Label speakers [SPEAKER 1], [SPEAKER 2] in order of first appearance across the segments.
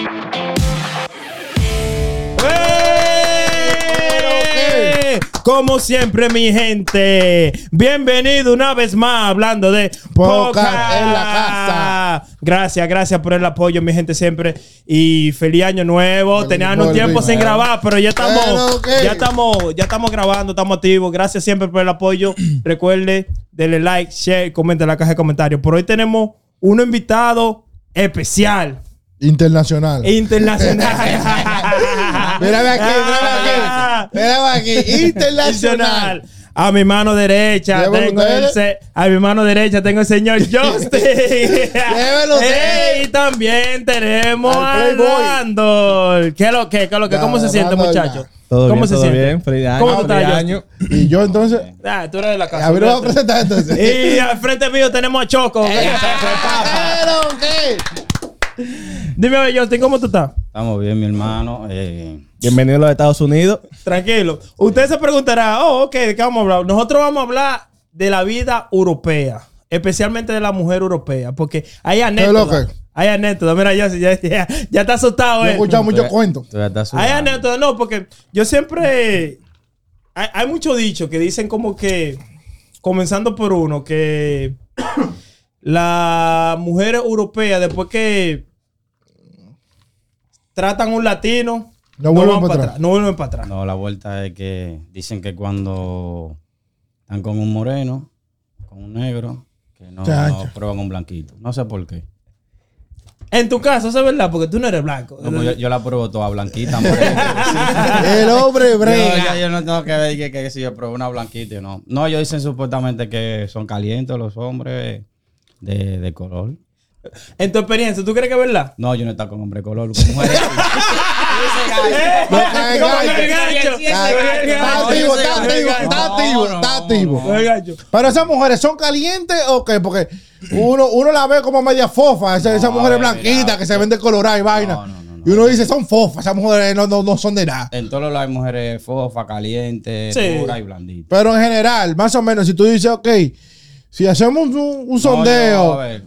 [SPEAKER 1] ¡Eh! como siempre, mi gente. Bienvenido una vez más hablando de
[SPEAKER 2] Poca en la casa.
[SPEAKER 1] Gracias, gracias por el apoyo, mi gente, siempre. Y feliz año nuevo.
[SPEAKER 2] Feliz
[SPEAKER 1] Teníamos
[SPEAKER 2] por
[SPEAKER 1] tiempo
[SPEAKER 2] fin.
[SPEAKER 1] sin grabar, pero ya estamos,
[SPEAKER 2] Bueno, ok.
[SPEAKER 1] ya estamos, ya estamos grabando, estamos activos. Gracias siempre por el apoyo. Recuerde, denle like, share, comenta en la caja de comentarios. Por hoy tenemos un invitado especial.
[SPEAKER 2] Internacional.
[SPEAKER 1] e Internacional.
[SPEAKER 2] Mírame aquí, mírame
[SPEAKER 1] Ah.
[SPEAKER 2] aquí. Mírame aquí. Internacional.
[SPEAKER 1] A mi mano derecha
[SPEAKER 2] Llévalo
[SPEAKER 1] tengo el
[SPEAKER 2] ustedes.
[SPEAKER 1] se- a mi mano derecha tengo el señor Justin.
[SPEAKER 2] Llévalo ustedes.
[SPEAKER 1] Ey, Y también tenemos
[SPEAKER 2] Al
[SPEAKER 1] a
[SPEAKER 2] Playboy.
[SPEAKER 1] Randall. ¿Qué es lo que? ¿Qué es lo que? ¿Cómo se
[SPEAKER 2] Ya,
[SPEAKER 1] siente,
[SPEAKER 2] Randall, ya.
[SPEAKER 1] muchacho?
[SPEAKER 3] Todo
[SPEAKER 1] ¿Cómo
[SPEAKER 3] bien,
[SPEAKER 1] se
[SPEAKER 3] todo
[SPEAKER 1] siente?
[SPEAKER 3] bien. Feliz año.
[SPEAKER 1] ¿Cómo tú estás,
[SPEAKER 3] feliz
[SPEAKER 1] Justin?
[SPEAKER 3] año.
[SPEAKER 2] Y yo entonces.
[SPEAKER 1] Ah, tú eres de la casa.
[SPEAKER 2] A mí no me va a
[SPEAKER 1] olvídate.
[SPEAKER 2] presentar entonces.
[SPEAKER 1] Y al frente mío tenemos a Choco.
[SPEAKER 2] Pero, ¿qué?
[SPEAKER 1] Dime, a ver, Justin, ¿cómo tú estás?
[SPEAKER 3] Estamos bien, mi hermano. Eh, Bienvenido a los Estados Unidos.
[SPEAKER 1] Tranquilo. Usted se preguntará, oh, ok, ¿de qué vamos a hablar? Nosotros vamos a hablar de la vida europea, especialmente de la mujer europea, porque hay anécdotas.
[SPEAKER 2] loca.
[SPEAKER 1] Hay anécdotas. Mira, ya, ya, ya, ya está asustado,
[SPEAKER 2] Yo he
[SPEAKER 1] eh.
[SPEAKER 2] escuchado muchos cuentos.
[SPEAKER 3] Tú ya estás
[SPEAKER 1] Hay
[SPEAKER 3] sudando.
[SPEAKER 1] anécdotas, no, porque yo siempre. Hay, hay muchos dichos que dicen como que. Comenzando por uno, que. La mujer europea, después que. Tratan a un latino.
[SPEAKER 2] No vuelven
[SPEAKER 1] van
[SPEAKER 2] para atrás.
[SPEAKER 1] No vuelven para atrás.
[SPEAKER 3] No, la vuelta es que dicen que cuando están con un moreno, con un negro, que no,
[SPEAKER 2] Chacho.
[SPEAKER 3] no prueban un blanquito. No sé por qué.
[SPEAKER 1] En tu caso, eso es verdad, porque tú no eres blanco.
[SPEAKER 3] Como pues yo, yo la pruebo toda blanquita. morena.
[SPEAKER 2] El hombre
[SPEAKER 3] Yo, yo,
[SPEAKER 2] brega.
[SPEAKER 3] yo no tengo que ver que, que si yo pruebo una blanquita y no. No, ellos dicen supuestamente que son calientes los hombres de, de color.
[SPEAKER 1] En tu experiencia, ¿tú crees que es verdad?
[SPEAKER 3] No, yo no he estado con hombre de color, con mujeres.
[SPEAKER 2] No cae
[SPEAKER 1] Como
[SPEAKER 2] gallo.
[SPEAKER 1] Eh, que el gancho.
[SPEAKER 2] Está
[SPEAKER 1] Como que el gancho.
[SPEAKER 2] está activo, está
[SPEAKER 1] Como que el
[SPEAKER 2] activo,
[SPEAKER 1] gancho.
[SPEAKER 2] está activo,
[SPEAKER 3] No,
[SPEAKER 2] está
[SPEAKER 3] no,
[SPEAKER 2] activo.
[SPEAKER 1] Como el gancho.
[SPEAKER 2] Pero esas mujeres son calientes o qué? Porque uno, uno la ve como media fofa, esa- esas mujeres
[SPEAKER 3] mira,
[SPEAKER 2] blanquitas que se
[SPEAKER 3] yo-
[SPEAKER 2] ven de colorada y vaina.
[SPEAKER 3] no, no, no.
[SPEAKER 2] y uno dice, son fofas, esas mujeres no, no, no son de nada.
[SPEAKER 3] En todos los lados hay mujeres fofas, calientes,
[SPEAKER 1] Sí.
[SPEAKER 3] duras y blanditas.
[SPEAKER 2] Pero en general, más o menos, si tú dices, ok, si hacemos un, un
[SPEAKER 3] No, yo,
[SPEAKER 2] sondeo,
[SPEAKER 3] a ver,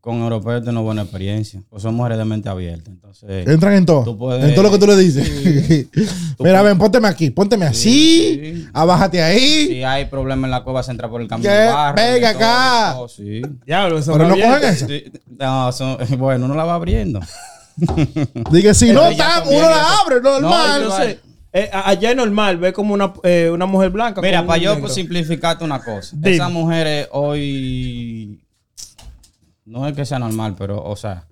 [SPEAKER 3] con europeos tengo buena experiencia. Pues son mujeres de mente abierta. Entonces,
[SPEAKER 2] entran en todo.
[SPEAKER 3] Tú puedes-
[SPEAKER 2] En todo lo que tú le dices. Mira, ven, pónteme aquí, pónteme así,
[SPEAKER 3] sí.
[SPEAKER 2] abájate ahí.
[SPEAKER 3] si hay problemas en la cueva, se entra por el camino.
[SPEAKER 2] ¿Qué?
[SPEAKER 3] del barro, de
[SPEAKER 2] Venga
[SPEAKER 3] todo,
[SPEAKER 2] acá.
[SPEAKER 3] de todo, sí.
[SPEAKER 1] Diablo, eso
[SPEAKER 2] Pero
[SPEAKER 1] va
[SPEAKER 2] no
[SPEAKER 1] bien.
[SPEAKER 2] cogen eso.
[SPEAKER 3] Sí, No, son- bueno, uno la va abriendo.
[SPEAKER 2] Dije, si no
[SPEAKER 3] Pero ya
[SPEAKER 2] está,
[SPEAKER 3] también
[SPEAKER 2] uno
[SPEAKER 3] eso.
[SPEAKER 2] la abre, normal.
[SPEAKER 3] No,
[SPEAKER 1] No sé. Eh, a- allá es normal ver como una, eh, una mujer blanca.
[SPEAKER 3] Mira,
[SPEAKER 1] con
[SPEAKER 3] para
[SPEAKER 1] un
[SPEAKER 3] yo pues,
[SPEAKER 1] negro.
[SPEAKER 3] simplificarte una cosa.
[SPEAKER 1] Dime.
[SPEAKER 3] Esas mujeres hoy. No es que sea normal, pero, o sea.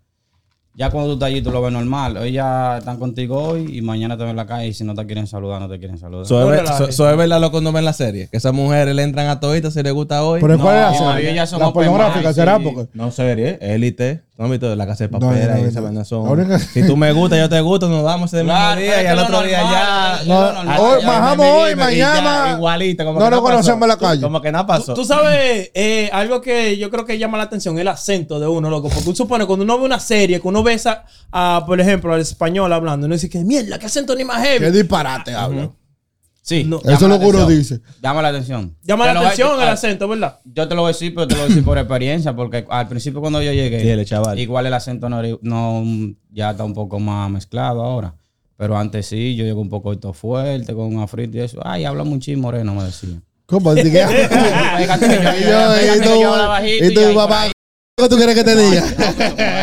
[SPEAKER 3] Ya cuando tú estás allí, tú lo ves normal. Ellas están contigo hoy y mañana te ven en la calle y si no te quieren saludar, no te quieren saludar.
[SPEAKER 4] Eso
[SPEAKER 1] No
[SPEAKER 4] es, ver-
[SPEAKER 1] relajes.
[SPEAKER 4] so- so es verdad lo que uno ve en la serie. Que esas mujeres le entran a toditas si les gusta hoy.
[SPEAKER 2] Pero
[SPEAKER 3] No,
[SPEAKER 2] ¿cuál es
[SPEAKER 3] no,
[SPEAKER 2] la serie?
[SPEAKER 3] ellas son
[SPEAKER 2] La
[SPEAKER 3] open
[SPEAKER 2] pornográfica,
[SPEAKER 3] mind,
[SPEAKER 2] ¿será?
[SPEAKER 3] sí.
[SPEAKER 2] Porque
[SPEAKER 4] No serie, élite. No han visto la casa de papel
[SPEAKER 2] No, no, no,
[SPEAKER 4] y
[SPEAKER 2] no.
[SPEAKER 4] esa vaina son.
[SPEAKER 2] La única-
[SPEAKER 4] Si tú me gustas, yo te gusto, nos damos ese mismo
[SPEAKER 3] Claro,
[SPEAKER 4] día
[SPEAKER 3] es
[SPEAKER 4] y
[SPEAKER 3] que
[SPEAKER 4] al
[SPEAKER 3] lo
[SPEAKER 4] otro día
[SPEAKER 3] normal,
[SPEAKER 4] ya. Ah,
[SPEAKER 3] es lo normal.
[SPEAKER 2] hoy
[SPEAKER 4] ya
[SPEAKER 2] bajamos
[SPEAKER 4] me
[SPEAKER 2] hoy,
[SPEAKER 4] vivimos y ya,
[SPEAKER 2] mañana
[SPEAKER 4] Igualito, como
[SPEAKER 2] no
[SPEAKER 4] que
[SPEAKER 2] nos
[SPEAKER 4] pasó.
[SPEAKER 2] conocemos en la calle.
[SPEAKER 4] Como que nada pasó.
[SPEAKER 1] Tú sabes, eh, algo que yo creo que llama la atención, el acento de uno, loco. Porque tú supone cuando uno ve una serie, que uno ve esa, a, por ejemplo, al español hablando, uno dice que mierda, qué acento ni más heavy.
[SPEAKER 2] qué disparate habla.
[SPEAKER 3] Sí,
[SPEAKER 1] No.
[SPEAKER 2] Eso
[SPEAKER 3] llama
[SPEAKER 2] es
[SPEAKER 3] la
[SPEAKER 2] lo que uno
[SPEAKER 3] atención.
[SPEAKER 2] dice.
[SPEAKER 3] Llama la atención.
[SPEAKER 1] Llama
[SPEAKER 3] Te
[SPEAKER 1] la
[SPEAKER 3] lo voy a-
[SPEAKER 1] atención el
[SPEAKER 3] ah,
[SPEAKER 1] acento, ¿verdad?
[SPEAKER 3] Yo te lo voy a decir, pero te lo voy a decir por experiencia, porque al principio cuando yo llegué,
[SPEAKER 4] Dile, chaval.
[SPEAKER 3] igual el acento no, era- no, mm, ya está un poco más mezclado ahora. Pero antes sí, yo llego un poco esto fuerte, con un afrito y eso. Ay, habla un chin moreno, me decía.
[SPEAKER 2] ¿Cómo? Así que-
[SPEAKER 3] Fíjate que yo-
[SPEAKER 2] Y yo-
[SPEAKER 3] fíjate
[SPEAKER 2] y
[SPEAKER 3] que yo
[SPEAKER 2] tú-
[SPEAKER 3] hablaba bajito
[SPEAKER 2] Y
[SPEAKER 3] y ahí
[SPEAKER 2] tu
[SPEAKER 3] por
[SPEAKER 2] papá,
[SPEAKER 3] ahí.
[SPEAKER 2] ¿qué tú quieres que te diga?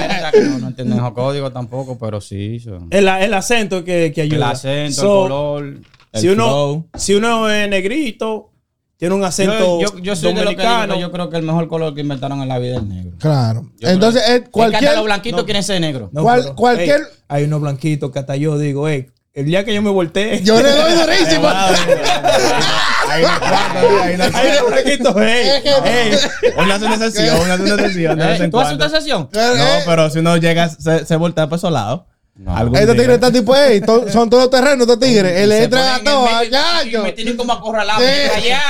[SPEAKER 3] No, no entienden los códigos tampoco, pero sí. eso.
[SPEAKER 1] El, el acento que, que ayuda.
[SPEAKER 3] El acento,
[SPEAKER 1] Eh, So,
[SPEAKER 3] el color.
[SPEAKER 4] El
[SPEAKER 1] si uno
[SPEAKER 4] flow.
[SPEAKER 1] si uno es negrito tiene un acento
[SPEAKER 3] Yo, yo, yo soy de los que digo
[SPEAKER 1] dominicano
[SPEAKER 3] que yo creo que el mejor color que inventaron en la vida es el negro.
[SPEAKER 2] Claro. Entonces, eh,
[SPEAKER 3] Cualquier...
[SPEAKER 2] cualquier.
[SPEAKER 3] los blanquitos quieren ser negros.
[SPEAKER 1] No,
[SPEAKER 2] cual-
[SPEAKER 1] pero,
[SPEAKER 2] cualquier-
[SPEAKER 1] ey, hay unos blanquitos que hasta yo digo ey, el día que yo me volteé
[SPEAKER 2] Yo le doy durísimo.
[SPEAKER 1] hay unos blanquitos ey, ey.
[SPEAKER 4] Una hace una sesión, una hace una sesión. de vez en
[SPEAKER 3] Eh, ¿Tú haces
[SPEAKER 4] cuando.
[SPEAKER 3] tu sesión?
[SPEAKER 4] No,
[SPEAKER 2] Eh,
[SPEAKER 4] pero si uno llega, se, se voltea para esos lados. Algún
[SPEAKER 2] Estos
[SPEAKER 4] día.
[SPEAKER 2] tigres están tipo, ey, to- son todos terrenos estos tigres. Él le entra a todos,
[SPEAKER 3] Y me-
[SPEAKER 2] allá,
[SPEAKER 3] y
[SPEAKER 2] yo.
[SPEAKER 3] Me tienen como acorralado.
[SPEAKER 2] Sí.
[SPEAKER 3] me tienen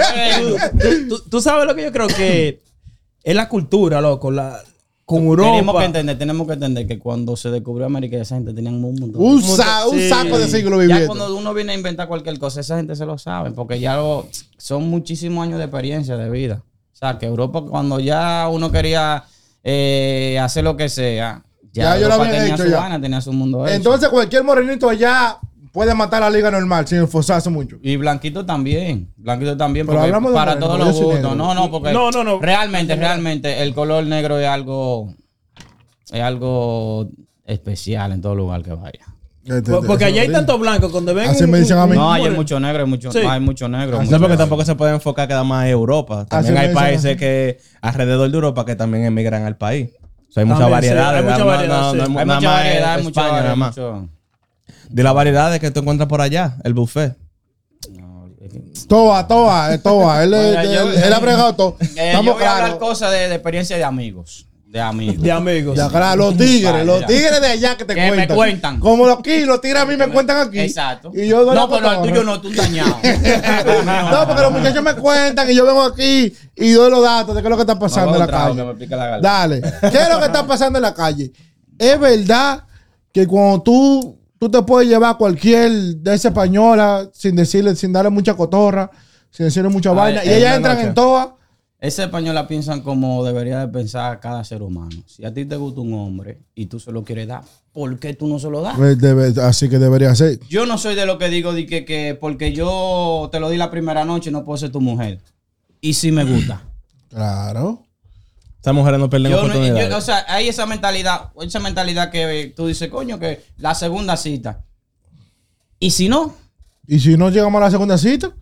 [SPEAKER 3] allá, y bueno.
[SPEAKER 1] Tú- tú, tú sabes lo que yo creo que es la cultura loco la con
[SPEAKER 3] Tenemos que
[SPEAKER 1] Europa
[SPEAKER 3] entender, tenemos que entender que cuando se descubrió América, esa gente tenía un mundo.
[SPEAKER 2] Un, sa- un
[SPEAKER 1] Sí.
[SPEAKER 2] saco de siglo
[SPEAKER 3] ya
[SPEAKER 2] viviendo.
[SPEAKER 3] cuando uno viene a inventar cualquier cosa, esa gente se lo sabe, porque ya lo- son muchísimos años de experiencia de vida. O sea, que Europa, cuando ya uno quería eh, hacer lo que sea,
[SPEAKER 2] Ya
[SPEAKER 3] ya,
[SPEAKER 2] yo lo
[SPEAKER 3] Europa
[SPEAKER 2] había
[SPEAKER 3] tenía
[SPEAKER 2] hecho
[SPEAKER 3] su
[SPEAKER 2] ya.
[SPEAKER 3] vaina, tenía su mundo hecho.
[SPEAKER 2] Entonces, cualquier morenito allá puede matar a la liga normal sin esforzarse mucho.
[SPEAKER 3] Y Blanquito también. Blanquito también.
[SPEAKER 2] Pero
[SPEAKER 3] porque
[SPEAKER 2] hablamos de
[SPEAKER 3] para
[SPEAKER 2] moreno,
[SPEAKER 3] todos
[SPEAKER 2] yo
[SPEAKER 3] los
[SPEAKER 2] soy
[SPEAKER 3] gustos.
[SPEAKER 2] negro.
[SPEAKER 3] No, no, porque.
[SPEAKER 1] No, no, no.
[SPEAKER 3] Realmente, realmente, el color negro es algo. Es algo especial en todo lugar que vaya. Este,
[SPEAKER 1] Po- Porque allá hay tanto blanco. Cuando ven.
[SPEAKER 2] Así me dicen a mí.
[SPEAKER 3] No, hay
[SPEAKER 1] moreno-
[SPEAKER 3] mucho negro, hay mucho,
[SPEAKER 1] Sí.
[SPEAKER 3] hay mucho negro.
[SPEAKER 4] No
[SPEAKER 3] mucho
[SPEAKER 4] sé porque
[SPEAKER 3] negro.
[SPEAKER 4] tampoco se puede enfocar que da más a Europa. También
[SPEAKER 2] Así
[SPEAKER 4] hay
[SPEAKER 2] me dicen
[SPEAKER 4] países
[SPEAKER 2] aquí.
[SPEAKER 4] que alrededor de Europa que también emigran al país. O sea, hay
[SPEAKER 1] También,
[SPEAKER 4] muchas
[SPEAKER 1] sí,
[SPEAKER 4] variedades.
[SPEAKER 1] hay mucha
[SPEAKER 4] ¿verdad? No-
[SPEAKER 1] variedad,
[SPEAKER 4] no-
[SPEAKER 1] sí.
[SPEAKER 4] no es-
[SPEAKER 3] Hay
[SPEAKER 4] nada
[SPEAKER 3] mucha
[SPEAKER 4] más es
[SPEAKER 3] variedad, hay mucho
[SPEAKER 4] España, nada
[SPEAKER 3] variedad,
[SPEAKER 4] más.
[SPEAKER 3] mucho-
[SPEAKER 4] De las variedades que tú encuentras por allá, el buffet.
[SPEAKER 3] No, es que-
[SPEAKER 2] Toa, toa, eh, toa. Él, es-
[SPEAKER 3] Mira, yo-
[SPEAKER 2] él- él ha bregado todo.
[SPEAKER 3] Eh, yo
[SPEAKER 2] Estamos
[SPEAKER 3] voy a hablar
[SPEAKER 2] claros.
[SPEAKER 3] cosas de, de experiencia de amigos. De amigos.
[SPEAKER 1] De amigos.
[SPEAKER 2] Ya, claro, los tigres,
[SPEAKER 3] Vale,
[SPEAKER 2] los
[SPEAKER 3] ya.
[SPEAKER 2] tigres de allá que te
[SPEAKER 3] Que me
[SPEAKER 2] cuentan.
[SPEAKER 3] cuentan.
[SPEAKER 2] Como los kilos, los tigres a mí me cuentan aquí.
[SPEAKER 3] Exacto.
[SPEAKER 2] Y yo doy la
[SPEAKER 3] no, pero al
[SPEAKER 2] cotorra.
[SPEAKER 3] tuyo no, tú un dañado.
[SPEAKER 2] No, porque los muchachos me cuentan y yo vengo aquí y doy los datos de qué es lo que está pasando en la calle.
[SPEAKER 3] Me pica la garganta.
[SPEAKER 2] Dale. ¿Qué es lo que está pasando en la calle? Es verdad que cuando tú, tú te puedes llevar a cualquier de esa española sin decirle, sin darle mucha cotorra, sin decirle mucha
[SPEAKER 3] Ay,
[SPEAKER 2] vaina, y
[SPEAKER 3] en
[SPEAKER 2] ellas
[SPEAKER 4] una
[SPEAKER 2] entran
[SPEAKER 4] noche.
[SPEAKER 2] en todas.
[SPEAKER 3] Esa española piensan como debería de pensar cada ser humano. Si a ti te gusta un hombre y tú se lo quieres dar, ¿por qué tú no se lo das?
[SPEAKER 2] Pues debe- así que debería ser.
[SPEAKER 3] Yo no soy de lo que digo de que, que porque yo te lo di la primera noche no puedo ser tu mujer. Y sí me gusta.
[SPEAKER 2] Claro.
[SPEAKER 4] Estas mujeres no pierden
[SPEAKER 3] Yo no-
[SPEAKER 4] oportunidades.
[SPEAKER 3] yo- o sea, hay esa mentalidad, esa mentalidad que eh, tú dices, coño, que la segunda cita. Y si no,
[SPEAKER 2] Y si no llegamos a la segunda cita,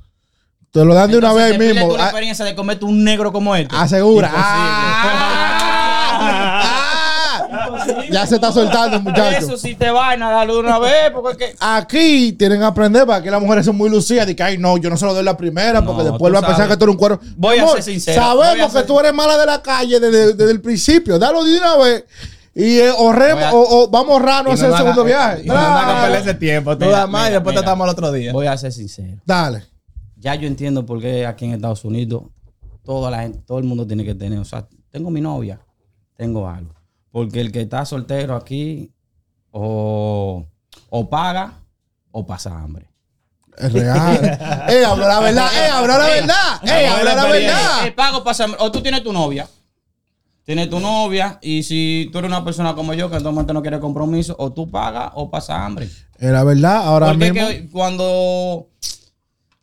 [SPEAKER 2] te lo dan de una vez
[SPEAKER 3] entonces te pierdes
[SPEAKER 2] mismo. ah.
[SPEAKER 3] tú la
[SPEAKER 2] A-
[SPEAKER 3] experiencia de comerte un negro como este.
[SPEAKER 2] asegura.
[SPEAKER 3] Ah.
[SPEAKER 2] Ah. Ah. ya se está soltando, muchachos.
[SPEAKER 3] Eso sí te va a dar de una vez, porque es que.
[SPEAKER 2] aquí tienen que aprender para que las mujeres son muy lucidas de que ay no yo no se lo doy la primera porque
[SPEAKER 3] No,
[SPEAKER 2] después
[SPEAKER 3] tú
[SPEAKER 2] va a pensar
[SPEAKER 3] sabes.
[SPEAKER 2] que tú eres un cuero
[SPEAKER 3] Voy a ser sincero, voy a
[SPEAKER 2] sabemos que
[SPEAKER 3] ser-
[SPEAKER 2] tú eres mala de la calle desde, desde el principio dalo de una vez y eh, o, remo-
[SPEAKER 3] Voy a-
[SPEAKER 2] o, o vamos a ahorrarnos
[SPEAKER 4] Y
[SPEAKER 2] ese
[SPEAKER 4] no haga-
[SPEAKER 2] segundo viaje
[SPEAKER 4] y No haga
[SPEAKER 2] Dale.
[SPEAKER 4] perder ese tiempo. Tú
[SPEAKER 3] Mira,
[SPEAKER 4] das más y
[SPEAKER 3] mira,
[SPEAKER 4] después
[SPEAKER 3] mira.
[SPEAKER 4] te estamos al otro día.
[SPEAKER 3] Voy a ser sincero.
[SPEAKER 2] dale
[SPEAKER 3] Ya yo entiendo por qué aquí en Estados Unidos toda la gente, todo el mundo tiene que tener. O sea, tengo mi novia, tengo algo. Porque el que está soltero aquí o, o paga o pasa hambre.
[SPEAKER 2] es real eh habló la verdad eh habló la verdad eh habló la
[SPEAKER 3] El,
[SPEAKER 2] verdad
[SPEAKER 3] pago pasa hambre. O tú tienes tu novia. Tienes tu novia y si tú eres una persona como yo que en todo momento no quiere compromiso, o tú pagas o pasa hambre.
[SPEAKER 2] es la verdad ahora
[SPEAKER 3] Porque es
[SPEAKER 2] mismo
[SPEAKER 3] que cuando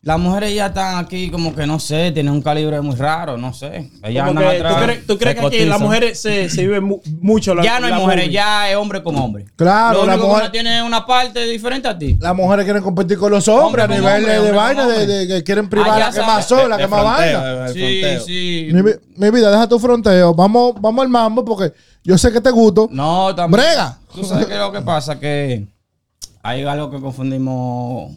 [SPEAKER 3] las mujeres ya están aquí, como que no sé, tienen un calibre muy raro, no sé. Ellas
[SPEAKER 1] Como
[SPEAKER 3] andan
[SPEAKER 1] que, ¿Tú
[SPEAKER 3] atrás,
[SPEAKER 1] crees, tú
[SPEAKER 3] se
[SPEAKER 1] crees que aquí
[SPEAKER 3] cotizan.
[SPEAKER 1] las mujeres se, se viven mu- mucho la
[SPEAKER 3] Ya no hay
[SPEAKER 1] la
[SPEAKER 3] mujeres,
[SPEAKER 1] movie?
[SPEAKER 3] ya es hombre con hombre.
[SPEAKER 2] Claro,
[SPEAKER 3] Lo
[SPEAKER 2] la
[SPEAKER 3] único que
[SPEAKER 2] mujer-
[SPEAKER 3] una tiene una parte diferente a ti.
[SPEAKER 2] las mujeres quieren competir con los hombres
[SPEAKER 3] Hombre
[SPEAKER 2] a
[SPEAKER 3] con
[SPEAKER 2] nivel
[SPEAKER 3] hombre,
[SPEAKER 2] de- de
[SPEAKER 3] hombre con
[SPEAKER 2] vaina de,
[SPEAKER 3] hombre.
[SPEAKER 2] de- que quieren privar
[SPEAKER 3] Ah,
[SPEAKER 2] a
[SPEAKER 3] ya
[SPEAKER 2] la que
[SPEAKER 3] sabe.
[SPEAKER 2] más sola que
[SPEAKER 4] De
[SPEAKER 2] más
[SPEAKER 4] fronteo, eh.
[SPEAKER 2] vaina
[SPEAKER 4] el Ah,
[SPEAKER 3] Sí,
[SPEAKER 4] fronteo.
[SPEAKER 3] sí.
[SPEAKER 2] Mi, vi- mi vida, deja tu fronteo. Vamos, vamos al mambo porque yo sé que te gusto.
[SPEAKER 3] No, también.
[SPEAKER 2] Brega.
[SPEAKER 3] Tú sabes que lo que pasa que hay algo que confundimos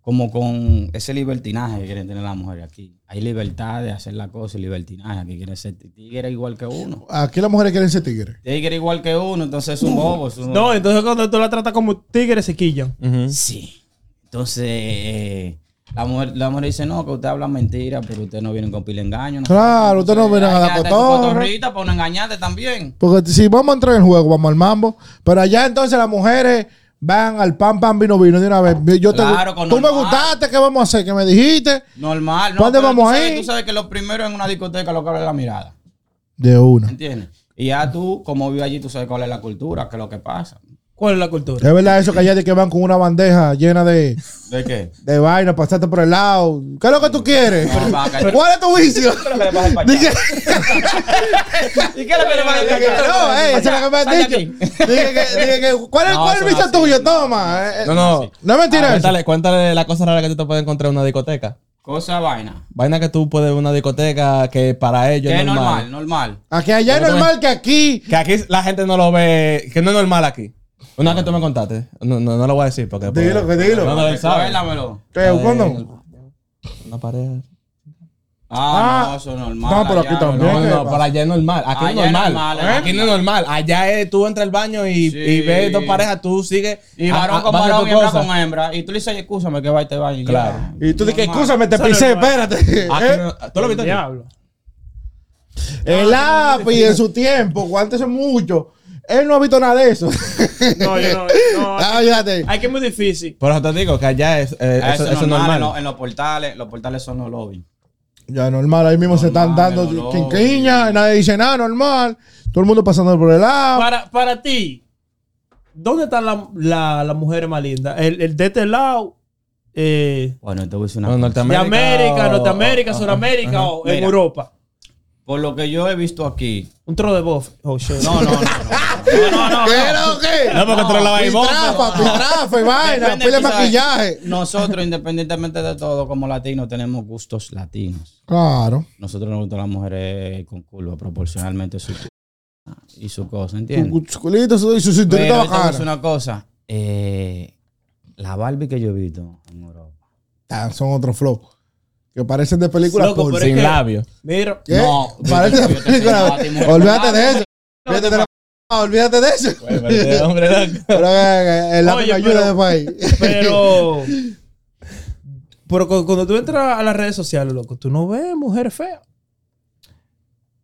[SPEAKER 3] como con ese libertinaje que quieren tener las mujeres aquí. Hay libertad de hacer la cosa y libertinaje que quieren ser tigre igual que uno.
[SPEAKER 2] Aquí las mujeres quieren ser tigres.
[SPEAKER 3] Tigre igual que uno, entonces es un bobo. es un-
[SPEAKER 1] No, entonces cuando tú la tratas como tigre, se quillan.
[SPEAKER 4] Ujú.
[SPEAKER 3] Sí. Entonces, eh, la, mujer, la mujer dice, no, que usted habla mentira, pero usted no vienen con pila de engaño. ¿no?
[SPEAKER 2] Claro, ustedes no vienen a dar
[SPEAKER 3] Ay, hasta tu
[SPEAKER 2] cotorra.
[SPEAKER 3] cotorrita para no engañarte también.
[SPEAKER 2] Porque si vamos a entrar en el juego, vamos al mambo. Pero allá entonces las mujeres van al pan, pan, vino, vino de una vez. Yo te, gu-
[SPEAKER 3] Claro, con
[SPEAKER 2] tú me
[SPEAKER 3] normal.
[SPEAKER 2] gustaste, ¿qué vamos a hacer? ¿Qué me dijiste?
[SPEAKER 3] Normal, ¿no?
[SPEAKER 2] ¿Dónde
[SPEAKER 3] Pero
[SPEAKER 2] vamos
[SPEAKER 3] tú
[SPEAKER 2] a
[SPEAKER 3] sabes-
[SPEAKER 2] ir?
[SPEAKER 3] Tú sabes que lo primero en una discoteca lo que habla es la mirada.
[SPEAKER 2] De una.
[SPEAKER 3] ¿Entiendes? Y ya tú, como vives allí, tú sabes cuál es la cultura, qué es lo que pasa.
[SPEAKER 1] ¿Cuál es la cultura?
[SPEAKER 2] Es verdad eso que allá de que van con una bandeja llena de,
[SPEAKER 3] ¿De qué?
[SPEAKER 2] de vaina, pasaste por el lado. ¿Qué es lo que tú quieres?
[SPEAKER 3] No, va, que-
[SPEAKER 2] ¿Cuál es tu vicio?
[SPEAKER 3] ¿Qué es lo que le pasa para allá?
[SPEAKER 2] Dije,
[SPEAKER 3] ¿Y qué es lo que le pasa para allá?
[SPEAKER 2] No, ey, eso es lo que me han
[SPEAKER 3] Sal de
[SPEAKER 2] dicho.
[SPEAKER 3] aquí.
[SPEAKER 2] Dije que, dije que, ¿cuál es,
[SPEAKER 3] No,
[SPEAKER 2] cuál es
[SPEAKER 3] eso
[SPEAKER 2] el
[SPEAKER 3] no
[SPEAKER 2] bicho
[SPEAKER 3] es
[SPEAKER 2] tuyo? Toma. eh, eh,
[SPEAKER 4] No, no. Ah,
[SPEAKER 2] No es mentira eso.
[SPEAKER 4] Cuéntale, cuéntale la cosa rara que tú te puedes encontrar en una discoteca.
[SPEAKER 3] Cosa vaina.
[SPEAKER 4] Vaina que tú puedes ver en una discoteca que para ellos
[SPEAKER 3] Que
[SPEAKER 4] es
[SPEAKER 3] es normal,
[SPEAKER 4] normal.
[SPEAKER 3] normal.
[SPEAKER 2] Aquí allá es normal que aquí.
[SPEAKER 4] Que aquí la gente no lo ve, que no es normal aquí. Una vez que tú me contaste, no, no, no lo voy a decir porque... pues,
[SPEAKER 2] Dilo, que dilo.
[SPEAKER 4] No, no, él sabe.
[SPEAKER 3] Recuérdamelo.
[SPEAKER 2] ¿Qué? ¿Un condón?
[SPEAKER 4] Una pareja.
[SPEAKER 3] Ah,
[SPEAKER 2] Ah.
[SPEAKER 3] no, eso es normal.
[SPEAKER 2] No, pero
[SPEAKER 3] allá
[SPEAKER 2] aquí también.
[SPEAKER 4] No,
[SPEAKER 2] ¿Qué
[SPEAKER 4] no,
[SPEAKER 2] pasa?
[SPEAKER 4] para allá es normal. Aquí
[SPEAKER 3] Allá
[SPEAKER 4] es
[SPEAKER 3] es
[SPEAKER 4] normal.
[SPEAKER 3] normal, es
[SPEAKER 4] aquí no es normal. Allá es, tú entras al baño y,
[SPEAKER 3] Sí.
[SPEAKER 4] y ves dos parejas, tú sigues.
[SPEAKER 3] Y
[SPEAKER 4] a-
[SPEAKER 3] varón
[SPEAKER 4] a-
[SPEAKER 3] con
[SPEAKER 4] vas a hacer
[SPEAKER 3] varón y
[SPEAKER 4] Ah, tu
[SPEAKER 3] hembra
[SPEAKER 4] cosa.
[SPEAKER 3] con hembra. Y tú le dices, escúchame que va y te va. Y ya. Ah,
[SPEAKER 4] Claro.
[SPEAKER 2] Y tú dices,
[SPEAKER 3] Normal.
[SPEAKER 2] escúchame, te
[SPEAKER 1] Sale,
[SPEAKER 2] pisé,
[SPEAKER 1] hermano.
[SPEAKER 2] espérate.
[SPEAKER 4] Aquí
[SPEAKER 2] ¿Eh?
[SPEAKER 4] no- ¿Tú lo viste? aquí?
[SPEAKER 1] Diablo.
[SPEAKER 2] El API en su tiempo, cuando hace mucho, él no ha visto nada de eso.
[SPEAKER 1] No, yo no. no.
[SPEAKER 2] Ah, fíjate.
[SPEAKER 1] Hay que es muy difícil.
[SPEAKER 4] Por eso te digo que allá es, eh,
[SPEAKER 3] Ah,
[SPEAKER 4] eso,
[SPEAKER 3] Eso,
[SPEAKER 4] eso
[SPEAKER 3] es normal. En,
[SPEAKER 4] normal.
[SPEAKER 3] lo- en los portales, los portales son los lobbies.
[SPEAKER 2] Ya, normal, ahí mismo se están
[SPEAKER 3] Normal, el
[SPEAKER 2] dando
[SPEAKER 3] olor.
[SPEAKER 2] quinquiñas, nadie dice nada, normal. Todo el mundo pasando por el lado.
[SPEAKER 1] Para, para ti, ¿Dónde están las la, las mujeres más lindas? El, el de este lado, eh,
[SPEAKER 3] Bueno, te voy a decir una
[SPEAKER 4] Bueno,
[SPEAKER 3] cosa.
[SPEAKER 1] de
[SPEAKER 4] Norteamérica.
[SPEAKER 1] América, oh,
[SPEAKER 4] o-
[SPEAKER 1] Norteamérica,
[SPEAKER 4] o-
[SPEAKER 1] Sudamérica o en
[SPEAKER 3] Mira.
[SPEAKER 1] Europa.
[SPEAKER 3] Por lo que yo he visto aquí.
[SPEAKER 1] Un tro de bof. Oh, shit.
[SPEAKER 3] No, no, no. No, no, no. no, no.
[SPEAKER 2] ¿Pero qué?
[SPEAKER 4] No, porque tú eres la
[SPEAKER 2] Pitrafa, pitrafa y vaina,
[SPEAKER 3] Depende,
[SPEAKER 2] pile
[SPEAKER 3] tú sabes,
[SPEAKER 2] maquillaje.
[SPEAKER 3] Nosotros, independientemente de todo, como latinos, tenemos gustos latinos.
[SPEAKER 2] Claro.
[SPEAKER 3] Nosotros nos gustan las mujeres con curva proporcionalmente su y su cosa, ¿entiendes?
[SPEAKER 2] Su- Su culito su- y su
[SPEAKER 3] Pero
[SPEAKER 2] cinturita
[SPEAKER 3] yo te voy a decir
[SPEAKER 2] bacana.
[SPEAKER 3] una cosa. eh, la Barbie que yo he visto en Europa.
[SPEAKER 2] Ah, Son otro flow. Que parecen de películas
[SPEAKER 1] Loco,
[SPEAKER 2] porno.
[SPEAKER 1] pero es
[SPEAKER 4] Sin
[SPEAKER 1] que-
[SPEAKER 4] labios.
[SPEAKER 1] Mira.
[SPEAKER 2] ¿Qué?
[SPEAKER 3] No,
[SPEAKER 2] parecen de
[SPEAKER 3] yo te estoy
[SPEAKER 2] películas.
[SPEAKER 3] diciendo, Timur,
[SPEAKER 2] Olvídate de eso. Olvídate de la- Olvídate de eso.
[SPEAKER 3] Pues, este
[SPEAKER 4] hombre, loco.
[SPEAKER 2] Pero eh, eh, el lápiz
[SPEAKER 1] Oye,
[SPEAKER 2] ayuda
[SPEAKER 1] pero-
[SPEAKER 2] después.
[SPEAKER 1] Pero. Pero cu- cuando tú entras a las redes sociales, loco, tú no ves mujeres feas.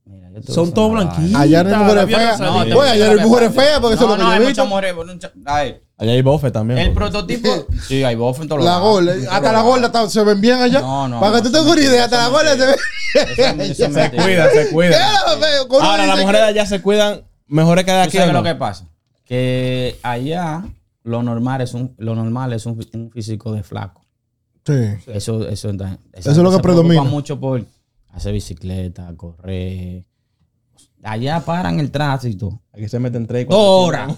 [SPEAKER 3] Mira, yo te voy a
[SPEAKER 1] Son
[SPEAKER 3] decir
[SPEAKER 1] todas
[SPEAKER 3] una vaina.
[SPEAKER 1] blanquitas.
[SPEAKER 2] Allá no hay mujeres
[SPEAKER 1] labios
[SPEAKER 2] feas.
[SPEAKER 1] rosaditos.
[SPEAKER 3] te
[SPEAKER 2] Bueno,
[SPEAKER 3] voy a
[SPEAKER 2] allá
[SPEAKER 3] decir
[SPEAKER 2] hay mujeres
[SPEAKER 3] que-
[SPEAKER 2] feas, porque eso es lo que
[SPEAKER 3] No,
[SPEAKER 2] yo
[SPEAKER 3] no,
[SPEAKER 2] he
[SPEAKER 3] hay
[SPEAKER 2] visto.
[SPEAKER 3] muchas mujeres. pero mucha- ay,
[SPEAKER 4] Allá hay bofe también. pues.
[SPEAKER 3] El
[SPEAKER 4] porque-
[SPEAKER 3] prototipo. Sí, hay bofe en todos
[SPEAKER 2] La
[SPEAKER 3] lados.
[SPEAKER 2] gorda.
[SPEAKER 3] En todos
[SPEAKER 2] Hasta la
[SPEAKER 3] lados.
[SPEAKER 2] gorda ta- se ven bien allá.
[SPEAKER 3] No, no,
[SPEAKER 2] Para
[SPEAKER 3] no,
[SPEAKER 2] que tú
[SPEAKER 3] eso
[SPEAKER 2] te
[SPEAKER 3] no
[SPEAKER 2] una
[SPEAKER 3] tiene,
[SPEAKER 2] idea, hasta la
[SPEAKER 3] eso no
[SPEAKER 2] gorda se ve.
[SPEAKER 3] Eso es- eso es
[SPEAKER 4] Se
[SPEAKER 3] mentira.
[SPEAKER 4] cuida, se cuida. Ahora, las mujeres de allá se cuidan mejores que
[SPEAKER 3] ¿Tú
[SPEAKER 4] de aquí.
[SPEAKER 3] sabes
[SPEAKER 4] ¿o no?
[SPEAKER 3] lo que pasa? Que allá lo normal es un, lo normal es un, un físico de flaco.
[SPEAKER 2] Sí.
[SPEAKER 3] Eso, eso, eso,
[SPEAKER 2] Eso es lo que predomina.
[SPEAKER 3] mucho por hacer bicicleta, correr. Allá paran el tránsito.
[SPEAKER 4] Aquí se meten tres y
[SPEAKER 3] Dos
[SPEAKER 4] cuatro.
[SPEAKER 3] horas.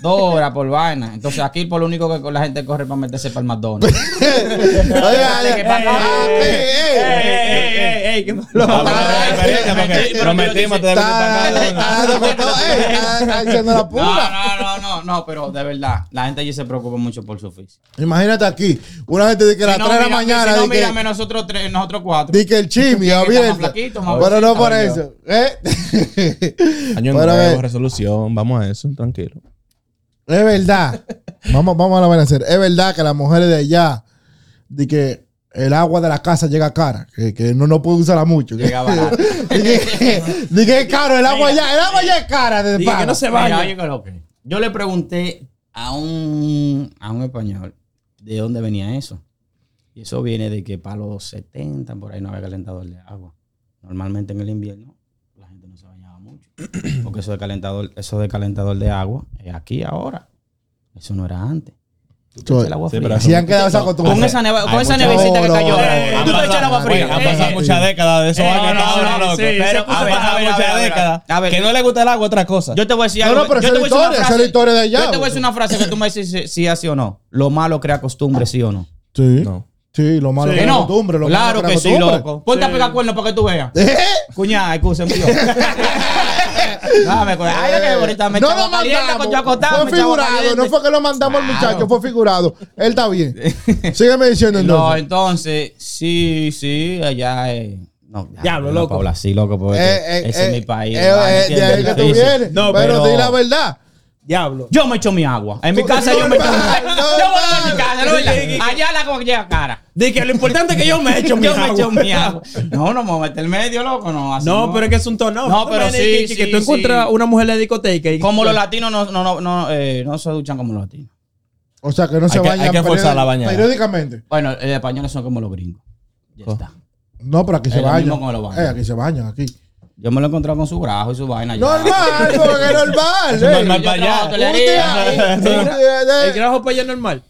[SPEAKER 3] Dos horas por vaina. Entonces aquí por lo único que la gente corre es para meterse para el McDonald's.
[SPEAKER 2] Oye,
[SPEAKER 3] Dale, que pa-
[SPEAKER 1] ¡Ey,
[SPEAKER 2] papi.
[SPEAKER 1] ey, ey, ey! ¡Qué malo!
[SPEAKER 4] Ah, pero no hay experiencia, porque
[SPEAKER 3] Pero
[SPEAKER 4] Nos
[SPEAKER 3] yo te
[SPEAKER 4] metimos,
[SPEAKER 3] sé-
[SPEAKER 4] te
[SPEAKER 2] Ah,
[SPEAKER 4] debes
[SPEAKER 3] Ah, eh,
[SPEAKER 2] Está diciendo la
[SPEAKER 3] No,
[SPEAKER 2] pura.
[SPEAKER 3] no, no, no, no, pero de verdad, la gente allí se preocupa mucho por su físico.
[SPEAKER 2] Imagínate aquí, una gente de que a las
[SPEAKER 3] Si
[SPEAKER 2] 3 de la
[SPEAKER 3] mira-
[SPEAKER 2] mañana,
[SPEAKER 3] Si
[SPEAKER 2] de
[SPEAKER 3] no,
[SPEAKER 2] que-
[SPEAKER 3] mírame nosotros tres, nosotros cuatro.
[SPEAKER 2] de que el chimi
[SPEAKER 3] Está más
[SPEAKER 2] abierto.
[SPEAKER 3] flaquito, más
[SPEAKER 2] Pero no
[SPEAKER 3] bolsita,
[SPEAKER 2] por
[SPEAKER 3] yo.
[SPEAKER 2] eso. ¿eh?
[SPEAKER 4] Año
[SPEAKER 2] Pero,
[SPEAKER 4] nuevo,
[SPEAKER 2] eh,
[SPEAKER 4] resolución. Vamos a eso, tranquilo.
[SPEAKER 2] Es verdad. Vamos, vamos a la hacer. Es verdad que las mujeres de allá, de que el agua de la casa llega cara, que, que no, no puede usarla mucho. que-
[SPEAKER 3] Llega barato.
[SPEAKER 2] de, que, de que es caro, el agua ya, el agua ya es cara. De
[SPEAKER 1] Dije que
[SPEAKER 2] pana.
[SPEAKER 1] no se
[SPEAKER 3] Mira,
[SPEAKER 1] vaya.
[SPEAKER 3] oye, con lo que- Yo le pregunté a un, a un español de dónde venía eso. Y eso viene de que para los 70 por ahí no había calentador de agua. Normalmente en el invierno la gente no se bañaba mucho. Porque eso de calentador, eso de calentador de agua es aquí ahora. Eso no era antes. Tú te
[SPEAKER 2] Sí,
[SPEAKER 3] echas el agua
[SPEAKER 4] sí,
[SPEAKER 3] fría.
[SPEAKER 4] pero
[SPEAKER 2] Si han quedado esa costumbre.
[SPEAKER 3] Con esa, neva- con
[SPEAKER 4] Hay
[SPEAKER 3] esa
[SPEAKER 4] mucha-
[SPEAKER 3] nevecita que
[SPEAKER 2] No,
[SPEAKER 3] cayó.
[SPEAKER 2] no,
[SPEAKER 3] eh,
[SPEAKER 1] no,
[SPEAKER 3] tú te
[SPEAKER 1] no,
[SPEAKER 3] echas el agua
[SPEAKER 2] no,
[SPEAKER 3] fría.
[SPEAKER 2] no,
[SPEAKER 4] Han
[SPEAKER 3] Eh,
[SPEAKER 4] pasado
[SPEAKER 3] eh,
[SPEAKER 4] muchas décadas de eso.
[SPEAKER 1] eh,
[SPEAKER 4] hasta
[SPEAKER 1] no, no,
[SPEAKER 4] ahora,
[SPEAKER 1] no,
[SPEAKER 4] loco.
[SPEAKER 1] sí, sí,
[SPEAKER 4] Pero
[SPEAKER 1] se
[SPEAKER 4] Han
[SPEAKER 1] puso- a
[SPEAKER 4] pasado
[SPEAKER 1] ver, a
[SPEAKER 4] muchas
[SPEAKER 3] ver, a ver.
[SPEAKER 4] décadas.
[SPEAKER 3] A ver.
[SPEAKER 4] Que no le gusta el agua, otra cosa.
[SPEAKER 3] Yo te voy a decir
[SPEAKER 2] No,
[SPEAKER 3] algo.
[SPEAKER 2] no, pero
[SPEAKER 3] yo
[SPEAKER 2] esa
[SPEAKER 3] te
[SPEAKER 2] es la
[SPEAKER 3] voy a decir una
[SPEAKER 2] historia, esa es la
[SPEAKER 3] frase-
[SPEAKER 2] historia de allá.
[SPEAKER 3] Yo te voy a decir una frase que tú me dices si, si es sí o no. Lo malo crea costumbre, sí o no.
[SPEAKER 2] Sí,
[SPEAKER 4] No.
[SPEAKER 2] sí, lo malo
[SPEAKER 1] Sí.
[SPEAKER 2] que
[SPEAKER 3] Que
[SPEAKER 2] la
[SPEAKER 3] no.
[SPEAKER 2] costumbre, lo
[SPEAKER 3] claro
[SPEAKER 2] malo la
[SPEAKER 3] que sí,
[SPEAKER 2] costumbre. ¿Eh?
[SPEAKER 3] loco. Ponte a pegar cuernos para que tú veas. Cuñada, escúchame. Dios. no, me acuerdo. Ay, qué bonita. Me
[SPEAKER 2] no
[SPEAKER 3] echaba
[SPEAKER 2] lo
[SPEAKER 3] caliente,
[SPEAKER 2] mandamos.
[SPEAKER 3] con yo acostado, me
[SPEAKER 2] fue
[SPEAKER 3] echaba
[SPEAKER 2] figurado,
[SPEAKER 3] caliente.
[SPEAKER 2] no fue que lo mandamos al
[SPEAKER 3] Claro.
[SPEAKER 2] muchacho, fue figurado. Él está bien. Sígueme diciendo
[SPEAKER 3] No,
[SPEAKER 2] entonces.
[SPEAKER 3] entonces, sí, sí, allá es. No,
[SPEAKER 1] Diablo,
[SPEAKER 3] no
[SPEAKER 1] loco.
[SPEAKER 3] puedo hablar así, loco, porque
[SPEAKER 2] Eh, eh,
[SPEAKER 3] ese
[SPEAKER 2] eh,
[SPEAKER 3] es mi país.
[SPEAKER 2] eh,
[SPEAKER 3] ¿verdad?
[SPEAKER 2] eh, de ahí
[SPEAKER 3] ¿Entiendes?
[SPEAKER 2] que tú
[SPEAKER 3] Sí, sí.
[SPEAKER 2] vienes.
[SPEAKER 1] No,
[SPEAKER 2] pero
[SPEAKER 3] pero-
[SPEAKER 2] di la verdad.
[SPEAKER 1] Diablo.
[SPEAKER 3] Yo me echo mi agua. En mi
[SPEAKER 2] Tú-
[SPEAKER 3] casa
[SPEAKER 2] no,
[SPEAKER 3] yo me echo mi
[SPEAKER 2] no,
[SPEAKER 3] agua.
[SPEAKER 2] no,
[SPEAKER 3] Yo voy a mi
[SPEAKER 2] no.
[SPEAKER 3] casa, ¿no? ¿verdad? Allá la como que llega cara.
[SPEAKER 1] Dije, lo importante es que yo me he hecho mi
[SPEAKER 3] Yo me echo mi
[SPEAKER 1] agua.
[SPEAKER 3] agua. No, no me voy a meter medio, loco, no. así
[SPEAKER 1] No, pero es que es un tono.
[SPEAKER 3] No, pero
[SPEAKER 1] Imagínate
[SPEAKER 3] sí,
[SPEAKER 1] que, que
[SPEAKER 3] sí,
[SPEAKER 1] tú encuentras
[SPEAKER 3] sí.
[SPEAKER 1] una mujer en la discoteca y
[SPEAKER 3] Como los latinos no, no, no, no, eh, no se duchan como los latinos.
[SPEAKER 2] O sea, que no se
[SPEAKER 4] que-
[SPEAKER 2] bañan
[SPEAKER 4] hay que forzar la bañada.
[SPEAKER 2] periódicamente.
[SPEAKER 3] Bueno, los españoles son como los gringos. Ya
[SPEAKER 4] Oh.
[SPEAKER 3] está.
[SPEAKER 2] No, pero aquí
[SPEAKER 3] Es
[SPEAKER 2] se
[SPEAKER 3] lo
[SPEAKER 2] bañan.
[SPEAKER 3] mismo con los baños.
[SPEAKER 2] Eh, aquí se bañan, aquí.
[SPEAKER 3] Yo me lo he encontrado con su grajo y su vaina. ya.
[SPEAKER 2] Normal, porque es normal.
[SPEAKER 4] Eso es
[SPEAKER 2] eh.
[SPEAKER 4] normal.
[SPEAKER 2] Un
[SPEAKER 3] Yo trabajo en
[SPEAKER 2] día-
[SPEAKER 3] hotelería.
[SPEAKER 2] un día
[SPEAKER 1] El
[SPEAKER 2] de-
[SPEAKER 1] grajo para allá es normal.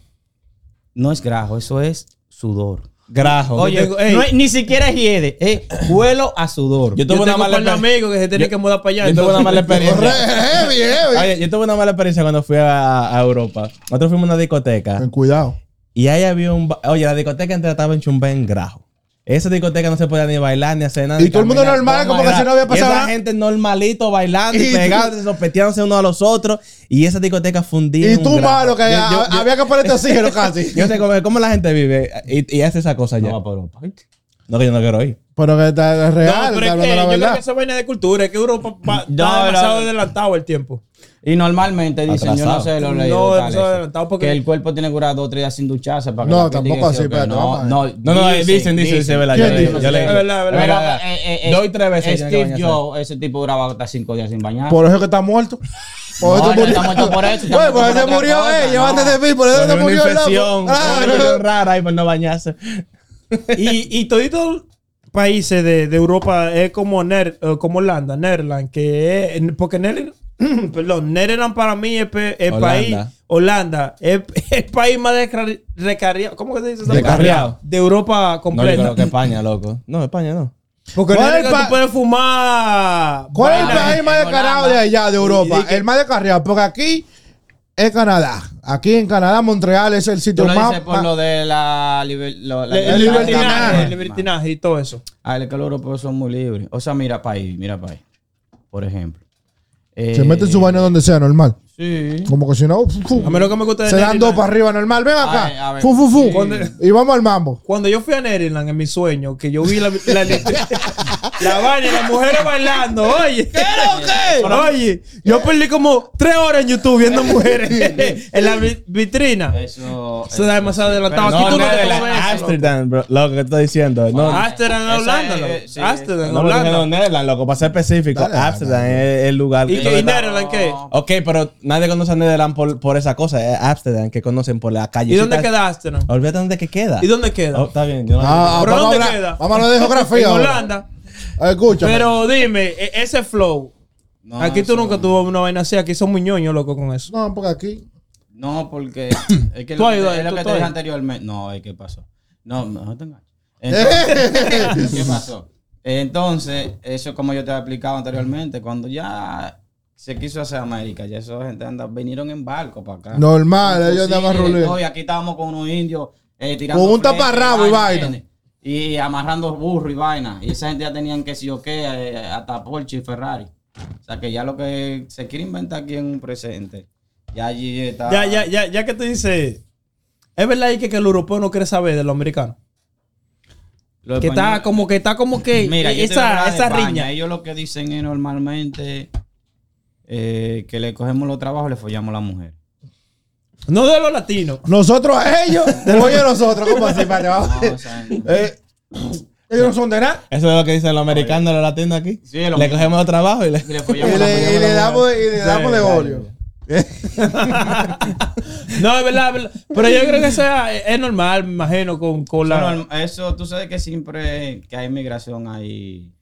[SPEAKER 3] No es grajo, eso es sudor.
[SPEAKER 4] Grajo.
[SPEAKER 3] Oye,
[SPEAKER 1] tengo- ey.
[SPEAKER 3] no es- ni siquiera es hiede, es huelo a sudor.
[SPEAKER 4] Yo
[SPEAKER 1] Yo
[SPEAKER 4] tuve
[SPEAKER 1] tengo
[SPEAKER 4] una mala
[SPEAKER 1] un
[SPEAKER 4] experiencia.
[SPEAKER 1] amigo que se tiene
[SPEAKER 4] Yo-
[SPEAKER 1] que mudar para allá.
[SPEAKER 4] Yo tuve una
[SPEAKER 1] entonces-
[SPEAKER 4] mala experiencia.
[SPEAKER 2] Heavy, heavy.
[SPEAKER 4] Oye, yo tuve una mala experiencia cuando fui a, a Europa. Nosotros fuimos a una discoteca
[SPEAKER 2] Ten cuidado.
[SPEAKER 4] y ahí había un. ba- Oye, la discoteca entera estaba en chumbé en grajo. Esa discoteca no se podía ni bailar, ni hacer nada.
[SPEAKER 2] Y
[SPEAKER 4] ni
[SPEAKER 2] todo el mundo
[SPEAKER 4] caminar,
[SPEAKER 2] normal,
[SPEAKER 4] todo
[SPEAKER 2] como que
[SPEAKER 4] bailaba.
[SPEAKER 2] si no había
[SPEAKER 4] Y
[SPEAKER 2] pasado
[SPEAKER 4] esa
[SPEAKER 2] nada.
[SPEAKER 4] gente normalito bailando,
[SPEAKER 2] Y
[SPEAKER 4] y
[SPEAKER 2] tú-
[SPEAKER 4] pegándose, sospechándose uno a los otros. Y esa discoteca fundía.
[SPEAKER 2] Y
[SPEAKER 4] en un
[SPEAKER 2] tú
[SPEAKER 4] grajo.
[SPEAKER 2] malo, que
[SPEAKER 4] Yo-
[SPEAKER 2] a-
[SPEAKER 4] yo- yo-
[SPEAKER 2] había que ponerte oxígeno casi.
[SPEAKER 4] Yo sé cómo, cómo la gente vive y, y hace esa cosa
[SPEAKER 3] No
[SPEAKER 4] ya.
[SPEAKER 3] va para Europa.
[SPEAKER 4] No, que yo no quiero ir.
[SPEAKER 2] Pero que está es
[SPEAKER 1] No,
[SPEAKER 2] real,
[SPEAKER 1] pero
[SPEAKER 2] está
[SPEAKER 1] es que
[SPEAKER 2] hablando la
[SPEAKER 1] yo creo que
[SPEAKER 2] verdad.
[SPEAKER 1] eso es vaina de cultura. Es que Europa pa-
[SPEAKER 3] No,
[SPEAKER 1] está
[SPEAKER 3] no,
[SPEAKER 1] demasiado
[SPEAKER 3] no.
[SPEAKER 1] adelantado el tiempo.
[SPEAKER 3] Y normalmente dicen, yo no
[SPEAKER 4] Atrasado.
[SPEAKER 3] sé lo
[SPEAKER 1] No,
[SPEAKER 3] leí.
[SPEAKER 1] no
[SPEAKER 3] tal,
[SPEAKER 1] se
[SPEAKER 3] eso.
[SPEAKER 1] adelantado porque-
[SPEAKER 3] Que el cuerpo tiene que durar dos o tres días sin ducharse para que
[SPEAKER 2] No,
[SPEAKER 3] la piel diga
[SPEAKER 2] tampoco
[SPEAKER 3] que sí
[SPEAKER 2] así,
[SPEAKER 3] o que
[SPEAKER 2] espérate,
[SPEAKER 3] No,
[SPEAKER 2] vamos a
[SPEAKER 3] no,
[SPEAKER 4] No, no, dicen, dicen, dicen, es verdad.
[SPEAKER 2] ¿Quién
[SPEAKER 4] Yo leí,
[SPEAKER 2] dice?
[SPEAKER 4] yo leí.
[SPEAKER 1] Es verdad, es
[SPEAKER 4] Yo leí.
[SPEAKER 1] verdad.
[SPEAKER 3] Pero, eh, eh,
[SPEAKER 4] Doy tres veces. tiene que
[SPEAKER 3] Steve
[SPEAKER 4] bañarse.
[SPEAKER 3] Jobs, ese tipo duraba hasta cinco días sin bañar.
[SPEAKER 2] Por eso es que está muerto. Por eso
[SPEAKER 3] No, no,
[SPEAKER 2] murió.
[SPEAKER 3] está muerto por eso, está
[SPEAKER 2] Oye,
[SPEAKER 3] muerto
[SPEAKER 2] por
[SPEAKER 3] por
[SPEAKER 2] eso
[SPEAKER 3] otra
[SPEAKER 2] murió,
[SPEAKER 3] cosa,
[SPEAKER 2] eh.
[SPEAKER 3] no.
[SPEAKER 2] Llévate de mí, por eso
[SPEAKER 4] Por
[SPEAKER 2] se
[SPEAKER 4] una
[SPEAKER 2] murió el loco.
[SPEAKER 4] infección. Una infección
[SPEAKER 2] Claro.
[SPEAKER 4] rara ahí por no bañarse.
[SPEAKER 1] Y, y toditos países de, de Europa es como, Ner- eh, como Holanda, Netherlands, que es- porque Nether- perdón, Netherlands para mí es pe- el
[SPEAKER 4] Holanda.
[SPEAKER 1] país, Holanda, es el país más descarri- recarriado, ¿cómo que se dice? esa
[SPEAKER 4] Descarriado.
[SPEAKER 1] palabra? De Europa
[SPEAKER 4] No, yo
[SPEAKER 1] completa.
[SPEAKER 4] creo que España, loco. No, España no.
[SPEAKER 1] Porque
[SPEAKER 2] ¿Cuál
[SPEAKER 1] Netherlands
[SPEAKER 2] es el
[SPEAKER 1] tú
[SPEAKER 2] pa-
[SPEAKER 1] puedes fumar.
[SPEAKER 2] ¿Cuál es el
[SPEAKER 1] vaina.
[SPEAKER 2] país más descarado de allá, de Europa?
[SPEAKER 1] y que-
[SPEAKER 2] El más descarriado, porque aquí es Canadá. Aquí en Canadá, Montreal es el
[SPEAKER 3] Tú
[SPEAKER 2] sitio
[SPEAKER 3] lo dices
[SPEAKER 2] más.
[SPEAKER 3] por lo de la, liber- lo- la
[SPEAKER 1] El, el
[SPEAKER 2] libertinaje.
[SPEAKER 1] libertinaje, el libertinaje y todo eso.
[SPEAKER 3] Ah, es que los europeos son muy libres. O sea, mira país, mira país. Por ejemplo.
[SPEAKER 2] Se mete en su baño donde sea, normal.
[SPEAKER 3] Sí.
[SPEAKER 2] Como que si no, fu, fu,
[SPEAKER 1] A mí lo que me gusta de
[SPEAKER 2] se dan dos
[SPEAKER 1] Netherlands-
[SPEAKER 2] para arriba, normal. Ven
[SPEAKER 3] Ay, a
[SPEAKER 2] acá.
[SPEAKER 3] ver,
[SPEAKER 2] Fu, fu, fu.
[SPEAKER 3] sí.
[SPEAKER 2] Y vamos al mambo.
[SPEAKER 1] Cuando yo fui a Netherlands en mi sueño, que yo vi la, la, la vaina y las mujeres bailando, oye. Oye, yo perdí como tres horas en YouTube viendo mujeres en la vi- vitrina.
[SPEAKER 3] Eso. eh,
[SPEAKER 1] Se da demasiado adelantado.
[SPEAKER 3] Pero
[SPEAKER 1] Aquí
[SPEAKER 4] Eh, No,
[SPEAKER 1] tú no
[SPEAKER 4] no,
[SPEAKER 1] te
[SPEAKER 4] de
[SPEAKER 1] comes
[SPEAKER 4] la
[SPEAKER 1] eso,
[SPEAKER 4] Amsterdam, bro. Lo que te estoy diciendo. No, eh,
[SPEAKER 1] Amsterdam en
[SPEAKER 3] Esa
[SPEAKER 1] Holanda,
[SPEAKER 3] es-
[SPEAKER 1] loco.
[SPEAKER 3] sí.
[SPEAKER 1] Amsterdam en
[SPEAKER 4] no, porque no,
[SPEAKER 1] Holanda.
[SPEAKER 4] Netherlands, loco. Para ser específico,
[SPEAKER 2] Dale,
[SPEAKER 4] Amsterdam es el lugar.
[SPEAKER 1] ¿Y
[SPEAKER 4] que-
[SPEAKER 1] qué? ¿Y Netherlands qué?
[SPEAKER 4] Ok, pero nadie conoce a Netherlands por, por esa cosa. Es Amsterdam que conocen por la calle.
[SPEAKER 1] ¿Y dónde queda Amsterdam?
[SPEAKER 4] Olvídate dónde que queda.
[SPEAKER 1] ¿Y dónde queda?
[SPEAKER 4] Oh, está bien. yo no-
[SPEAKER 2] Ah, ah,
[SPEAKER 1] ¿Pero
[SPEAKER 2] vamos, a
[SPEAKER 1] dónde
[SPEAKER 2] hablar-
[SPEAKER 1] queda?
[SPEAKER 2] vamos a hablar de
[SPEAKER 1] En
[SPEAKER 2] geografía. ahora.
[SPEAKER 1] Holanda.
[SPEAKER 2] Escúchame.
[SPEAKER 1] Pero dime, e- ese flow.
[SPEAKER 4] Ah,
[SPEAKER 1] Aquí tú nunca tuvo una vaina así. Aquí son muy ñoños, loco, con eso.
[SPEAKER 2] No, porque aquí.
[SPEAKER 3] No, porque. Es que
[SPEAKER 1] Tú
[SPEAKER 3] lo
[SPEAKER 1] has
[SPEAKER 3] que,
[SPEAKER 1] ido
[SPEAKER 3] te-
[SPEAKER 1] ahí,
[SPEAKER 3] es lo
[SPEAKER 1] tú- tú
[SPEAKER 3] que te
[SPEAKER 1] has
[SPEAKER 3] dije
[SPEAKER 1] ido.
[SPEAKER 3] anteriormente. No, es que pasó. No, no, no te enganches. Entonces, ¿Qué pasó? Entonces, eso es como yo te había explicado anteriormente. Cuando ya se quiso hacer América, ya esa gente anda, vinieron en barco para acá.
[SPEAKER 2] Ah. Normal,
[SPEAKER 3] Con
[SPEAKER 2] ellos
[SPEAKER 3] fusiles,
[SPEAKER 2] andaban ruleando.
[SPEAKER 3] todo, y aquí estábamos con unos indios eh, tirando.
[SPEAKER 2] Con un
[SPEAKER 3] flechas,
[SPEAKER 2] taparrabo y vaina.
[SPEAKER 3] ¿entiendes? Y amarrando burro y vaina. Y esa gente ya tenían que si yo qué, eh, hasta Porsche y Ferrari. O sea que ya lo que se quiere inventar aquí en un presente. Ya allí está.
[SPEAKER 1] Ya, ya, ya, ya que tú dices. Es verdad que, que el europeo no quiere saber de los americanos.
[SPEAKER 3] Los
[SPEAKER 1] Que
[SPEAKER 3] españoles-
[SPEAKER 1] está como que está como que
[SPEAKER 3] Mira, yo te voy a
[SPEAKER 1] esa,
[SPEAKER 3] hablar de
[SPEAKER 1] esa
[SPEAKER 3] España.
[SPEAKER 1] riña.
[SPEAKER 3] Ellos lo que dicen es normalmente eh, que le cogemos los trabajos y le follamos a la mujer.
[SPEAKER 1] No de los latinos.
[SPEAKER 2] Nosotros a ellos, oye nosotros, ¿cómo así? Espérate, vamos.
[SPEAKER 3] No, o sea,
[SPEAKER 2] Eh, ellos no son de nada.
[SPEAKER 4] Eso es lo que dicen los americanos, los latinos aquí.
[SPEAKER 3] Sí, lo
[SPEAKER 4] le
[SPEAKER 3] mismo.
[SPEAKER 4] cogemos el trabajo y le.
[SPEAKER 3] y le
[SPEAKER 2] Y
[SPEAKER 3] follamos a la
[SPEAKER 2] le, y
[SPEAKER 3] mujer.
[SPEAKER 2] le damos, y le
[SPEAKER 4] Sí,
[SPEAKER 2] damos de
[SPEAKER 4] claro.
[SPEAKER 2] óleo.
[SPEAKER 1] No, es verdad, es verdad. Pero yo creo que sea, es es normal, me imagino, con, con la.
[SPEAKER 3] Bueno, eso, tú sabes que siempre que hay migración hay...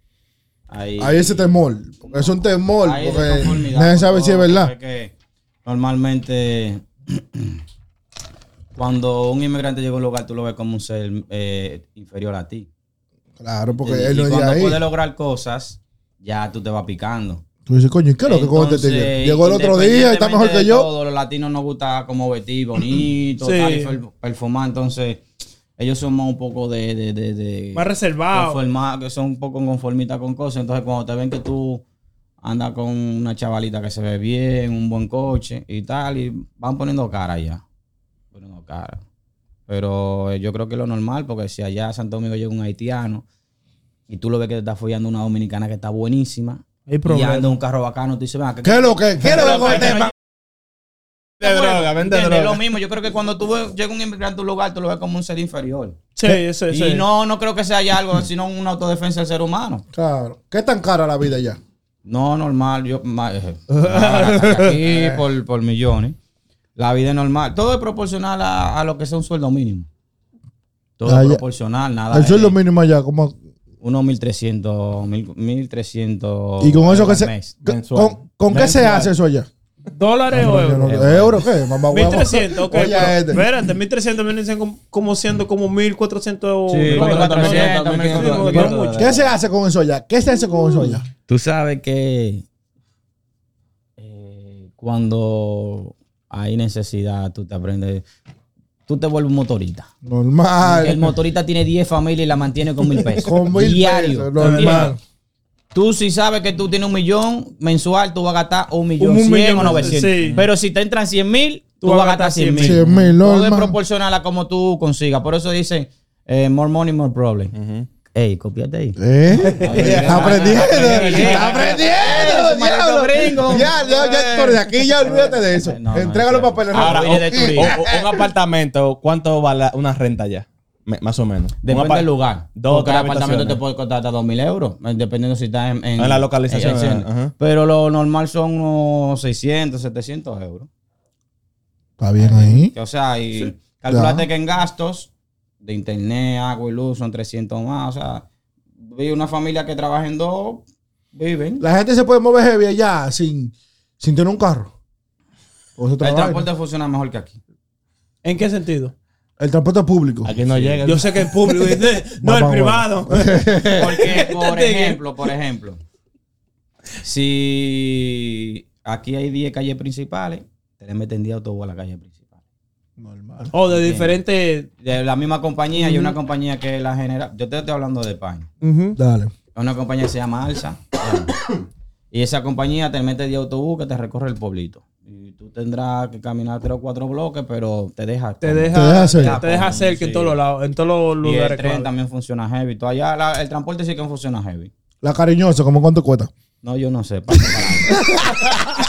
[SPEAKER 3] hay
[SPEAKER 2] Hay ese temor. porque Es un temor.
[SPEAKER 3] hay
[SPEAKER 2] Porque
[SPEAKER 3] desconformidad
[SPEAKER 2] nadie
[SPEAKER 3] con
[SPEAKER 2] sabe si es
[SPEAKER 3] todo,
[SPEAKER 2] verdad.
[SPEAKER 3] porque normalmente cuando un inmigrante llega a un lugar tú lo ves como un ser eh, inferior a ti.
[SPEAKER 2] Claro, porque
[SPEAKER 3] Y-
[SPEAKER 2] él
[SPEAKER 3] y
[SPEAKER 2] no es de
[SPEAKER 3] cuando
[SPEAKER 2] ahí.
[SPEAKER 3] puede lograr cosas, ya tú te vas picando.
[SPEAKER 2] Tú dices, coño, ¿y qué es lo que con este
[SPEAKER 3] Entonces,
[SPEAKER 2] tigre? Llegó el otro día y está mejor
[SPEAKER 3] independientemente
[SPEAKER 2] que
[SPEAKER 3] de
[SPEAKER 2] yo.
[SPEAKER 3] todo, los latinos nos gusta como vestir bonito,
[SPEAKER 1] Sí.
[SPEAKER 3] tal y per- perfumar. Entonces, ellos son más un poco de. de, de, de-
[SPEAKER 1] Más
[SPEAKER 4] Ah,
[SPEAKER 1] reservado.
[SPEAKER 3] conforma- que son un poco conformistas con cosas. Entonces, cuando te ven que tú andas con una chavalita que se ve bien, un buen coche y tal, y van poniendo cara ya. Poniendo cara. Pero eh, yo creo que es lo normal, porque si allá a Santo Domingo llega un haitiano y tú lo ves que te está follando una dominicana que está buenísima.
[SPEAKER 1] Hay
[SPEAKER 3] Y
[SPEAKER 1] problema.
[SPEAKER 3] anda un carro bacano, tú dices, "Ven acá,
[SPEAKER 2] ¿Qué es lo que? ¿Qué es lo que
[SPEAKER 3] Pero
[SPEAKER 2] con este
[SPEAKER 3] que-
[SPEAKER 2] man?
[SPEAKER 4] Vende
[SPEAKER 3] bueno,
[SPEAKER 4] droga, vende
[SPEAKER 3] ¿entiendes?
[SPEAKER 4] droga.
[SPEAKER 3] lo mismo. Yo creo que cuando tú ves- llega un inmigrante a un lugar, tú lo ves como un ser inferior.
[SPEAKER 1] Sí, eso es.
[SPEAKER 3] Y no, no creo que sea ya algo, sino una autodefensa del ser humano.
[SPEAKER 2] Claro. ¿Qué tan cara la vida ya?
[SPEAKER 3] No, normal. Yo, ma- eh, aquí por, por millones. La vida es normal. Todo es proporcional a, a lo que sea un sueldo mínimo. Todo
[SPEAKER 2] Ah,
[SPEAKER 3] es
[SPEAKER 2] ya.
[SPEAKER 3] proporcional, nada. eh.
[SPEAKER 2] El
[SPEAKER 3] es
[SPEAKER 2] sueldo mínimo allá, como.
[SPEAKER 3] Unos 1300, mil- 1300.
[SPEAKER 2] ¿Y con eso
[SPEAKER 3] al
[SPEAKER 2] que se.
[SPEAKER 3] mes.
[SPEAKER 2] que-
[SPEAKER 4] Mensual.
[SPEAKER 2] ¿Con, con qué se hace eso allá?
[SPEAKER 1] Dólares o
[SPEAKER 2] Yo no-
[SPEAKER 1] euros.
[SPEAKER 2] ¿Euro qué? Mamá huevo.
[SPEAKER 1] 1300, ok.
[SPEAKER 2] Oye,
[SPEAKER 1] pero,
[SPEAKER 2] este.
[SPEAKER 1] Espérate, 1300 vienen siendo como- como siendo como 1400
[SPEAKER 3] Sí,
[SPEAKER 1] dólares.
[SPEAKER 3] como
[SPEAKER 4] 400,
[SPEAKER 3] 400,
[SPEAKER 1] Sí,
[SPEAKER 4] 400,
[SPEAKER 1] mucho.
[SPEAKER 2] ¿Qué se hace con eso allá? ¿Qué se hace con eso allá?
[SPEAKER 3] Tú sabes que eh, cuando hay necesidad, tú te aprendes, tú te vuelves un motorista. El
[SPEAKER 2] Normal.
[SPEAKER 3] motorista tiene 10 familias y la mantiene con mil pesos.
[SPEAKER 2] Con mil
[SPEAKER 3] diario.
[SPEAKER 2] pesos, normal.
[SPEAKER 3] Tú si sabes que tú tienes un millón mensual, tú vas a gastar un millón,
[SPEAKER 1] Un
[SPEAKER 3] cien
[SPEAKER 1] millón,
[SPEAKER 3] o 900.
[SPEAKER 1] sí.
[SPEAKER 3] Pero si te entran 100 mil, tú, vas a gastar 100 mil.
[SPEAKER 2] 100 mil,
[SPEAKER 3] Todo es
[SPEAKER 2] normal.
[SPEAKER 3] proporcional a como tú consigas. Por eso dicen, eh, more money, more problem. Ey, copiate ahí.
[SPEAKER 2] ¿Eh? Aprendiendo. Está aprendiendo,
[SPEAKER 3] Eso, maldito
[SPEAKER 2] diablo.
[SPEAKER 3] gringo.
[SPEAKER 2] Ya, ya, ya, por de aquí ya olvídate de eso.
[SPEAKER 3] No, no,
[SPEAKER 2] Entrega los
[SPEAKER 3] espérate.
[SPEAKER 2] papeles
[SPEAKER 4] Ahora,
[SPEAKER 3] Viene de
[SPEAKER 4] un-
[SPEAKER 3] turismo.
[SPEAKER 4] un- un apartamento, ¿cuánto vale una renta allá? Me- Más o menos. Un
[SPEAKER 3] Depende
[SPEAKER 4] apart-
[SPEAKER 3] del lugar.
[SPEAKER 4] Dos o
[SPEAKER 3] Porque
[SPEAKER 4] tres
[SPEAKER 3] el apartamento
[SPEAKER 4] habitaciones.
[SPEAKER 3] te puede costar hasta 2.000 euros, eh, dependiendo si estás en,
[SPEAKER 4] En la localización,
[SPEAKER 3] en el centro.
[SPEAKER 4] ajá.
[SPEAKER 3] Pero lo normal son unos 600, 700 euros.
[SPEAKER 2] Está bien ahí.
[SPEAKER 3] O sea, y calculate
[SPEAKER 2] Ya.
[SPEAKER 3] que en gastos de internet, agua y luz son 300 más. O sea, vi una familia que trabaja en dos, viven.
[SPEAKER 2] La gente se puede mover heavy allá sin, sin tener un carro. O sea, otra
[SPEAKER 3] El
[SPEAKER 2] vaina.
[SPEAKER 3] transporte funciona mejor que aquí.
[SPEAKER 1] ¿En qué sentido?
[SPEAKER 2] El transporte público.
[SPEAKER 4] Aquí no llega.
[SPEAKER 1] Yo sé que el público dice, no, el
[SPEAKER 2] Vamos,
[SPEAKER 1] privado.
[SPEAKER 3] Porque, por
[SPEAKER 1] Te digo.
[SPEAKER 3] ejemplo, por ejemplo, si aquí hay 10 calles principales, tenemos tendido autobús a la calle principal.
[SPEAKER 2] Normal.
[SPEAKER 1] O de diferentes.
[SPEAKER 3] De la misma compañía, hay una compañía que es la general. Yo te estoy hablando de España.
[SPEAKER 2] Dale.
[SPEAKER 3] Es una compañía que se llama Alsa. y esa compañía te mete de autobús que te recorre el pueblito. Y tú tendrás que caminar tres o cuatro bloques, pero te deja.
[SPEAKER 1] Te
[SPEAKER 3] como-
[SPEAKER 1] deja,
[SPEAKER 2] Te deja
[SPEAKER 1] te
[SPEAKER 2] cerca.
[SPEAKER 1] deja, cerca en
[SPEAKER 3] Sí.
[SPEAKER 1] todos los lados, en todos los
[SPEAKER 3] Y el
[SPEAKER 1] lugares.
[SPEAKER 3] tren
[SPEAKER 1] claro.
[SPEAKER 3] también funciona heavy. Tú allá la- el transporte sí que funciona heavy.
[SPEAKER 2] La cariñosa, ¿cómo cuánto cuesta?
[SPEAKER 3] No, yo no sé. pa- pa-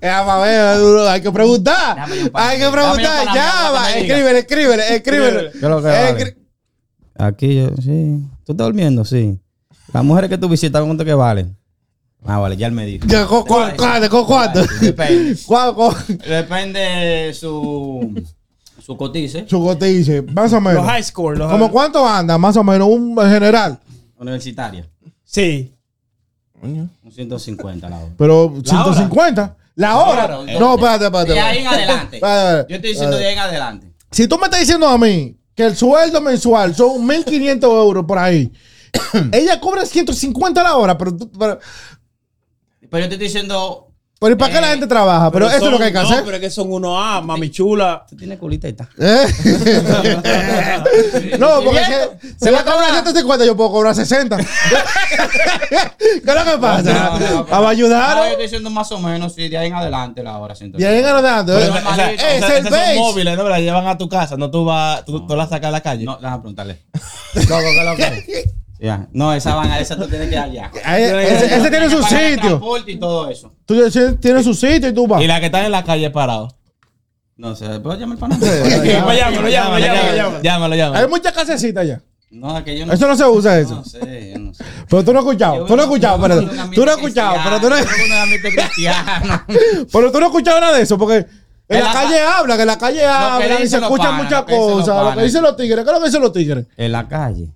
[SPEAKER 2] Ya, pa' Eh, ver, duro, hay que preguntar.
[SPEAKER 3] Dame yo pa'
[SPEAKER 2] Hay que
[SPEAKER 3] mí. Dame
[SPEAKER 2] preguntar.
[SPEAKER 3] yo pa' la
[SPEAKER 2] Ya,
[SPEAKER 3] mía,
[SPEAKER 2] va. Eh,
[SPEAKER 3] que me diga.
[SPEAKER 2] Escríbele, escríbele, escríbele.
[SPEAKER 3] Yo lo que vale.
[SPEAKER 2] Escri-
[SPEAKER 3] Aquí yo, sí. ¿Tú estás durmiendo? Sí. Las mujeres que tú visitas, ¿cuánto que valen? Ah, vale, ya él me dijo.
[SPEAKER 2] Ya, ¿con cuál- cuál- con cuánto?
[SPEAKER 3] Depende.
[SPEAKER 2] ¿Cuál- cuál?
[SPEAKER 3] Depende su, su cotice.
[SPEAKER 2] Chugo te dice, más o menos.
[SPEAKER 1] Los high score, los
[SPEAKER 2] ¿Cómo
[SPEAKER 1] high-
[SPEAKER 2] cuánto anda? Más o menos, un en general.
[SPEAKER 3] Universitaria.
[SPEAKER 1] Sí.
[SPEAKER 4] Coño.
[SPEAKER 3] Un 150 la hora.
[SPEAKER 2] Pero
[SPEAKER 3] La hora.
[SPEAKER 2] 150. La hora.
[SPEAKER 3] hora,
[SPEAKER 2] No,
[SPEAKER 3] entonces.
[SPEAKER 2] espérate, espérate.
[SPEAKER 3] De ahí
[SPEAKER 2] espérate.
[SPEAKER 3] en adelante.
[SPEAKER 2] Espérate, espérate.
[SPEAKER 3] Yo estoy diciendo de ahí en adelante.
[SPEAKER 2] Si tú me estás diciendo a mí que el sueldo mensual son 1.500 euros por ahí, ella cobra 150 la hora, pero, tú- pero,
[SPEAKER 3] Pero yo te estoy diciendo.
[SPEAKER 2] pero ¿y para qué la
[SPEAKER 3] Eh,
[SPEAKER 2] gente trabaja? Pero, eso es lo que hay que
[SPEAKER 1] son- No,
[SPEAKER 2] hacer.
[SPEAKER 1] pero es que son unos A, mami chula.
[SPEAKER 3] Tú tienes culita y está.
[SPEAKER 2] ¿Eh? no, porque si se la cobra 150, yo puedo cobrar 60. ¿Qué es lo que pasa?
[SPEAKER 3] No, no, no,
[SPEAKER 2] ¿A
[SPEAKER 3] No, yo
[SPEAKER 2] ayudar?
[SPEAKER 3] estoy diciendo más o menos, sí, de ahí en adelante la hora. 150.
[SPEAKER 2] Y ahí en adelante.
[SPEAKER 3] Pero,
[SPEAKER 2] eh,
[SPEAKER 3] o sea,
[SPEAKER 2] eh, es
[SPEAKER 3] o
[SPEAKER 2] el
[SPEAKER 4] Esas son
[SPEAKER 2] base.
[SPEAKER 4] móviles, ¿no? La llevan a tu casa, no tú vas, tú, tú la sacas a la calle.
[SPEAKER 3] No, déjame preguntarle. Loco, ¿qué lo que? Ya. No, esa van a esa tú tienes que ir allá.
[SPEAKER 2] Ahí- Ese ese tiene su
[SPEAKER 3] Pagar el
[SPEAKER 2] sitio.
[SPEAKER 3] transporte y todo eso.
[SPEAKER 2] Tú ese tiene su sitio y tú vas.
[SPEAKER 4] Y la que está en la calle parado.
[SPEAKER 3] No sé, ¿puedo llamar para
[SPEAKER 1] Llama, llama, llama, llama, llama.
[SPEAKER 4] Llámalo,
[SPEAKER 2] Hay
[SPEAKER 4] llámalo.
[SPEAKER 2] muchas casecitas allá.
[SPEAKER 3] No, es que yo no
[SPEAKER 2] Eso no se usa
[SPEAKER 3] Yo
[SPEAKER 2] eso.
[SPEAKER 3] No sé, yo no sé.
[SPEAKER 2] Pero tú no has escuchado, tú no has escuchado, pero tú no has escuchado, pero tú no,
[SPEAKER 3] cristiano.
[SPEAKER 2] pero tú no has escuchado nada de eso, porque en
[SPEAKER 3] En
[SPEAKER 2] la
[SPEAKER 3] la-
[SPEAKER 2] calle habla, que en la calle habla y
[SPEAKER 3] dicen
[SPEAKER 2] se
[SPEAKER 3] los
[SPEAKER 2] escuchan
[SPEAKER 3] panas,
[SPEAKER 2] muchas
[SPEAKER 3] lo que dicen los
[SPEAKER 2] cosas, lo que
[SPEAKER 3] panas.
[SPEAKER 2] dicen los tigres, ¿qué es lo que dicen los tigres?
[SPEAKER 3] En la calle.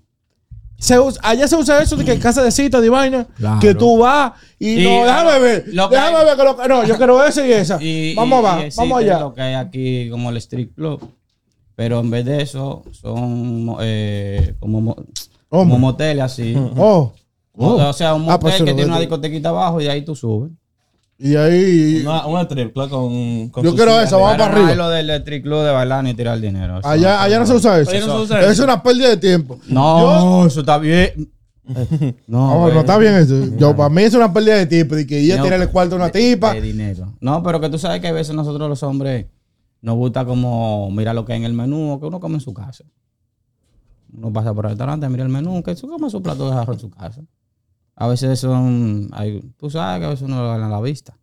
[SPEAKER 2] Se usa- allá se usa eso de que en casa de cita, de vaina,
[SPEAKER 4] Claro.
[SPEAKER 2] que tú vas y,
[SPEAKER 3] Y
[SPEAKER 2] no,
[SPEAKER 3] lo-
[SPEAKER 2] déjame ver,
[SPEAKER 3] lo que
[SPEAKER 2] déjame
[SPEAKER 3] hay-
[SPEAKER 2] ver, que lo, no, yo quiero esa y esa.
[SPEAKER 3] Y,
[SPEAKER 2] vamos
[SPEAKER 3] y- y
[SPEAKER 2] va,
[SPEAKER 3] existe
[SPEAKER 2] vamos allá.
[SPEAKER 3] lo que hay aquí como el strip club. Pero en vez de eso, son eh, como, mo- como
[SPEAKER 2] Hombre.
[SPEAKER 3] moteles así.
[SPEAKER 2] Oh,
[SPEAKER 3] O sea, un
[SPEAKER 2] Ah, pues
[SPEAKER 3] motel
[SPEAKER 2] eso
[SPEAKER 3] que
[SPEAKER 2] lo
[SPEAKER 3] tiene
[SPEAKER 2] veo.
[SPEAKER 3] una discotequita abajo y ahí tú subes.
[SPEAKER 2] y ahí,
[SPEAKER 4] Una, una trip club con, con
[SPEAKER 2] Yo
[SPEAKER 4] su
[SPEAKER 2] quiero
[SPEAKER 4] silla
[SPEAKER 2] eso, vamos
[SPEAKER 4] arriba.
[SPEAKER 2] para
[SPEAKER 3] Pero no
[SPEAKER 2] arriba.
[SPEAKER 3] es lo del strip club de bailar ni tirar dinero. Eso
[SPEAKER 2] allá, allá no se usa eso.
[SPEAKER 1] Allá no se usa
[SPEAKER 2] Eso Es
[SPEAKER 1] eso.
[SPEAKER 2] una pérdida de tiempo.
[SPEAKER 3] No, eso está bien. No,
[SPEAKER 2] No,
[SPEAKER 3] güey.
[SPEAKER 2] no está bien eso. Yo, para mí es una pérdida de tiempo. De que ella
[SPEAKER 3] No, Eh,
[SPEAKER 2] tiene el cuarto a una tipa.
[SPEAKER 3] de dinero. No, pero que tú sabes que a veces nosotros los hombres nos gusta como mira lo que hay en el menú o que uno come en su casa. Uno pasa por el restaurante, mira el menú, que eso come su plato de arroz en su casa. A veces son, hay- tú sabes que a veces uno lo gana la vista.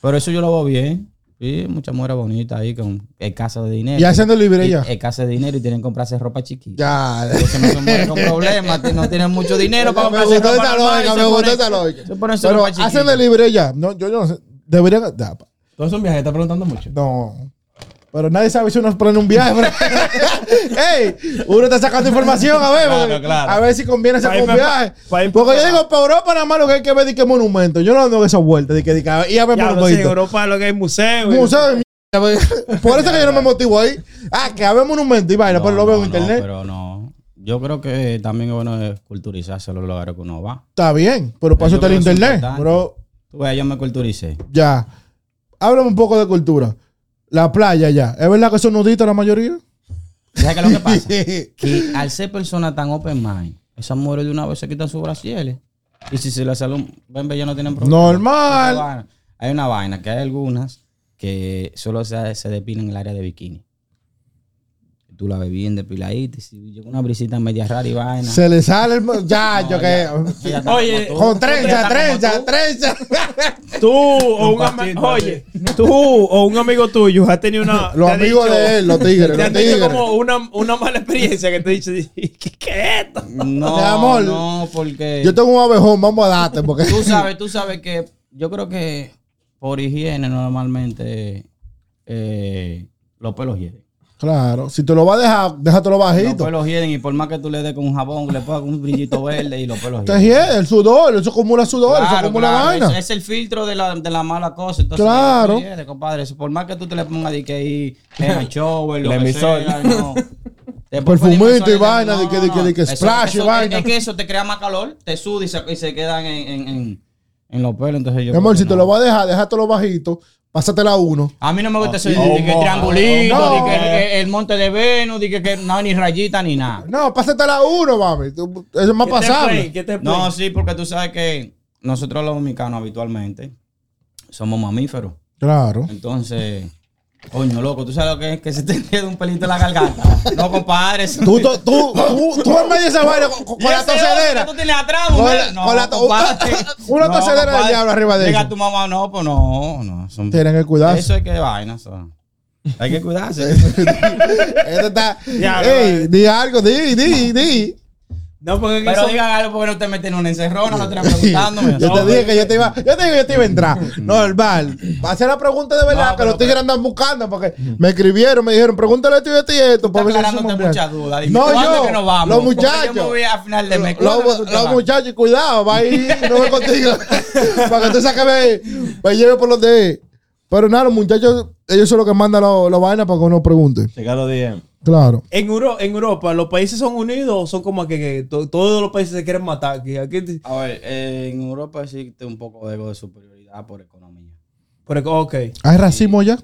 [SPEAKER 3] Pero eso yo lo veo bien. Sí, muchas mujeres bonitas ahí con escasas de dinero.
[SPEAKER 2] Y haciendo libre
[SPEAKER 3] Y-
[SPEAKER 2] ya.
[SPEAKER 3] escasas de dinero y tienen que comprarse ropa chiquita.
[SPEAKER 2] Ya.
[SPEAKER 3] Entonces no son mujeres con problemas, no tienen mucho dinero eh, para
[SPEAKER 2] Me
[SPEAKER 3] comprarse
[SPEAKER 2] gustó
[SPEAKER 3] ropa
[SPEAKER 2] esta
[SPEAKER 3] normal y
[SPEAKER 2] lógica,
[SPEAKER 3] se
[SPEAKER 2] me gustó
[SPEAKER 3] ponen-
[SPEAKER 2] esta lógica.
[SPEAKER 3] se ponen su
[SPEAKER 2] Pero
[SPEAKER 3] ropa chiquita.
[SPEAKER 2] hacenle libre ya. No, yo no sé. Deberían. ya, pa-
[SPEAKER 4] Todos son viajes, está preguntando mucho.
[SPEAKER 2] No. Pero nadie sabe si uno pone un viaje. bro. ¡Ey! Uno está sacando información a ver.
[SPEAKER 4] Claro,
[SPEAKER 2] porque-
[SPEAKER 4] claro.
[SPEAKER 2] A ver si conviene
[SPEAKER 1] Pa'
[SPEAKER 2] hacer
[SPEAKER 1] ir
[SPEAKER 2] un
[SPEAKER 1] pa-
[SPEAKER 2] viaje.
[SPEAKER 1] pa' ir pa-
[SPEAKER 2] Porque yo digo, para Europa nada más lo que hay que ver es que monumento. Yo no ando en esa vuelta. De que, de que, y a
[SPEAKER 1] Ya, pero
[SPEAKER 2] ver
[SPEAKER 1] sí, en
[SPEAKER 2] monumento.
[SPEAKER 1] Europa lo que hay museo. güey.
[SPEAKER 2] Museo de mierda, pues. Por eso que yo no me motivo ahí. Ah, que había monumento y vaina,
[SPEAKER 3] No,
[SPEAKER 2] pero pues lo veo en
[SPEAKER 3] no, no,
[SPEAKER 2] internet.
[SPEAKER 3] pero no. Yo creo que también es bueno es culturizarse los lugares que uno va.
[SPEAKER 2] Está bien, pero para eso
[SPEAKER 3] Yo
[SPEAKER 2] está el
[SPEAKER 3] creo que es
[SPEAKER 2] internet.
[SPEAKER 3] importante.
[SPEAKER 2] Pero
[SPEAKER 3] Tú ves, yo me culturicé.
[SPEAKER 2] ya. Háblame un poco de cultura. La playa ya. ¿Es verdad que son nuditos la mayoría?
[SPEAKER 3] ¿Sabes qué es lo que pasa? que al ser personas tan open mind, esas mujeres de una vez se quitan sus brasieles. Y si se les sale un bembe ya no tienen problema.
[SPEAKER 2] Normal.
[SPEAKER 3] Esa vaina. Hay una vaina que hay algunas que solo se, se depilan en el área de bikini. Tú la ves bien depiladita y si llega una brisita media rara y vaina.
[SPEAKER 2] Se le sale el. mo- Ya, yo que.
[SPEAKER 3] ella está
[SPEAKER 1] Oye,
[SPEAKER 3] como tú.
[SPEAKER 2] Con trenza,
[SPEAKER 3] Ella está
[SPEAKER 2] trenza,
[SPEAKER 3] como tú.
[SPEAKER 2] trenza.
[SPEAKER 1] Tú o un
[SPEAKER 4] Compartir,
[SPEAKER 1] ama- oye, tú o un amigo tuyo has tenido una
[SPEAKER 2] Los
[SPEAKER 1] te ha
[SPEAKER 2] amigos
[SPEAKER 1] dicho-
[SPEAKER 2] de él, los tigres,
[SPEAKER 1] Te han
[SPEAKER 2] los
[SPEAKER 1] dicho
[SPEAKER 2] tigres.
[SPEAKER 1] como una, una mala experiencia que te dice, ¿qué, qué es esto?
[SPEAKER 3] No,
[SPEAKER 2] Mi amor,
[SPEAKER 3] no, porque...
[SPEAKER 2] Yo tengo un abejón, vamos a darte. Porque.
[SPEAKER 3] Tú sabes, tú sabes que yo creo que por higiene normalmente eh, los pelos hieden.
[SPEAKER 2] Claro. Si te lo va a dejar, déjatelo
[SPEAKER 3] Los
[SPEAKER 2] bajito.
[SPEAKER 3] pelos hieden y por más que tú le des con un jabón, le pongas un brillito verde y los pelos
[SPEAKER 2] Te hiede el sudor, eso acumula sudor, eso
[SPEAKER 3] pues. Claro,
[SPEAKER 2] acumula
[SPEAKER 3] claro,
[SPEAKER 2] vaina.
[SPEAKER 3] Es, es el filtro de la, de la mala cosa. Entonces,
[SPEAKER 2] Claro.
[SPEAKER 3] eso hiede, compadre. Eso, por más que tú te le pongas de que ahí el show, lo
[SPEAKER 4] La
[SPEAKER 3] que
[SPEAKER 4] emisor.
[SPEAKER 3] sea, no. Después
[SPEAKER 2] Perfumito
[SPEAKER 3] con el emisor,
[SPEAKER 2] y vaina, de que- de que- de que
[SPEAKER 3] Eso-
[SPEAKER 2] splash y
[SPEAKER 3] eso-
[SPEAKER 2] vaina.
[SPEAKER 3] Es que eso te crea más calor, te suda y se, y se quedan en, en, en, en los pelos. Entonces yo
[SPEAKER 2] Mi amor,
[SPEAKER 3] creo
[SPEAKER 2] si
[SPEAKER 3] que
[SPEAKER 2] te
[SPEAKER 3] no.
[SPEAKER 2] lo va a dejar, déjatelo bajito, pásatela a uno.
[SPEAKER 3] A mí no me gusta eso de
[SPEAKER 4] Oh,
[SPEAKER 3] de que
[SPEAKER 4] oh,
[SPEAKER 3] triangulito,
[SPEAKER 2] no.
[SPEAKER 3] de que el, el- el monte de Venus, de que, que no, ni rayita ni nada.
[SPEAKER 2] No, pásatela a uno, mami. Tú- Eso es más
[SPEAKER 1] ¿Qué te play?
[SPEAKER 2] pasable.
[SPEAKER 1] ¿Qué te play?
[SPEAKER 3] No, sí, porque tú sabes que nosotros los dominicanos habitualmente somos mamíferos.
[SPEAKER 2] Claro.
[SPEAKER 3] Entonces, coño, loco, ¿tú sabes lo que es? Que se te quede un pelito en la garganta. No, compadre. eso-
[SPEAKER 2] Tú, tú, tú, tú, tú en medio de esa vaina con, con-
[SPEAKER 3] ¿Y
[SPEAKER 2] con la
[SPEAKER 3] ese ojo
[SPEAKER 2] tocedera.
[SPEAKER 3] que tú tienes atrás,
[SPEAKER 2] Con
[SPEAKER 3] mujer?
[SPEAKER 2] la-
[SPEAKER 3] No,
[SPEAKER 2] con la to-
[SPEAKER 3] compadre.
[SPEAKER 2] Una tocedera del
[SPEAKER 3] compadre.
[SPEAKER 2] diablo arriba de
[SPEAKER 3] Llega
[SPEAKER 2] eso.
[SPEAKER 3] tu mamá, no, pues no, no. Son,
[SPEAKER 2] Tienen que cuidarse.
[SPEAKER 3] eso es que vaina, eso. Hay que cuidarse.
[SPEAKER 2] Esto está.
[SPEAKER 1] Ya,
[SPEAKER 2] Ey, di algo, di, di, di.
[SPEAKER 1] No, porque
[SPEAKER 3] Pero
[SPEAKER 1] eso-
[SPEAKER 3] digan algo porque no te meten en un encerrón, no te están preguntándome.
[SPEAKER 2] Yo te
[SPEAKER 1] No,
[SPEAKER 2] dije que yo te iba, yo te dije que yo te iba a entrar. Normal. Va a ser la pregunta de verdad
[SPEAKER 3] No,
[SPEAKER 2] que los
[SPEAKER 3] pero-
[SPEAKER 2] tigres andan buscando porque me escribieron, me dijeron, pregúntale esto y esto y esto. para ver si
[SPEAKER 3] aclarándote
[SPEAKER 2] somos
[SPEAKER 3] muchas
[SPEAKER 2] reales".
[SPEAKER 3] dudas. Dime,
[SPEAKER 2] No,
[SPEAKER 3] ¿cuándo
[SPEAKER 2] yo,
[SPEAKER 3] que nos vamos?
[SPEAKER 2] los
[SPEAKER 3] Porque
[SPEAKER 2] muchachos.
[SPEAKER 3] Yo me voy a final de mes.
[SPEAKER 2] Los,
[SPEAKER 3] ¿Cuándo que tú te
[SPEAKER 2] los
[SPEAKER 3] vas?
[SPEAKER 2] muchachos, cuidado, va a ir, no voy contigo. para que tú saques, me, me lleve por donde es. Pero nada, los muchachos, ellos son los que mandan los los vainas para que uno pregunte.
[SPEAKER 4] Llega los DM.
[SPEAKER 2] Claro.
[SPEAKER 1] en, Euro- en Europa, ¿los países son unidos o son como que, que to- todos los países se quieren matar? Que aquí-
[SPEAKER 3] A ver, eh, en Europa existe un poco de ego de superioridad por economía.
[SPEAKER 1] pero, ok.
[SPEAKER 2] ¿Hay racismo ya?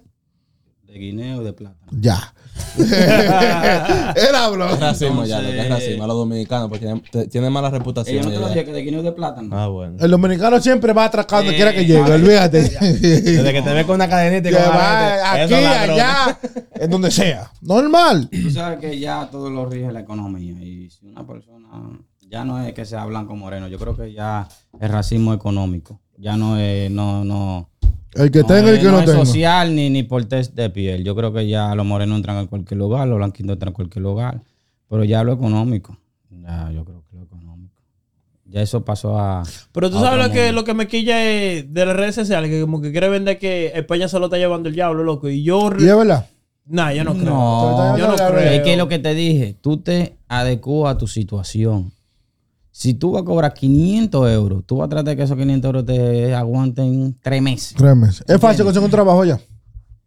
[SPEAKER 3] De guineo o de plátano.
[SPEAKER 2] Ya. Él habló.
[SPEAKER 4] Es racismo ya,
[SPEAKER 3] Entonces-
[SPEAKER 4] loco, es racismo. A los dominicanos, porque tienen, te- tienen mala reputación.
[SPEAKER 3] Ella no te lo
[SPEAKER 4] ya.
[SPEAKER 3] dije que de guineo o de plátano.
[SPEAKER 4] Ah, bueno.
[SPEAKER 2] El dominicano siempre va atracando
[SPEAKER 3] Eh,
[SPEAKER 2] quiera que llegue,
[SPEAKER 3] a ver.
[SPEAKER 2] olvídate.
[SPEAKER 4] Desde que te ve con una cadenita y
[SPEAKER 2] Que
[SPEAKER 4] con la
[SPEAKER 2] va
[SPEAKER 4] gente,
[SPEAKER 2] aquí,
[SPEAKER 4] esos ladrones.
[SPEAKER 2] allá, en donde sea. Normal.
[SPEAKER 3] Tú sabes que ya todo lo rige la economía. Y si una persona. Ya no es que sea blanco o moreno. Yo creo que ya es racismo económico. Ya no es. No, no.
[SPEAKER 2] El que tenga y el
[SPEAKER 3] es-
[SPEAKER 2] que no
[SPEAKER 3] es
[SPEAKER 2] tenga.
[SPEAKER 3] social ni, ni por test de piel. Yo creo que ya los morenos entran a cualquier lugar, los blanquitos entran a cualquier lugar. Pero ya lo económico. Ya, yo creo que lo económico. Ya eso pasó a.
[SPEAKER 1] Pero tú
[SPEAKER 3] a
[SPEAKER 1] sabes
[SPEAKER 3] otro
[SPEAKER 1] lo que,
[SPEAKER 3] mundo.
[SPEAKER 1] lo que me quilla es de las redes sociales, que como que quiere vender que España se lo está llevando el diablo, loco. Y yo...
[SPEAKER 2] Y es verdad.
[SPEAKER 1] Nah, yo no creo.
[SPEAKER 3] No,
[SPEAKER 1] yo no creo.
[SPEAKER 3] Es que lo que te dije, tú te adecuas a tu situación. Si tú vas a cobrar 500 euros, tú vas a tratar de que esos 500 euros te aguanten tres meses.
[SPEAKER 2] Créeme. Es fácil conseguir un trabajo ya.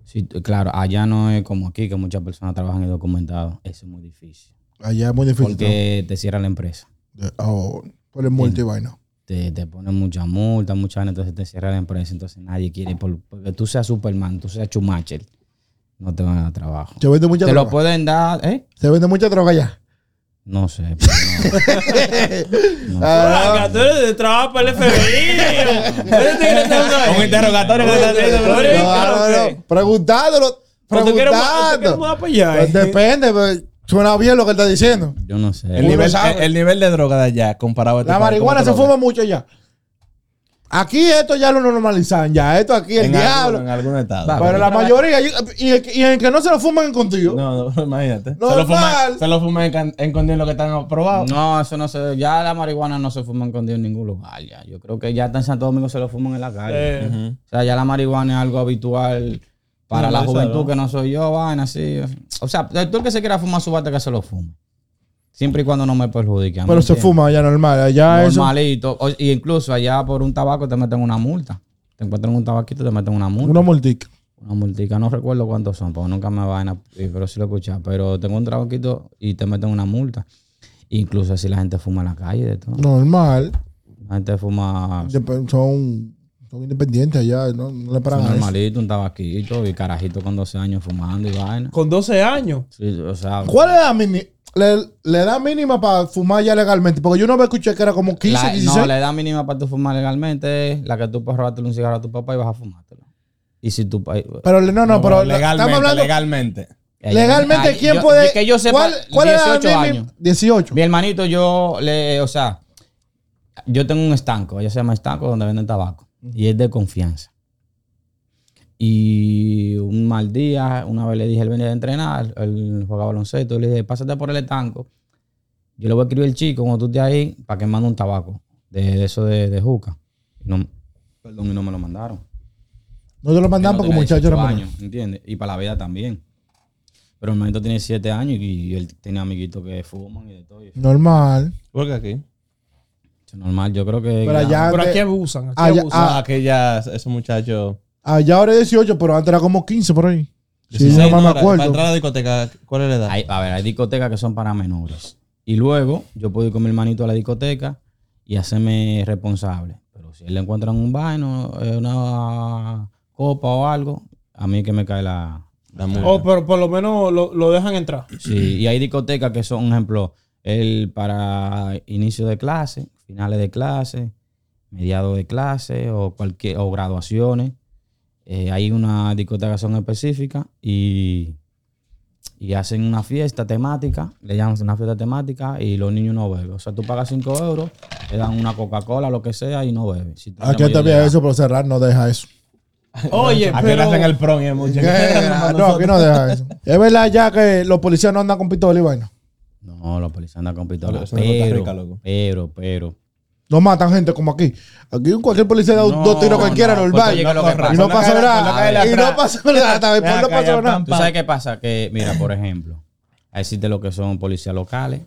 [SPEAKER 3] Si tú- claro, allá no es como aquí, que muchas personas trabajan y documentados. Eso es muy difícil.
[SPEAKER 2] Allá es muy difícil.
[SPEAKER 3] Porque te cierra la empresa.
[SPEAKER 2] ¿no? Oh, por el multivaina.
[SPEAKER 3] Te, te ponen mucha multa, mucha vaina, entonces te cierra la empresa. Entonces nadie quiere, por- porque tú seas Superman, tú seas Schumacher, no te van a dar trabajo.
[SPEAKER 2] Se vende mucha
[SPEAKER 3] Te lo
[SPEAKER 2] droga.
[SPEAKER 3] pueden dar, ¿eh?
[SPEAKER 2] Se vende mucha droga ya.
[SPEAKER 3] No sé. pero no.
[SPEAKER 1] Acá, tú eres de trabajo para el FBI. Tú eres tigre de trabajo.
[SPEAKER 4] Un interrogatorio que
[SPEAKER 1] Tú
[SPEAKER 4] te
[SPEAKER 1] eres
[SPEAKER 4] están
[SPEAKER 1] tigre de
[SPEAKER 4] haciendo,
[SPEAKER 1] trabajo.
[SPEAKER 4] pero-
[SPEAKER 2] No, no, no. Preguntándolo.
[SPEAKER 1] Pero tú quieres mudar- tú quieres
[SPEAKER 2] Preguntando.
[SPEAKER 1] mudar para allá,
[SPEAKER 2] Pues
[SPEAKER 1] eh.
[SPEAKER 2] Depende, pero suena bien lo que él está diciendo.
[SPEAKER 3] Yo no sé.
[SPEAKER 4] El nivel,
[SPEAKER 2] sabe.
[SPEAKER 4] el- el nivel de droga de allá comparado a este
[SPEAKER 2] La
[SPEAKER 4] país,
[SPEAKER 2] marihuana se
[SPEAKER 4] ¿cómo te lo
[SPEAKER 2] fuma mucho ya. Aquí esto ya lo normalizan, ya. Esto aquí, el
[SPEAKER 4] ves? En
[SPEAKER 2] diablo.
[SPEAKER 4] algún- en algún estado.
[SPEAKER 2] Pero la mayoría, y, y el que- y el que no se lo fuman contigo.
[SPEAKER 4] No, no, imagínate. Se
[SPEAKER 2] Normal.
[SPEAKER 4] lo fuman, se lo fuman en, can- en condición lo que están aprobados.
[SPEAKER 3] No, eso no se. Ya la marihuana no se fuma en condido en ningún lugar. Ya. Yo creo que ya hasta en Santo Domingo se lo fuman en la calle.
[SPEAKER 1] Eh,
[SPEAKER 3] O sea, ya la marihuana es algo habitual para
[SPEAKER 4] No,
[SPEAKER 3] la
[SPEAKER 4] no,
[SPEAKER 3] juventud
[SPEAKER 4] sabe.
[SPEAKER 3] que no soy yo, vaina así. O sea, tú el que se quiera fumar su bata que se lo fume. Siempre y cuando no me perjudique. ¿me
[SPEAKER 2] Pero se
[SPEAKER 3] entiendes?
[SPEAKER 2] fuma allá normal. Allá eso.
[SPEAKER 3] Normalito. O- y incluso allá por un tabaco te meten una multa. Te encuentran un tabaquito te meten una multa.
[SPEAKER 2] Una multica.
[SPEAKER 3] Una multica, no recuerdo cuántos son, porque nunca me van a, eh, pero sí lo escuchaba. Pero tengo un trabajito y te meten una multa. Incluso si la gente fuma en la calle de todo.
[SPEAKER 2] Normal.
[SPEAKER 3] La gente fuma
[SPEAKER 2] Dep- Son, son independientes allá. No, no le paran a eso.
[SPEAKER 3] normalito, un tabaquito y carajito con 12 años fumando y vaina.
[SPEAKER 1] Con 12 años.
[SPEAKER 3] Sí, o sea,
[SPEAKER 2] ¿Cuál es la mini- le- la edad mínima para fumar ya legalmente? Porque yo no me escuché que era como 15,
[SPEAKER 3] la,
[SPEAKER 2] 16.
[SPEAKER 3] no, la edad mínima para tú fumar legalmente es la que tú puedes robártelo un cigarro a tu papá y vas a fumártelo. Y si tu pa-
[SPEAKER 2] Pero le- no, no, pero le-
[SPEAKER 4] legalmente,
[SPEAKER 2] estamos hablando.
[SPEAKER 4] legalmente.
[SPEAKER 2] Legalmente,
[SPEAKER 3] Ay,
[SPEAKER 2] ¿quién
[SPEAKER 3] yo-
[SPEAKER 2] puede.?
[SPEAKER 3] Que yo sepa,
[SPEAKER 2] ¿Cuál, cuál es la
[SPEAKER 3] 18
[SPEAKER 2] edad
[SPEAKER 3] años.
[SPEAKER 2] mínima? 18.
[SPEAKER 3] Mi hermanito, yo le, o sea, yo tengo un estanco, ella se llama estanco donde venden tabaco. Y es de confianza. Y un mal día, una vez le dije, él venía de entrenar, él jugaba baloncesto, y le dije, pásate por el estanco. Yo le voy a escribir el chico cuando tú estés ahí para que me mande un tabaco de, de eso de, de juca. Y no- perdón, y no me lo mandaron.
[SPEAKER 2] No te lo mandan
[SPEAKER 3] Yo
[SPEAKER 2] porque
[SPEAKER 3] tenía
[SPEAKER 2] muchachos
[SPEAKER 3] 18
[SPEAKER 2] eran
[SPEAKER 3] años, ¿entiendes? Y para la vida también. Pero el manito tiene siete años y, y él tiene amiguitos que fuman y de todo. y eso
[SPEAKER 2] Normal.
[SPEAKER 4] ¿Por qué aquí?
[SPEAKER 3] es normal, yo creo que.
[SPEAKER 2] Pero allá,
[SPEAKER 1] Pero
[SPEAKER 2] antes-
[SPEAKER 1] aquí abusan. Aquí
[SPEAKER 2] Allá-
[SPEAKER 1] abusan.
[SPEAKER 2] Ah.
[SPEAKER 4] Ah, que ya esos muchachos.
[SPEAKER 2] allá Ah, ahora es 18, pero antes era como 15 por ahí. Sí,
[SPEAKER 4] 16
[SPEAKER 2] yo no
[SPEAKER 4] no,
[SPEAKER 2] me
[SPEAKER 4] para- Para entrar a
[SPEAKER 2] acuerdo.
[SPEAKER 4] la discoteca, ¿cuál es la edad?
[SPEAKER 3] Hay- a ver, hay discotecas que son para menores. Y luego yo puedo ir con mi hermanito a la discoteca y hacerme responsable. Pero si él le encuentran un vaino, eh, una copa o algo, a mí que me cae la...
[SPEAKER 4] La mujer.
[SPEAKER 1] O Oh, pero por lo menos lo, lo dejan entrar.
[SPEAKER 3] Sí, y hay discotecas que son, un ejemplo, el para inicio de clase, finales de clase, mediados de clase o cualquier o graduaciones. Eh, hay una discoteca que son específicas y, y hacen una fiesta temática, le llaman una fiesta temática y los niños no beben. O sea, tú pagas 5 euros, te dan una Coca-Cola, lo que sea y no beben. Si tú eres
[SPEAKER 2] Aquí
[SPEAKER 3] mayor de
[SPEAKER 2] Ah, también
[SPEAKER 3] edad.
[SPEAKER 2] eso, pero cerrar no deja eso.
[SPEAKER 1] Oye,
[SPEAKER 4] Aquí le
[SPEAKER 1] pero.
[SPEAKER 4] hacen el prom y el muchacho.
[SPEAKER 2] Eh, no, aquí no deja eso. Es verdad ya que los policías no andan con pistola y vaina.
[SPEAKER 3] No, los policías andan con pistola.
[SPEAKER 4] Eso es en Costa
[SPEAKER 3] Pero,
[SPEAKER 4] Rica, loco.
[SPEAKER 3] pero, pero.
[SPEAKER 2] No matan gente como aquí. Aquí cualquier policía da un-
[SPEAKER 3] No,
[SPEAKER 2] dos tiros cualquiera,
[SPEAKER 3] no,
[SPEAKER 2] normal.
[SPEAKER 3] pues, oye, lo que pasa.
[SPEAKER 2] Y no
[SPEAKER 4] Con la
[SPEAKER 2] pasó
[SPEAKER 4] cara- con la cara
[SPEAKER 2] nada.
[SPEAKER 4] de
[SPEAKER 2] Y no
[SPEAKER 4] atrás.
[SPEAKER 2] pasó nada.
[SPEAKER 4] Ven
[SPEAKER 2] Después no
[SPEAKER 4] acá, ya,
[SPEAKER 2] pasó nada.
[SPEAKER 4] pam,
[SPEAKER 3] ¿Tú sabes qué pasa? Que, mira, por ejemplo, existe lo que son policías locales.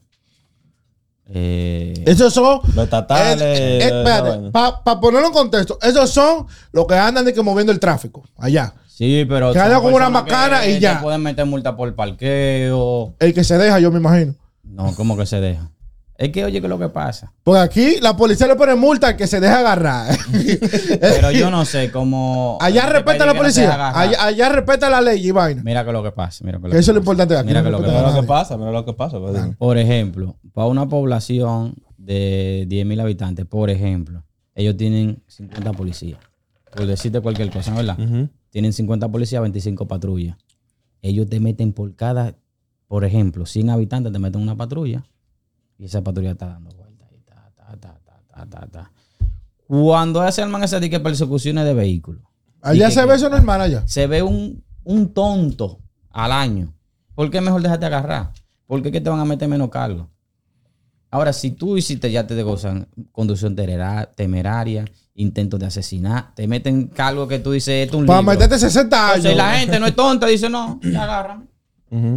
[SPEAKER 3] Eh,
[SPEAKER 2] Esos son.
[SPEAKER 4] Los
[SPEAKER 2] eh,
[SPEAKER 4] estatales.
[SPEAKER 2] eh,
[SPEAKER 4] los-
[SPEAKER 2] Espérate,
[SPEAKER 4] los-
[SPEAKER 2] para ponerlo en contexto, esos son los que andan de que moviendo el tráfico allá.
[SPEAKER 3] sí, pero.
[SPEAKER 2] Que haya
[SPEAKER 3] son
[SPEAKER 2] como una
[SPEAKER 3] personas que
[SPEAKER 2] macana y
[SPEAKER 3] te
[SPEAKER 2] ya.
[SPEAKER 3] pueden meter multa por parqueo.
[SPEAKER 2] El que se deja, yo me imagino.
[SPEAKER 3] No, ¿cómo que se deja? Es que, oye, ¿qué es lo que pasa?
[SPEAKER 2] Porque aquí la policía le pone multa al que se deja agarrar.
[SPEAKER 3] Pero yo no sé cómo.
[SPEAKER 2] allá
[SPEAKER 3] este
[SPEAKER 2] respeta a la
[SPEAKER 3] país que no se
[SPEAKER 2] policía.
[SPEAKER 3] agarra.
[SPEAKER 2] Allá, allá respeta la ley y vaina.
[SPEAKER 3] Mira que es lo que pasa. Mira que
[SPEAKER 2] Que eso es lo importante de aquí.
[SPEAKER 3] Mira
[SPEAKER 2] no
[SPEAKER 3] que lo que
[SPEAKER 2] respeta
[SPEAKER 4] Mira
[SPEAKER 2] a
[SPEAKER 4] lo que
[SPEAKER 2] nadie.
[SPEAKER 4] pasa, mira lo que pasa. pues, digo.
[SPEAKER 3] Por ejemplo, para una población de 10.000 habitantes, por ejemplo, ellos tienen 50 policías. Por decirte cualquier cosa, ¿verdad?
[SPEAKER 4] Ujú.
[SPEAKER 3] Tienen 50 policías, 25 patrullas. Ellos te meten por cada, por ejemplo, 100 habitantes, te meten una patrulla. Y esa patrulla está dando vueltas. y ta, ta, ta, ta, ta, ta, ta. Cuando se arman esas dique persecuciones de vehículos,
[SPEAKER 2] Allá
[SPEAKER 3] ¿Y
[SPEAKER 2] se
[SPEAKER 3] qué-
[SPEAKER 2] ve eso normal allá.
[SPEAKER 3] se ve un, un tonto al año. ¿Por qué mejor dejarte agarrar? ¿Por qué que te van a meter menos cargo? Ahora, si tú hiciste ya te gozan conducción temera- temeraria, intentos de asesinar, te meten cargo que tú dices, esto es un
[SPEAKER 2] Para
[SPEAKER 3] libro".
[SPEAKER 2] meterte 60 años.
[SPEAKER 3] Entonces la gente no es tonta, dice, no, te agárrame.
[SPEAKER 4] Ujú.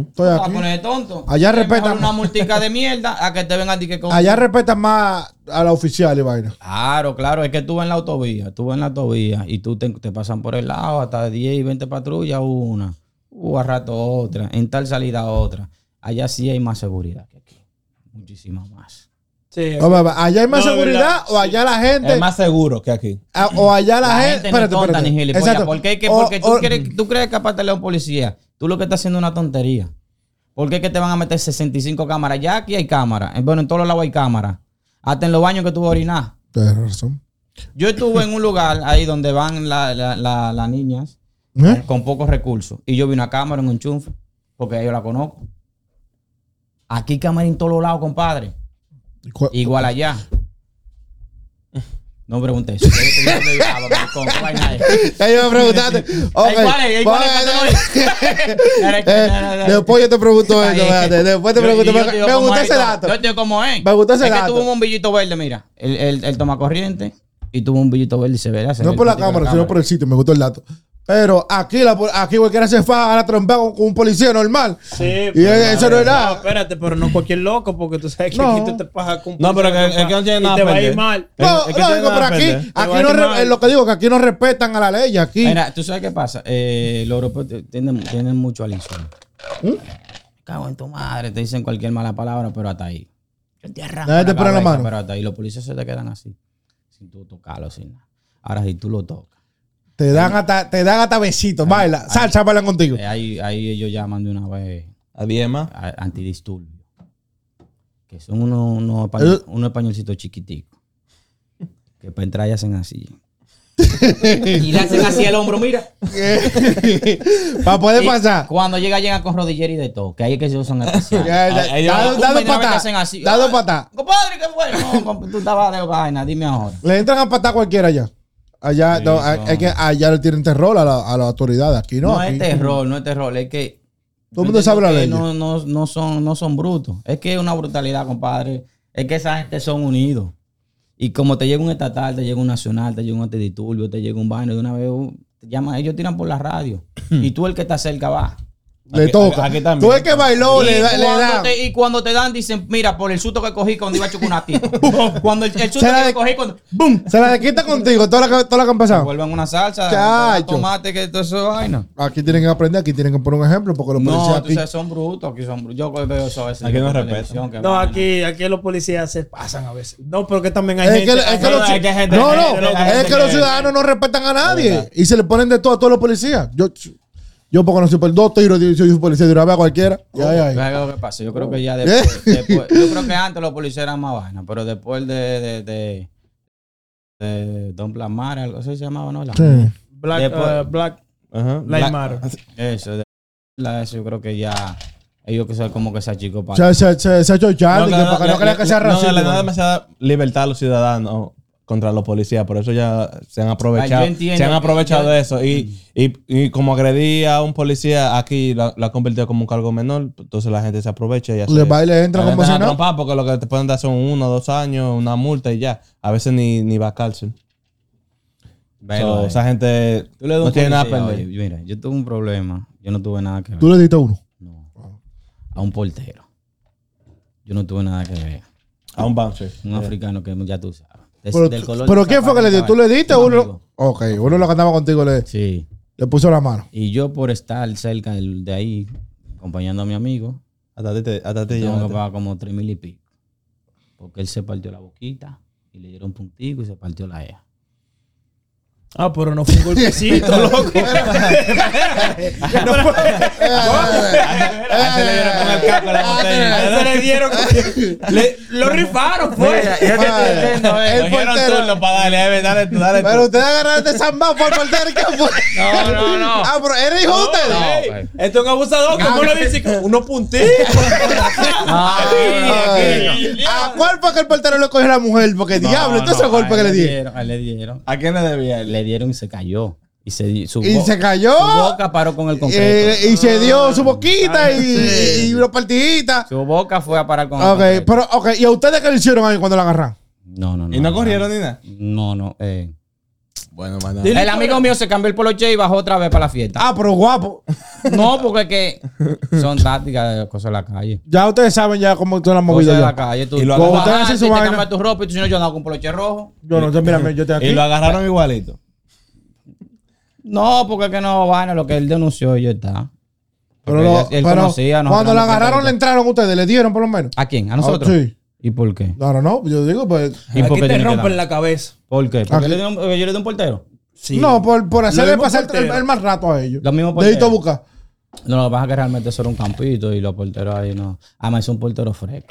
[SPEAKER 2] Estoy
[SPEAKER 3] No te vas a
[SPEAKER 2] aquí.
[SPEAKER 3] poner de tonto.
[SPEAKER 2] Allá
[SPEAKER 3] Es
[SPEAKER 2] respetan.
[SPEAKER 3] mejor una multica de mierda a que te vengan a ti que con...
[SPEAKER 2] Allá respetan más a la oficial y vaina.
[SPEAKER 3] Claro, claro, es que tú vas en la autovía, tú vas en la autovía y tú te, te pasan por el lado hasta 10 y 20 patrullas, una, o a rato otra, en tal salida otra. Allá sí hay más seguridad que aquí, muchísima más.
[SPEAKER 1] Sí.
[SPEAKER 2] No, papá, allá hay más
[SPEAKER 1] No, de
[SPEAKER 2] seguridad
[SPEAKER 1] verdad,
[SPEAKER 2] o allá la gente.
[SPEAKER 4] Es más seguro que aquí.
[SPEAKER 2] a- o allá la,
[SPEAKER 3] La
[SPEAKER 2] gente.
[SPEAKER 3] gente no es tonta ni gilipollas.
[SPEAKER 2] Exacto.
[SPEAKER 3] ¿Por qué es que-
[SPEAKER 2] O-
[SPEAKER 3] porque tú,
[SPEAKER 2] o-
[SPEAKER 3] crees, tú crees que aparte a un policía? Tú lo que estás haciendo es una tontería. ¿Por qué es que te van a meter 65 cámaras? Ya aquí hay cámaras. Eh, Bueno, en todos los lados hay cámaras. Hasta en los baños que tú vas a orinar.
[SPEAKER 2] Tienes razón.
[SPEAKER 3] Yo estuve en un lugar ahí donde van la- la- la- las niñas
[SPEAKER 2] ¿Eh?
[SPEAKER 3] con pocos recursos. Y yo vi una cámara en un enchufe, porque yo la conozco. Aquí hay cámara en todos los lados, compadre.
[SPEAKER 2] Cu-
[SPEAKER 3] Igual allá. No pregunté eso. Yo te digo, maricón, ¿qué vaina es?
[SPEAKER 2] Ya yo me preguntaste. Ok,
[SPEAKER 3] Igual es, igual es,
[SPEAKER 2] bueno,
[SPEAKER 3] pero no es.
[SPEAKER 2] eh, después yo te pregunto
[SPEAKER 3] Está
[SPEAKER 2] eso,
[SPEAKER 3] bien.
[SPEAKER 2] espérate, Después te
[SPEAKER 3] Yo-
[SPEAKER 2] pregunto.
[SPEAKER 3] yo
[SPEAKER 2] Me,
[SPEAKER 3] digo
[SPEAKER 2] me
[SPEAKER 3] como
[SPEAKER 2] gustó
[SPEAKER 3] es,
[SPEAKER 2] ese
[SPEAKER 3] no,
[SPEAKER 2] dato.
[SPEAKER 3] Yo te digo como es.
[SPEAKER 2] Me gustó ese
[SPEAKER 3] Es que
[SPEAKER 2] dato.
[SPEAKER 3] tuvo un billito verde, mira. El, el, el toma corriente y tuvo un billito verde y se verá.
[SPEAKER 2] No por la cámara, sino por el sitio. Me gustó el dato. Pero aquí, la, pol- aquí cualquiera se fa a la trompa con, con un policía normal.
[SPEAKER 1] Sí,
[SPEAKER 2] Y
[SPEAKER 1] pero-
[SPEAKER 2] eso no es nada.
[SPEAKER 1] espérate, pero no cualquier loco, porque tú sabes que
[SPEAKER 2] No.
[SPEAKER 1] aquí tú te pasas con
[SPEAKER 4] No, pero que-
[SPEAKER 1] policía,
[SPEAKER 4] es que no tiene
[SPEAKER 1] y
[SPEAKER 4] nada
[SPEAKER 1] Te va a
[SPEAKER 4] perder.
[SPEAKER 1] ir mal.
[SPEAKER 2] No,
[SPEAKER 4] Es- es que
[SPEAKER 2] no,
[SPEAKER 4] tiene
[SPEAKER 2] digo, pero
[SPEAKER 4] nada que
[SPEAKER 2] aquí,
[SPEAKER 4] perder.
[SPEAKER 1] Te va
[SPEAKER 2] aquí no
[SPEAKER 1] a ir
[SPEAKER 2] re-
[SPEAKER 1] mal.
[SPEAKER 2] es lo que digo, que aquí no respetan a la ley. Aquí.
[SPEAKER 3] Mira, tú sabes qué pasa. Eh, los europeos te- tienden, tienden mucho al insulto.
[SPEAKER 2] ¿Mm?
[SPEAKER 3] Cago en tu madre, te dicen cualquier mala palabra, pero hasta ahí. Yo te arranco
[SPEAKER 2] Nadie te pone la
[SPEAKER 3] cabeza,
[SPEAKER 2] mano.
[SPEAKER 3] Pero hasta ahí. Los policías se te quedan así, sin tú tocarlo, sin nada. Ahora, si tú lo tocas,
[SPEAKER 2] Te dan hasta, te dan hasta besitos, baila, salsa, bailan contigo.
[SPEAKER 3] eh, ahí, ahí ellos llaman de una vez
[SPEAKER 4] A Diema.
[SPEAKER 3] a- antidisturbio. Que son unos,
[SPEAKER 2] Eh.
[SPEAKER 3] unos, español- unos españolcitos chiquiticos. Que para entrar ya hacen así. y le hacen así al hombro, mira.
[SPEAKER 2] Para poder
[SPEAKER 3] Eh. Y
[SPEAKER 2] pasar.
[SPEAKER 3] Cuando llega, llega con rodillera y de todo. Que ahí es que ellos son especiales.
[SPEAKER 2] Ya, ya,
[SPEAKER 4] Ay, ay,
[SPEAKER 2] Dado
[SPEAKER 3] Dios.
[SPEAKER 2] dado
[SPEAKER 3] Una vez
[SPEAKER 2] patá.
[SPEAKER 3] que hacen así,
[SPEAKER 2] Dado
[SPEAKER 3] ah.
[SPEAKER 2] patá.
[SPEAKER 3] Compadre, qué bueno. No, comp- tú estabas de vaina, dime ahora.
[SPEAKER 2] Le entran a patá cualquiera allá. Allá, no, a-
[SPEAKER 3] no.
[SPEAKER 2] es que allá le tienen terror a la, a la autoridad. Aquí no.
[SPEAKER 3] No, este
[SPEAKER 2] aquí-
[SPEAKER 3] es terror, no es terror, es que.
[SPEAKER 2] Todo
[SPEAKER 3] yo
[SPEAKER 2] el mundo sabe la
[SPEAKER 3] entiendo
[SPEAKER 2] ley.
[SPEAKER 3] que No, no, no, son, no son brutos. Es que es una brutalidad, compadre. Es que esa gente son unidos. Y como te llega un estatal, te llega un nacional, te llega un antidisturbio, te llega un baño, de una vez uh, te llaman, ellos tiran por la radio. y tú el que está cerca va.
[SPEAKER 2] Le
[SPEAKER 3] Aquí-
[SPEAKER 2] toca.
[SPEAKER 4] aquí- aquí también.
[SPEAKER 2] Tú ves que bailó, le,
[SPEAKER 3] y,
[SPEAKER 2] da- le
[SPEAKER 3] cuando
[SPEAKER 2] da.
[SPEAKER 3] te, y cuando te dan, dicen, mira, por el susto que cogí cuando iba a chocar una tía. cuando el, el susto
[SPEAKER 2] Se la
[SPEAKER 3] que
[SPEAKER 2] de-
[SPEAKER 3] cogí cuando. ¡Bum!
[SPEAKER 2] Se la quita contigo, toda la, que- toda la que han pasado.
[SPEAKER 3] Vuelven una salsa,
[SPEAKER 2] Chacho.
[SPEAKER 3] un tomate, que todo eso vaina.
[SPEAKER 2] Aquí tienen que aprender, aquí tienen que poner un ejemplo, porque los
[SPEAKER 3] No,
[SPEAKER 2] policías
[SPEAKER 3] tú
[SPEAKER 2] aquí-
[SPEAKER 3] sabes, son brutos, aquí son brutos. Yo veo eso a veces.
[SPEAKER 4] Aquí no
[SPEAKER 3] en
[SPEAKER 4] respetan.
[SPEAKER 3] televisión, que
[SPEAKER 1] No,
[SPEAKER 3] vaina.
[SPEAKER 1] aquí, aquí los policías se pasan a veces. No, pero que también hay
[SPEAKER 2] Es que,
[SPEAKER 1] gente.
[SPEAKER 2] es que
[SPEAKER 1] hay-
[SPEAKER 2] los,
[SPEAKER 3] hay que gente-
[SPEAKER 2] no, no,
[SPEAKER 3] gente loca,
[SPEAKER 2] es
[SPEAKER 3] gente
[SPEAKER 2] que los
[SPEAKER 3] que-
[SPEAKER 2] ciudadanos no respetan a nadie
[SPEAKER 3] verdad.
[SPEAKER 2] y se le ponen de todo a todos los policías. Yo, yo porque no soy por dos tiros, yo soy policía, yo la veo a cualquiera. Y ahí, ahí.
[SPEAKER 3] ¿Sabes qué es lo que pasa? Yo creo que
[SPEAKER 2] Oh.
[SPEAKER 3] ya después, después- Yo creo que antes los policías eran más vainas, pero después de. de, de, de Don Blamar, algo así se llamaba, ¿no? La-
[SPEAKER 2] Sí.
[SPEAKER 1] Black,
[SPEAKER 3] Después-
[SPEAKER 1] eh, Black
[SPEAKER 4] Ajá.
[SPEAKER 1] Lives Matter.
[SPEAKER 3] Eso, de- la- eso yo creo que ya. Ellos que son como que se achicó
[SPEAKER 2] Se,
[SPEAKER 3] para.
[SPEAKER 2] se, se, se ha hecho Charlie, que para que no crean que sea
[SPEAKER 4] No,
[SPEAKER 2] racista.
[SPEAKER 4] le da demasiada libertad a los ciudadanos contra los policías, por eso ya se han aprovechado,
[SPEAKER 3] Ay, yo entiendo
[SPEAKER 4] se han
[SPEAKER 3] que-
[SPEAKER 4] aprovechado
[SPEAKER 3] yo-
[SPEAKER 4] de eso y, y, y como agredí a un policía aquí lo, lo ha convertido como un cargo menor, entonces la gente se aprovecha y hace-
[SPEAKER 2] Le va y le entra
[SPEAKER 4] le
[SPEAKER 2] como
[SPEAKER 4] dan
[SPEAKER 2] si
[SPEAKER 4] a
[SPEAKER 2] no.
[SPEAKER 4] trompar porque lo que te pueden dar son uno, dos años, una multa y ya, a veces ni, ni va a cárcel.
[SPEAKER 3] Velo,
[SPEAKER 4] So,
[SPEAKER 3] eh.
[SPEAKER 4] esa gente
[SPEAKER 3] Tú le das
[SPEAKER 4] no
[SPEAKER 3] un
[SPEAKER 4] tiene nada a
[SPEAKER 3] policía,
[SPEAKER 4] perder.
[SPEAKER 3] oye, yo- mira, yo tuve un problema. Yo no tuve nada que ver.
[SPEAKER 2] Tú le diste uno.
[SPEAKER 3] No. A un portero. Yo no tuve nada que ver.
[SPEAKER 4] a un bouncer.
[SPEAKER 3] Un africano que ya tú sabes. Des-
[SPEAKER 2] Pero,
[SPEAKER 3] del
[SPEAKER 2] tú-
[SPEAKER 3] color
[SPEAKER 2] ¿pero
[SPEAKER 3] del
[SPEAKER 2] ¿quién fue que le dio?
[SPEAKER 3] zapato,
[SPEAKER 2] ¿Tú le diste
[SPEAKER 3] un
[SPEAKER 2] uno?
[SPEAKER 3] amigo.
[SPEAKER 2] Ok, uno lo que andaba contigo le,
[SPEAKER 3] Sí.
[SPEAKER 2] le puso la mano.
[SPEAKER 3] Y yo por estar cerca del- de ahí, acompañando a mi amigo,
[SPEAKER 4] Hasta ti te- hasta ti
[SPEAKER 3] tengo
[SPEAKER 4] llevan-
[SPEAKER 3] que pagar como tres mil y pico. Porque él se partió la boquita y le dieron puntico y se partió la E EA.
[SPEAKER 1] Ah, pero no fue un golpecito, loco. No fue-
[SPEAKER 4] Ah, se le dieron con el caco la botella.
[SPEAKER 1] a ese le dieron. le- lo rifaron, fue.
[SPEAKER 3] eh.
[SPEAKER 2] El
[SPEAKER 4] Cogieron
[SPEAKER 2] portero.
[SPEAKER 4] turno para darle, eh, dale, tú, dale tú.
[SPEAKER 2] Pero ustedes agarraron de Samba por faltar el campo.
[SPEAKER 3] No, no, no.
[SPEAKER 2] Ah, pero eres hijo de ustedes.
[SPEAKER 1] Ey,
[SPEAKER 4] pues.
[SPEAKER 1] Esto es un abusador. ¿Cómo le dice? que Uno puntitos.
[SPEAKER 3] Ah,
[SPEAKER 2] Ay, ¿A cuál fue que el portero le cogió a la mujer? Porque diablo, entonces el golpe que le di.
[SPEAKER 3] dieron. le dieron.
[SPEAKER 4] ¿A quién le debía él?
[SPEAKER 3] Le dieron y se cayó. Y se, di- su
[SPEAKER 2] Y
[SPEAKER 3] bo-
[SPEAKER 2] se cayó.
[SPEAKER 3] Su boca paró con el concreto.
[SPEAKER 2] eh, y se dio su boquita y, y una partiditas.
[SPEAKER 3] Su boca fue a parar con el
[SPEAKER 2] Ok,
[SPEAKER 3] concreto.
[SPEAKER 2] pero ok, ¿y a ustedes qué le hicieron ahí cuando la agarraron?
[SPEAKER 3] No, no, no.
[SPEAKER 4] ¿Y no corrieron ni nada?
[SPEAKER 3] No, no. eh.
[SPEAKER 4] Bueno, mano.
[SPEAKER 1] Dile-
[SPEAKER 3] El amigo mío se cambió el poloche y bajó otra vez para la fiesta.
[SPEAKER 2] Ah, pero guapo.
[SPEAKER 3] No, porque es que son tácticas de cosas de la calle.
[SPEAKER 2] Ya ustedes saben ya cómo son las
[SPEAKER 3] Cosas de
[SPEAKER 2] movidas.
[SPEAKER 3] la
[SPEAKER 2] Oh, ya.
[SPEAKER 3] calle. Tú,
[SPEAKER 4] Y
[SPEAKER 3] y
[SPEAKER 4] lo
[SPEAKER 3] lo
[SPEAKER 2] hago- Ustedes hacen su
[SPEAKER 3] te
[SPEAKER 2] vaina.
[SPEAKER 3] cambias tu ropa y tú si no, yo andaba con poloche rojo.
[SPEAKER 2] Yo no sé, mírame, yo estoy
[SPEAKER 4] Y
[SPEAKER 2] aquí.
[SPEAKER 4] lo agarraron igualito.
[SPEAKER 3] No, porque es que no, vaina, lo que él denunció y ya está.
[SPEAKER 2] Pero,
[SPEAKER 3] Porque
[SPEAKER 2] lo-
[SPEAKER 3] él
[SPEAKER 2] pero
[SPEAKER 3] conocía, nosotros
[SPEAKER 2] cuando la
[SPEAKER 3] no
[SPEAKER 2] agarraron le entraron ustedes, le dieron por lo menos.
[SPEAKER 3] ¿A quién? ¿A nosotros?
[SPEAKER 2] Ah, sí.
[SPEAKER 3] ¿Y por qué?
[SPEAKER 2] No, no, no, yo digo, pues.
[SPEAKER 3] ¿Y por
[SPEAKER 1] Aquí
[SPEAKER 3] qué
[SPEAKER 1] te
[SPEAKER 3] tiene que
[SPEAKER 1] rompen
[SPEAKER 3] dar?
[SPEAKER 1] la cabeza.
[SPEAKER 3] ¿Por qué?
[SPEAKER 2] Aquí-
[SPEAKER 3] ¿Porque le di un- eh, yo le di un portero?
[SPEAKER 1] Sí.
[SPEAKER 2] No, por, por hacerle
[SPEAKER 1] mismo
[SPEAKER 2] pasar el,
[SPEAKER 1] portero.
[SPEAKER 2] el más rato a ellos.
[SPEAKER 3] Lo mismo
[SPEAKER 2] Le diste a
[SPEAKER 3] portero.
[SPEAKER 2] buscar.
[SPEAKER 3] No, lo que pasa es que realmente eso era un campito y los porteros ahí no. Además, es un portero fresco.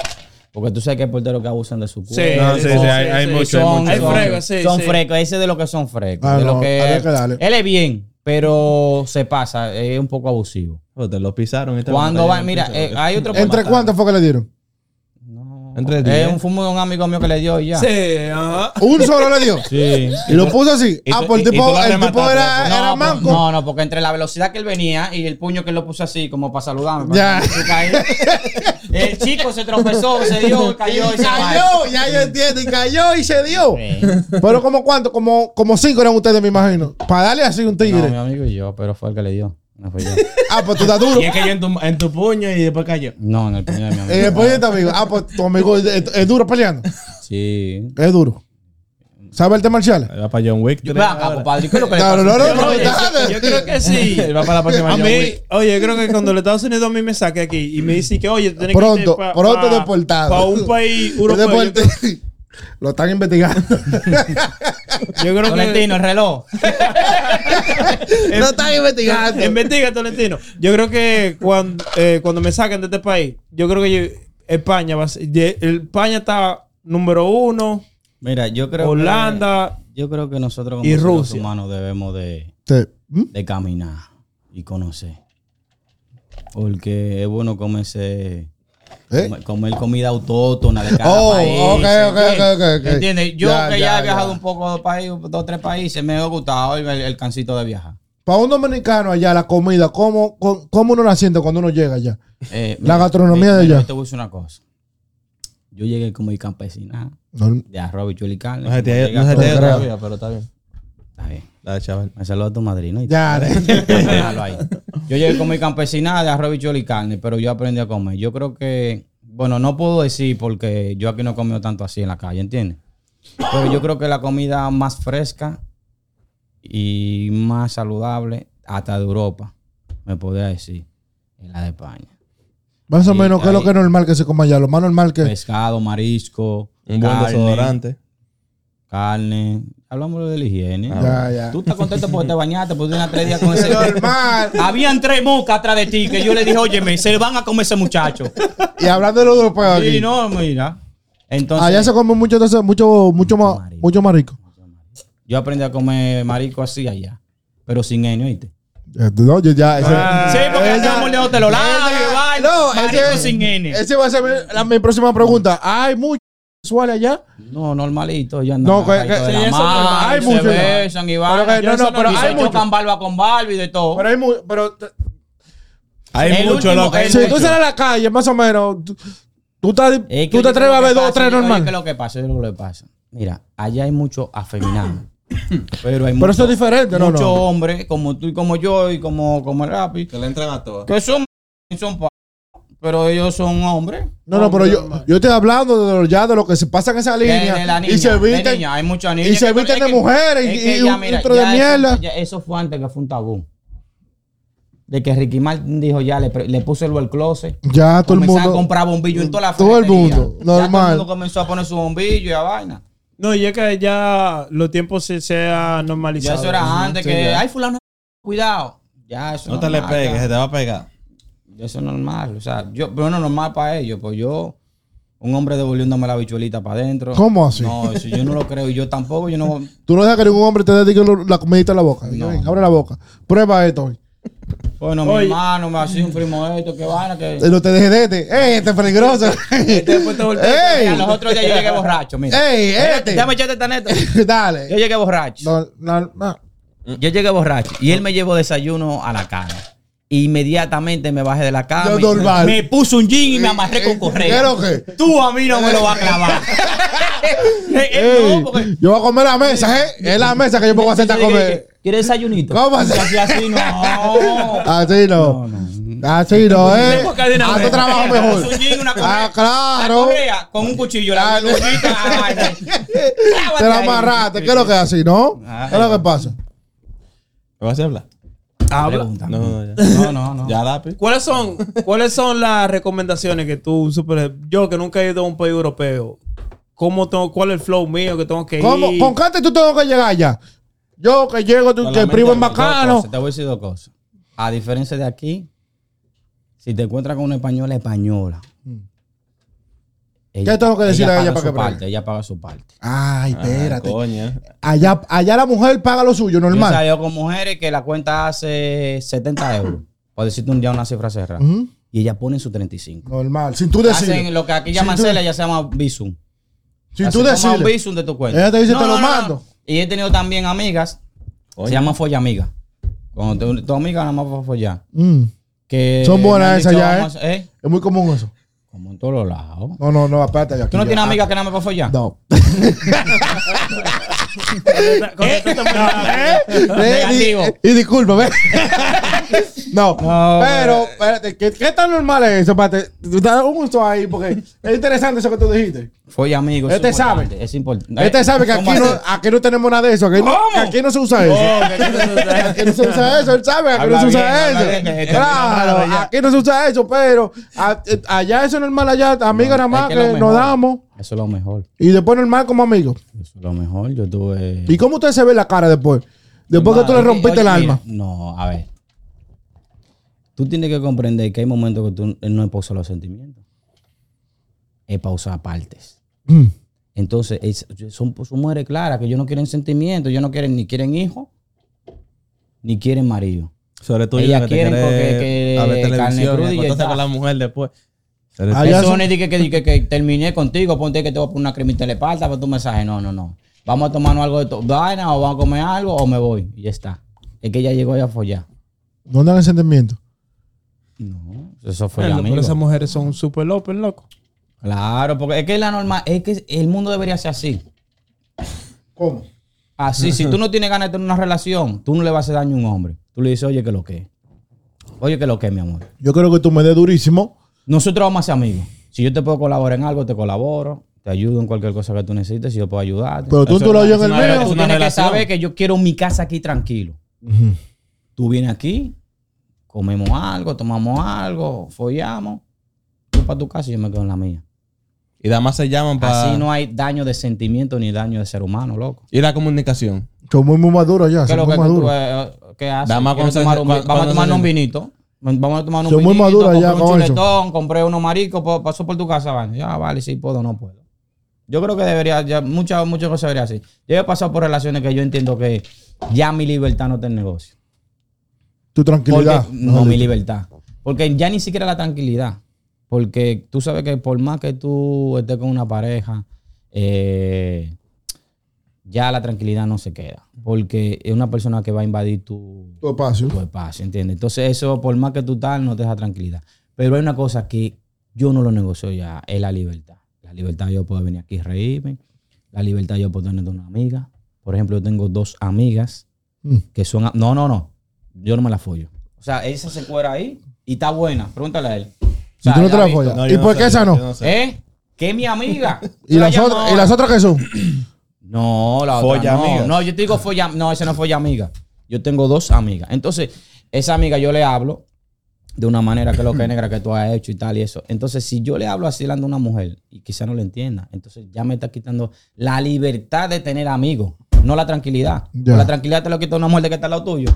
[SPEAKER 3] Porque tú sabes que hay porteros que abusan de su cuerpo.
[SPEAKER 1] Sí,
[SPEAKER 4] No, sí, sí, hay- hay mucho.
[SPEAKER 3] son,
[SPEAKER 1] Hay
[SPEAKER 3] son-
[SPEAKER 1] frecos, sí,
[SPEAKER 3] son
[SPEAKER 1] sí.
[SPEAKER 3] frecos, ese es de los que son frecos.
[SPEAKER 2] Ah,
[SPEAKER 3] de
[SPEAKER 2] no,
[SPEAKER 3] lo que,
[SPEAKER 2] había que darle.
[SPEAKER 3] él es bien, pero se pasa, es un poco abusivo.
[SPEAKER 4] Te lo pisaron. y te
[SPEAKER 3] Cuando
[SPEAKER 4] lo
[SPEAKER 3] va,
[SPEAKER 4] mataron.
[SPEAKER 3] mira, eh, hay otro
[SPEAKER 2] ¿Entre
[SPEAKER 3] formato.
[SPEAKER 2] cuántos fue que le dieron?
[SPEAKER 3] No,
[SPEAKER 4] Entre
[SPEAKER 3] es
[SPEAKER 4] diez.
[SPEAKER 3] un fumo de un amigo mío que le dio y ya.
[SPEAKER 1] Sí, ajá.
[SPEAKER 2] Un solo le dio.
[SPEAKER 3] Sí.
[SPEAKER 2] Y lo puso así.
[SPEAKER 4] y
[SPEAKER 2] Ah,
[SPEAKER 4] tú-
[SPEAKER 2] pues el
[SPEAKER 4] y- y tú
[SPEAKER 2] tipo,
[SPEAKER 4] lo
[SPEAKER 2] el
[SPEAKER 4] remataste,
[SPEAKER 2] tipo era,
[SPEAKER 3] pues, No,
[SPEAKER 2] era
[SPEAKER 3] por-
[SPEAKER 2] manco.
[SPEAKER 3] No, no, porque entre la velocidad que él venía y el puño que él lo puso así, como para saludarme. para
[SPEAKER 2] Ya.
[SPEAKER 3] que se caiga. el chico se tropezó, se dio, cayó y se
[SPEAKER 2] cayó, ya yo entiendo. Y cayó y se dio.
[SPEAKER 3] Sí.
[SPEAKER 2] Pero como cuánto, como, como cinco eran ustedes, me imagino. Para darle así un
[SPEAKER 3] No, mi
[SPEAKER 2] tigre.
[SPEAKER 3] amigo y yo, pero fue el que le dio. No fue yo.
[SPEAKER 2] Ah, pues tú estás duro.
[SPEAKER 4] Y es que yo en tu, en tu puño y después cayó.
[SPEAKER 3] No, en el puño de mi
[SPEAKER 2] Y
[SPEAKER 4] Eh,
[SPEAKER 3] amigo.
[SPEAKER 2] después de tu amigo. Ah, pues tu amigo es, es duro peleando.
[SPEAKER 3] Sí.
[SPEAKER 2] Es duro. ¿Sabe artes marciales?
[SPEAKER 4] Va para John Wick.
[SPEAKER 3] Ve acá, compadre, ¿qué es lo que le
[SPEAKER 2] No, no, no,
[SPEAKER 3] pasa?
[SPEAKER 2] no, pero
[SPEAKER 1] Oye,
[SPEAKER 2] dale.
[SPEAKER 1] yo, yo creo que sí.
[SPEAKER 4] Va para la
[SPEAKER 3] Ah,
[SPEAKER 4] próxima
[SPEAKER 1] A
[SPEAKER 4] John
[SPEAKER 1] mí,
[SPEAKER 4] Wick.
[SPEAKER 1] oye, yo creo que cuando los Estados Unidos a mí me saque aquí y me dicen que, oye, tú tienes que
[SPEAKER 2] Pronto, pronto deportado.
[SPEAKER 1] Para un país europeo. Yo
[SPEAKER 2] Deporte.
[SPEAKER 1] creo,
[SPEAKER 2] Lo están investigando.
[SPEAKER 1] yo creo que.
[SPEAKER 3] Tolentino, el reloj.
[SPEAKER 2] Lo están investigando.
[SPEAKER 1] Investiga, Tolentino. Yo creo que cuando, eh, cuando me saquen de este país, yo creo que yo- España va a ser- de- el- España está número uno,
[SPEAKER 3] Mira, yo creo
[SPEAKER 1] Holanda.
[SPEAKER 3] que... Yo creo que nosotros como
[SPEAKER 1] Y
[SPEAKER 3] seres
[SPEAKER 1] Rusia.
[SPEAKER 3] humanos debemos de,
[SPEAKER 2] Sí. ¿Mm?
[SPEAKER 3] de caminar y conocer. Porque es bueno comerse...
[SPEAKER 2] ¿Eh?
[SPEAKER 3] come- Comer comida autóctona de cada
[SPEAKER 2] Oh,
[SPEAKER 3] país.
[SPEAKER 2] ok, ok,
[SPEAKER 3] ¿entiendes?
[SPEAKER 2] ok, ok, ok.
[SPEAKER 3] ¿Entiendes? Yo
[SPEAKER 2] Ya,
[SPEAKER 3] que ya,
[SPEAKER 2] ya,
[SPEAKER 3] he viajado
[SPEAKER 2] ya.
[SPEAKER 3] un poco de país, dos tres países, me ha gustado el, el cansito de viajar.
[SPEAKER 2] Para un dominicano allá, la comida, ¿cómo, cómo, cómo uno la siente cuando uno llega allá?
[SPEAKER 3] Eh,
[SPEAKER 2] La gastronomía de
[SPEAKER 3] mira,
[SPEAKER 2] allá.
[SPEAKER 3] Yo te voy a decir una cosa. Yo llegué como mi campesina
[SPEAKER 2] No,
[SPEAKER 3] de arroz, bichuela y carne.
[SPEAKER 4] No se
[SPEAKER 3] Como
[SPEAKER 4] te
[SPEAKER 3] llegué
[SPEAKER 4] no
[SPEAKER 3] a
[SPEAKER 4] se
[SPEAKER 3] todo-
[SPEAKER 4] te
[SPEAKER 2] todo.
[SPEAKER 4] todavía, pero está bien.
[SPEAKER 3] Está bien.
[SPEAKER 4] Dale, chaval.
[SPEAKER 3] Me saluda tu madrino. Y
[SPEAKER 2] Ya,
[SPEAKER 3] Déjalo ahí. Yo llegué con mi campesinada de arroz, bichuelo y carne, pero yo aprendí a comer. Yo creo que, bueno, no puedo decir porque yo aquí no he comido tanto así en la calle, ¿entiendes? Pero yo creo que la comida más fresca y más saludable, hasta de Europa, me podría decir, es la de España.
[SPEAKER 2] Más o
[SPEAKER 3] Sí,
[SPEAKER 2] menos, ¿qué es lo
[SPEAKER 3] ahí.
[SPEAKER 2] que es normal que se coma allá? Lo más normal que.
[SPEAKER 3] Pescado, marisco,
[SPEAKER 4] Un buen
[SPEAKER 3] carne,
[SPEAKER 4] desodorante.
[SPEAKER 3] carne. Hablamos de la higiene.
[SPEAKER 2] ya, ya.
[SPEAKER 3] Tú estás contento porque te bañaste, porque tú tienes tres días con ese...
[SPEAKER 2] normal.
[SPEAKER 3] Habían tres moscas atrás de ti que yo le dije, óyeme, se van a comer ese muchacho.
[SPEAKER 2] Y hablando de los europeos aquí.
[SPEAKER 3] Y no, mira. Entonces,
[SPEAKER 2] allá se come mucho, entonces, mucho, mucho más,
[SPEAKER 3] Marisco.
[SPEAKER 2] mucho más rico.
[SPEAKER 3] yo aprendí a comer marico así allá. Pero sin genio, ¿viste?
[SPEAKER 2] Eh, No, yo ya. ese-
[SPEAKER 3] Sí, porque
[SPEAKER 2] esa-
[SPEAKER 3] estamos lejos de los labios,
[SPEAKER 2] esa-
[SPEAKER 3] vaina.
[SPEAKER 2] Ah, no,
[SPEAKER 3] marico
[SPEAKER 2] ese-
[SPEAKER 3] sin genio.
[SPEAKER 2] Esa va a ser mi- la- mi próxima pregunta. ¿Hay mucho sexual allá?
[SPEAKER 3] No, normalito. Ya no,
[SPEAKER 2] No, que- que-
[SPEAKER 1] sí, eso es normal.
[SPEAKER 3] hay
[SPEAKER 2] Hay
[SPEAKER 3] muchos.
[SPEAKER 2] mucho,
[SPEAKER 3] Se
[SPEAKER 2] ¿no?
[SPEAKER 3] besan y van.
[SPEAKER 2] Pero que- no,
[SPEAKER 3] y
[SPEAKER 2] no, pero
[SPEAKER 3] se
[SPEAKER 2] hay mucho.
[SPEAKER 3] chocan barba con barba y de todo.
[SPEAKER 2] Pero hay mu- pero t-
[SPEAKER 4] Hay
[SPEAKER 3] El
[SPEAKER 4] mucho
[SPEAKER 3] último-
[SPEAKER 4] loco.
[SPEAKER 3] el-
[SPEAKER 4] hay
[SPEAKER 2] si
[SPEAKER 4] mucho.
[SPEAKER 2] tú sales a la calle, más o menos, tú, tú estás-
[SPEAKER 3] Es que
[SPEAKER 2] tú te
[SPEAKER 3] yo creo
[SPEAKER 2] atreves a
[SPEAKER 3] que
[SPEAKER 2] ver dos o
[SPEAKER 3] pasa,
[SPEAKER 2] tres
[SPEAKER 3] yo- oye,
[SPEAKER 2] normal.
[SPEAKER 3] ¿Qué es lo que pasa? Yo creo que lo que pasa. Mira, allá hay muchos afeminados. pero hay
[SPEAKER 2] Pero eso es
[SPEAKER 3] mucho-
[SPEAKER 2] diferente, no,
[SPEAKER 3] muchos
[SPEAKER 2] no.
[SPEAKER 3] hombres, como tú y como yo, y como, como el Rappi,
[SPEAKER 4] Que le entran a todas.
[SPEAKER 3] que son, son pa- pero ellos son hombres.
[SPEAKER 2] No, no, pero yo, yo estoy hablando de, lo- ya de lo que se pasa en esa
[SPEAKER 3] De-
[SPEAKER 2] línea.
[SPEAKER 3] de la niña,
[SPEAKER 2] y se
[SPEAKER 3] de
[SPEAKER 2] visten.
[SPEAKER 3] niña. Hay muchas niñas.
[SPEAKER 2] y se
[SPEAKER 3] que-
[SPEAKER 2] visten
[SPEAKER 3] es
[SPEAKER 2] de
[SPEAKER 3] que-
[SPEAKER 2] mujeres y-
[SPEAKER 3] es que
[SPEAKER 2] y un litro de
[SPEAKER 3] ya eso-
[SPEAKER 2] mierda.
[SPEAKER 3] ya eso fue antes que fue un tabú. De que Ricky Martin dijo ya, le, pre- le puso el al closet.
[SPEAKER 2] Ya todo el
[SPEAKER 3] Comenzaron
[SPEAKER 2] mundo.
[SPEAKER 3] a comprar bombillos en toda la
[SPEAKER 2] Todo el
[SPEAKER 3] ferretería.
[SPEAKER 2] mundo,
[SPEAKER 3] Ya todo
[SPEAKER 2] normal.
[SPEAKER 3] el mundo comenzó a poner su bombillo y a vaina.
[SPEAKER 1] No, y es que ya los tiempos se, se han
[SPEAKER 3] Ya
[SPEAKER 1] normalizado.
[SPEAKER 3] eso era antes
[SPEAKER 4] sí,
[SPEAKER 3] que,
[SPEAKER 4] ya.
[SPEAKER 3] ay, fulano, cuidado. Ya, eso
[SPEAKER 4] No te le
[SPEAKER 3] normal,
[SPEAKER 4] pegues,
[SPEAKER 3] ya.
[SPEAKER 4] se te va a pegar.
[SPEAKER 3] Eso es normal. O sea, yo, pero no normal para ellos. Pues yo, un hombre devolviéndome la bichuelita para adentro.
[SPEAKER 2] ¿Cómo así?
[SPEAKER 3] No, eso yo no lo creo. y Yo tampoco, yo no.
[SPEAKER 2] Tú no dejas que ningún hombre te dedique lo- la comidita a la boca.
[SPEAKER 3] No.
[SPEAKER 2] Ven, abre la boca. Prueba esto. hoy.
[SPEAKER 3] Bueno, pues mi
[SPEAKER 1] Oye.
[SPEAKER 3] hermano, me hacía un primo de esto, qué vaina, que.
[SPEAKER 2] No te dejes de este. ¡Ey, este es peligroso!
[SPEAKER 3] Este
[SPEAKER 1] después te voltea.
[SPEAKER 2] ¡Ey!
[SPEAKER 3] Mira, los otros días yo llegué borracho, mira.
[SPEAKER 2] ¡Ey,
[SPEAKER 3] Mira,
[SPEAKER 2] este!
[SPEAKER 3] Déjame echarte esta neta. Yo
[SPEAKER 2] Dale.
[SPEAKER 3] llegué borracho.
[SPEAKER 2] No, no, no.
[SPEAKER 3] Yo llegué borracho. Y él me llevó desayuno a la cama. Inmediatamente me bajé de la cama.
[SPEAKER 2] Yo
[SPEAKER 3] y-
[SPEAKER 2] normal.
[SPEAKER 3] Me puso un jean y me amarré con
[SPEAKER 2] ¿Qué es
[SPEAKER 3] correa.
[SPEAKER 2] lo que?
[SPEAKER 3] Tú a mí no me lo vas a clavar. Eh, eh,
[SPEAKER 2] Ey,
[SPEAKER 3] no, porque-
[SPEAKER 2] yo voy a comer la mesa, ¿eh? Es la mesa que yo me voy a sentar a
[SPEAKER 3] Yo dije,
[SPEAKER 2] comer.
[SPEAKER 3] ¿Quieres desayunito?
[SPEAKER 2] ¿Cómo así?
[SPEAKER 3] Así, así, no.
[SPEAKER 2] Así no. Así no, ¿eh?
[SPEAKER 1] Enfoca de una
[SPEAKER 2] Haz tu
[SPEAKER 1] vez.
[SPEAKER 2] trabajo
[SPEAKER 3] Un
[SPEAKER 2] mejor.
[SPEAKER 3] jean, una correa.
[SPEAKER 2] Ah, claro.
[SPEAKER 3] La correa con un cuchillo, la
[SPEAKER 2] Ah, no.
[SPEAKER 3] lujita. ay, ay. Clávate
[SPEAKER 2] Te la
[SPEAKER 3] ahí.
[SPEAKER 2] amarraste. ¿Qué es lo que es así, no?
[SPEAKER 3] Ah,
[SPEAKER 2] ¿Qué es
[SPEAKER 3] eh.
[SPEAKER 2] lo que pasa?
[SPEAKER 4] ¿Me vas a hablar?
[SPEAKER 1] Habla.
[SPEAKER 3] Pregunta.
[SPEAKER 4] No, no, ya.
[SPEAKER 3] No, no, no.
[SPEAKER 4] Ya, lápiz.
[SPEAKER 1] ¿Cuáles son, ¿Cuáles son las recomendaciones que tú, un super, yo que nunca he ido a un país europeo, ¿cómo tengo, cuál es el flow mío que tengo que
[SPEAKER 2] ¿Cómo?
[SPEAKER 1] ir?
[SPEAKER 2] ¿Con qué antes tú tengo que llegar ya? Yo que llego, tú, que el primo es
[SPEAKER 3] Dos
[SPEAKER 2] bacano.
[SPEAKER 3] cosas, te voy a decir dos cosas. A diferencia de aquí, si te encuentras con una española, española. Ella-
[SPEAKER 2] ¿Qué tengo que decirle a ella
[SPEAKER 3] paga
[SPEAKER 2] para
[SPEAKER 3] su
[SPEAKER 2] que
[SPEAKER 3] parte, Ella paga su parte.
[SPEAKER 2] Ay,
[SPEAKER 4] Ah,
[SPEAKER 2] espérate.
[SPEAKER 4] coño.
[SPEAKER 2] Allá, allá la mujer paga lo suyo,
[SPEAKER 3] Yo he
[SPEAKER 2] normal.
[SPEAKER 3] salido con mujeres que la cuenta hace 70 euros. Por decirte un día una cifra cerrada.
[SPEAKER 2] Ujú.
[SPEAKER 3] Y ellas ponen su 35.
[SPEAKER 2] Normal. Sin tú
[SPEAKER 3] Hacen
[SPEAKER 2] decirle.
[SPEAKER 3] lo que aquí
[SPEAKER 2] Si
[SPEAKER 3] llaman
[SPEAKER 2] tú-
[SPEAKER 3] cela, ya se llama visum.
[SPEAKER 2] Sin
[SPEAKER 3] Así
[SPEAKER 2] tú
[SPEAKER 3] toma un
[SPEAKER 2] decirle.
[SPEAKER 3] visum de tu cuenta.
[SPEAKER 2] Ella te dice, "Te lo mando".
[SPEAKER 3] Y he tenido también amigas,
[SPEAKER 4] Coño.
[SPEAKER 3] se llaman follamigas. Cuando tu, tu amiga nada más va a follar.
[SPEAKER 2] Mm.
[SPEAKER 3] Que
[SPEAKER 2] Son buenas
[SPEAKER 3] me han
[SPEAKER 2] esas
[SPEAKER 3] dicho,
[SPEAKER 2] ya,
[SPEAKER 3] "Vamos, ¿eh?
[SPEAKER 2] Es muy común eso.
[SPEAKER 3] Como en todos los lados.
[SPEAKER 2] No, no, no, espérate. Aquí
[SPEAKER 3] ¿Tú
[SPEAKER 2] ya.
[SPEAKER 3] no
[SPEAKER 2] Ah,
[SPEAKER 3] tienes amigas que nada más va a follar?
[SPEAKER 2] No.
[SPEAKER 1] Con esto te mandaron.
[SPEAKER 3] ¿Eh? Negativo.
[SPEAKER 2] Eh, Y, y disculpa, ¿ves? no.
[SPEAKER 3] No,
[SPEAKER 2] pero, espérate, ¿qué, qué tan normal es eso? Espérate, tú te das un gusto ahí porque es interesante eso que tú dijiste.
[SPEAKER 3] Folla amigo.
[SPEAKER 2] Este sabe.
[SPEAKER 3] Es importante.
[SPEAKER 2] Este
[SPEAKER 3] Eh,
[SPEAKER 2] sabe que
[SPEAKER 3] ¿cómo
[SPEAKER 2] aquí no,
[SPEAKER 3] así?
[SPEAKER 2] aquí no tenemos nada de eso. Aquí no,
[SPEAKER 3] ¿Cómo? Oh.
[SPEAKER 2] que aquí no se usa
[SPEAKER 3] Eh.
[SPEAKER 2] eso. Aquí no se usa eso, él sabe que aquí no
[SPEAKER 3] Habla
[SPEAKER 2] se
[SPEAKER 3] bien,
[SPEAKER 2] usa
[SPEAKER 3] habla bien, que
[SPEAKER 2] eso.
[SPEAKER 3] este no habla
[SPEAKER 2] Claro,
[SPEAKER 3] ya.
[SPEAKER 2] aquí no se usa eso, pero a- eh, allá eso es normal, allá, amigas nada
[SPEAKER 3] es
[SPEAKER 2] más
[SPEAKER 3] que
[SPEAKER 2] que,
[SPEAKER 3] lo mejor.
[SPEAKER 2] nos damos
[SPEAKER 3] Eso es lo mejor.
[SPEAKER 2] y después normal como amigos.
[SPEAKER 3] Eso es lo mejor. Yo tuve.
[SPEAKER 2] ¿Y cómo usted se ve la cara después? Después que tú le
[SPEAKER 3] Oye,
[SPEAKER 2] rompiste el
[SPEAKER 3] mira,
[SPEAKER 2] alma.
[SPEAKER 3] No, a ver. Tú tienes que comprender que hay momentos que tú no es pausar los sentimientos. Es pausar partes.
[SPEAKER 2] Mm.
[SPEAKER 3] Entonces, es- son, son mujeres claras que ellos no quieren sentimientos, ellos no quieren ni quieren hijo, ni quieren marido.
[SPEAKER 4] Sobre todo
[SPEAKER 3] Ellas
[SPEAKER 4] yo que te
[SPEAKER 3] quieren
[SPEAKER 4] querés
[SPEAKER 3] porque- que
[SPEAKER 4] a ver
[SPEAKER 3] carne
[SPEAKER 4] televisión
[SPEAKER 3] cruda y
[SPEAKER 4] y acostarte
[SPEAKER 3] ya.
[SPEAKER 4] con la mujer después. Sobre
[SPEAKER 2] Ah,
[SPEAKER 4] todo-
[SPEAKER 2] ya
[SPEAKER 3] Eso
[SPEAKER 2] son-
[SPEAKER 3] no es de que, que, que- que terminé contigo, ponte que te voy a poner una cremita en la espalda pues para tu mensaje. No, no, no. Vamos a tomarnos algo de tu vaina o vamos a comer algo o me voy. Y ya está. Es que ella llegó allá a follar.
[SPEAKER 2] ¿Dónde el encendimiento?
[SPEAKER 3] No, eso fue
[SPEAKER 1] Bueno,
[SPEAKER 3] amigo.
[SPEAKER 1] pero esas mujeres son super open, loco.
[SPEAKER 3] Claro, porque es que es la norma, es que el mundo debería ser así.
[SPEAKER 2] ¿Cómo?
[SPEAKER 3] Así, si tú no tienes ganas de tener una relación, tú no le vas a hacer daño a un hombre. Tú le dices, oye, que lo que es. Oye, que lo que, mi amor.
[SPEAKER 2] Yo creo que tú me des durísimo.
[SPEAKER 3] Nosotros vamos a ser amigos. Si yo te puedo colaborar en algo, te colaboro. Te ayudo en cualquier cosa que tú necesites. Si yo puedo ayudarte.
[SPEAKER 2] Pero tú en
[SPEAKER 4] Eso
[SPEAKER 2] tu lado,
[SPEAKER 4] es
[SPEAKER 2] yo en el
[SPEAKER 4] una-
[SPEAKER 2] mío.
[SPEAKER 4] es
[SPEAKER 3] tú
[SPEAKER 4] una
[SPEAKER 3] tienes que
[SPEAKER 4] relación.
[SPEAKER 3] saber que yo quiero mi casa aquí tranquilo. Tú vienes aquí, comemos algo, tomamos algo, follamos. Tú para tu casa y yo me quedo en la mía.
[SPEAKER 4] Y además se llaman para...
[SPEAKER 3] Así no hay daño de sentimiento ni daño de ser humano, loco.
[SPEAKER 4] Y la comunicación.
[SPEAKER 2] Son muy, muy maduros ya.
[SPEAKER 3] ¿Qué
[SPEAKER 2] Son
[SPEAKER 3] es lo
[SPEAKER 2] muy
[SPEAKER 3] que tú
[SPEAKER 2] maduros.
[SPEAKER 3] eh, qué haces?
[SPEAKER 4] Nada más
[SPEAKER 3] ¿Quieres
[SPEAKER 4] cuando se-
[SPEAKER 3] tomar un vi-
[SPEAKER 4] cuando-
[SPEAKER 3] Vamos a
[SPEAKER 4] cuando
[SPEAKER 3] tomar
[SPEAKER 4] se-
[SPEAKER 3] un vinito. Vamos a tomar un
[SPEAKER 2] Son muy
[SPEAKER 3] vinito.
[SPEAKER 2] maduros
[SPEAKER 3] compré
[SPEAKER 2] ya
[SPEAKER 3] un
[SPEAKER 2] con eso.
[SPEAKER 3] chuletón, compré unos maricos, po- pasó por tu casa, vale. Ya, vale, si puedo, no puedo. Yo creo que debería, ya, muchas, muchas cosas debería así. Yo he pasado por relaciones que yo entiendo que ya mi libertad no está en negocio.
[SPEAKER 2] Tu
[SPEAKER 3] Porque-
[SPEAKER 2] tranquilidad.
[SPEAKER 3] no, mi libertad. Porque ya ni siquiera la tranquilidad. Porque tú sabes que por más que tú estés con una pareja, eh, ya la tranquilidad no se queda. Porque es una persona que va a invadir tu,
[SPEAKER 2] Tu espacio.
[SPEAKER 3] tu espacio, Pues ¿entiendes? Entonces eso, por más que tú tal, no te deja tranquilidad. Pero hay una cosa que yo no lo negocio ya, es la libertad. La libertad yo puedo venir aquí y reírme. La libertad yo puedo tener una amiga. Por ejemplo, yo tengo dos amigas
[SPEAKER 2] Mm.
[SPEAKER 3] que son... a- No, no, no. Yo no me la follo. O sea, ella se cuera ahí y está buena. Pregúntale a él. O
[SPEAKER 2] Si
[SPEAKER 3] sea,
[SPEAKER 2] tú no
[SPEAKER 3] ya
[SPEAKER 2] te la
[SPEAKER 3] visto.
[SPEAKER 2] follas.
[SPEAKER 4] No,
[SPEAKER 2] ¿Y
[SPEAKER 4] yo no
[SPEAKER 2] por qué
[SPEAKER 4] sé,
[SPEAKER 2] esa no?
[SPEAKER 4] yo sé.
[SPEAKER 3] ¿Eh? Que es mi amiga.
[SPEAKER 2] ¿Y,
[SPEAKER 3] Yo la
[SPEAKER 2] las
[SPEAKER 3] llamo
[SPEAKER 2] otras,
[SPEAKER 3] ahora.
[SPEAKER 2] ¿Y las otras qué son?
[SPEAKER 3] No, la otra
[SPEAKER 4] Folla
[SPEAKER 3] no.
[SPEAKER 4] amigas.
[SPEAKER 3] No, yo te digo folla, no, esa no es folla amiga. Yo tengo dos amigas. Entonces, esa amiga yo le hablo de una manera que lo que es negra que tú has hecho y tal y eso. Entonces, si yo le hablo así hablando a una mujer y quizá no lo entienda, entonces ya me está quitando la libertad de tener amigos, no la tranquilidad.
[SPEAKER 2] Ya.
[SPEAKER 3] Con La tranquilidad te lo quita una mujer de que está al lado tuyo.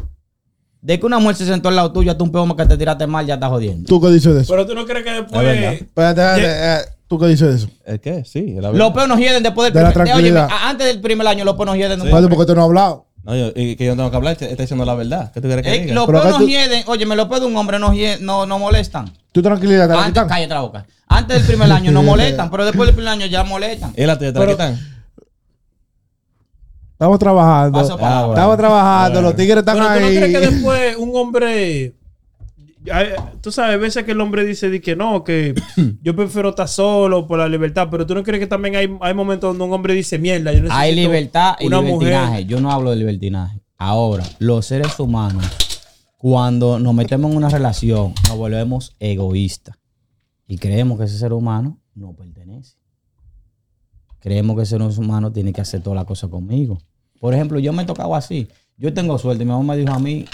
[SPEAKER 3] De que una mujer se sentó al lado tuyo, tú un peón que te tiraste mal, ya estás jodiendo.
[SPEAKER 2] ¿Tú qué dices de eso?
[SPEAKER 1] Pero tú no crees que
[SPEAKER 4] Es verdad.
[SPEAKER 1] después.
[SPEAKER 2] Espérate, espérate, eh, ¿Tú qué dices de eso?
[SPEAKER 4] ¿El qué? Sí, la verdad.
[SPEAKER 3] Los peos nos hieden después del
[SPEAKER 2] De la
[SPEAKER 3] primer- óyeme,
[SPEAKER 2] tranquilidad.
[SPEAKER 3] a- antes del primer año, los peos nos hieden.
[SPEAKER 2] Espérate, porque tú no has hablado.
[SPEAKER 4] No, yo, y que yo no tengo que hablar, te- está diciendo la verdad. ¿Qué tú quieres que
[SPEAKER 3] Eh,
[SPEAKER 4] diga?
[SPEAKER 3] los
[SPEAKER 2] Pero
[SPEAKER 3] peos
[SPEAKER 2] acá
[SPEAKER 3] no
[SPEAKER 2] tú-
[SPEAKER 3] hieden, oye, me los peos de un hombre no, hieden- no, no molestan.
[SPEAKER 2] Tu tranquilidad te la
[SPEAKER 3] Antes,
[SPEAKER 2] quitan.
[SPEAKER 3] cállate la boca. Antes del primer año no molestan, pero después del primer año ya molestan.
[SPEAKER 4] ¿Y la tuya te la
[SPEAKER 1] Pero-
[SPEAKER 4] quitan?
[SPEAKER 2] Estamos trabajando.
[SPEAKER 3] Paso para
[SPEAKER 4] Ah, bueno.
[SPEAKER 2] Estamos trabajando. Los tigres están
[SPEAKER 1] Pero tú no crees que
[SPEAKER 2] ahí.
[SPEAKER 1] después un hombre. Ay, Tú sabes, a veces que el hombre dice di que no, que yo prefiero estar solo por la libertad, pero tú no crees que también hay, hay momentos donde un hombre dice mierda. Yo
[SPEAKER 3] Hay
[SPEAKER 1] necesito
[SPEAKER 3] libertad y
[SPEAKER 1] una
[SPEAKER 3] libertinaje.
[SPEAKER 1] mujer.
[SPEAKER 3] Yo no hablo de libertinaje. Ahora, los seres humanos, cuando nos metemos en una relación, nos volvemos egoístas. Y creemos que ese ser humano no pertenece. Creemos que ese ser humano tiene que hacer toda la cosa conmigo. Por ejemplo, yo me he tocado así. Yo tengo suerte. Mi mamá me dijo a mí,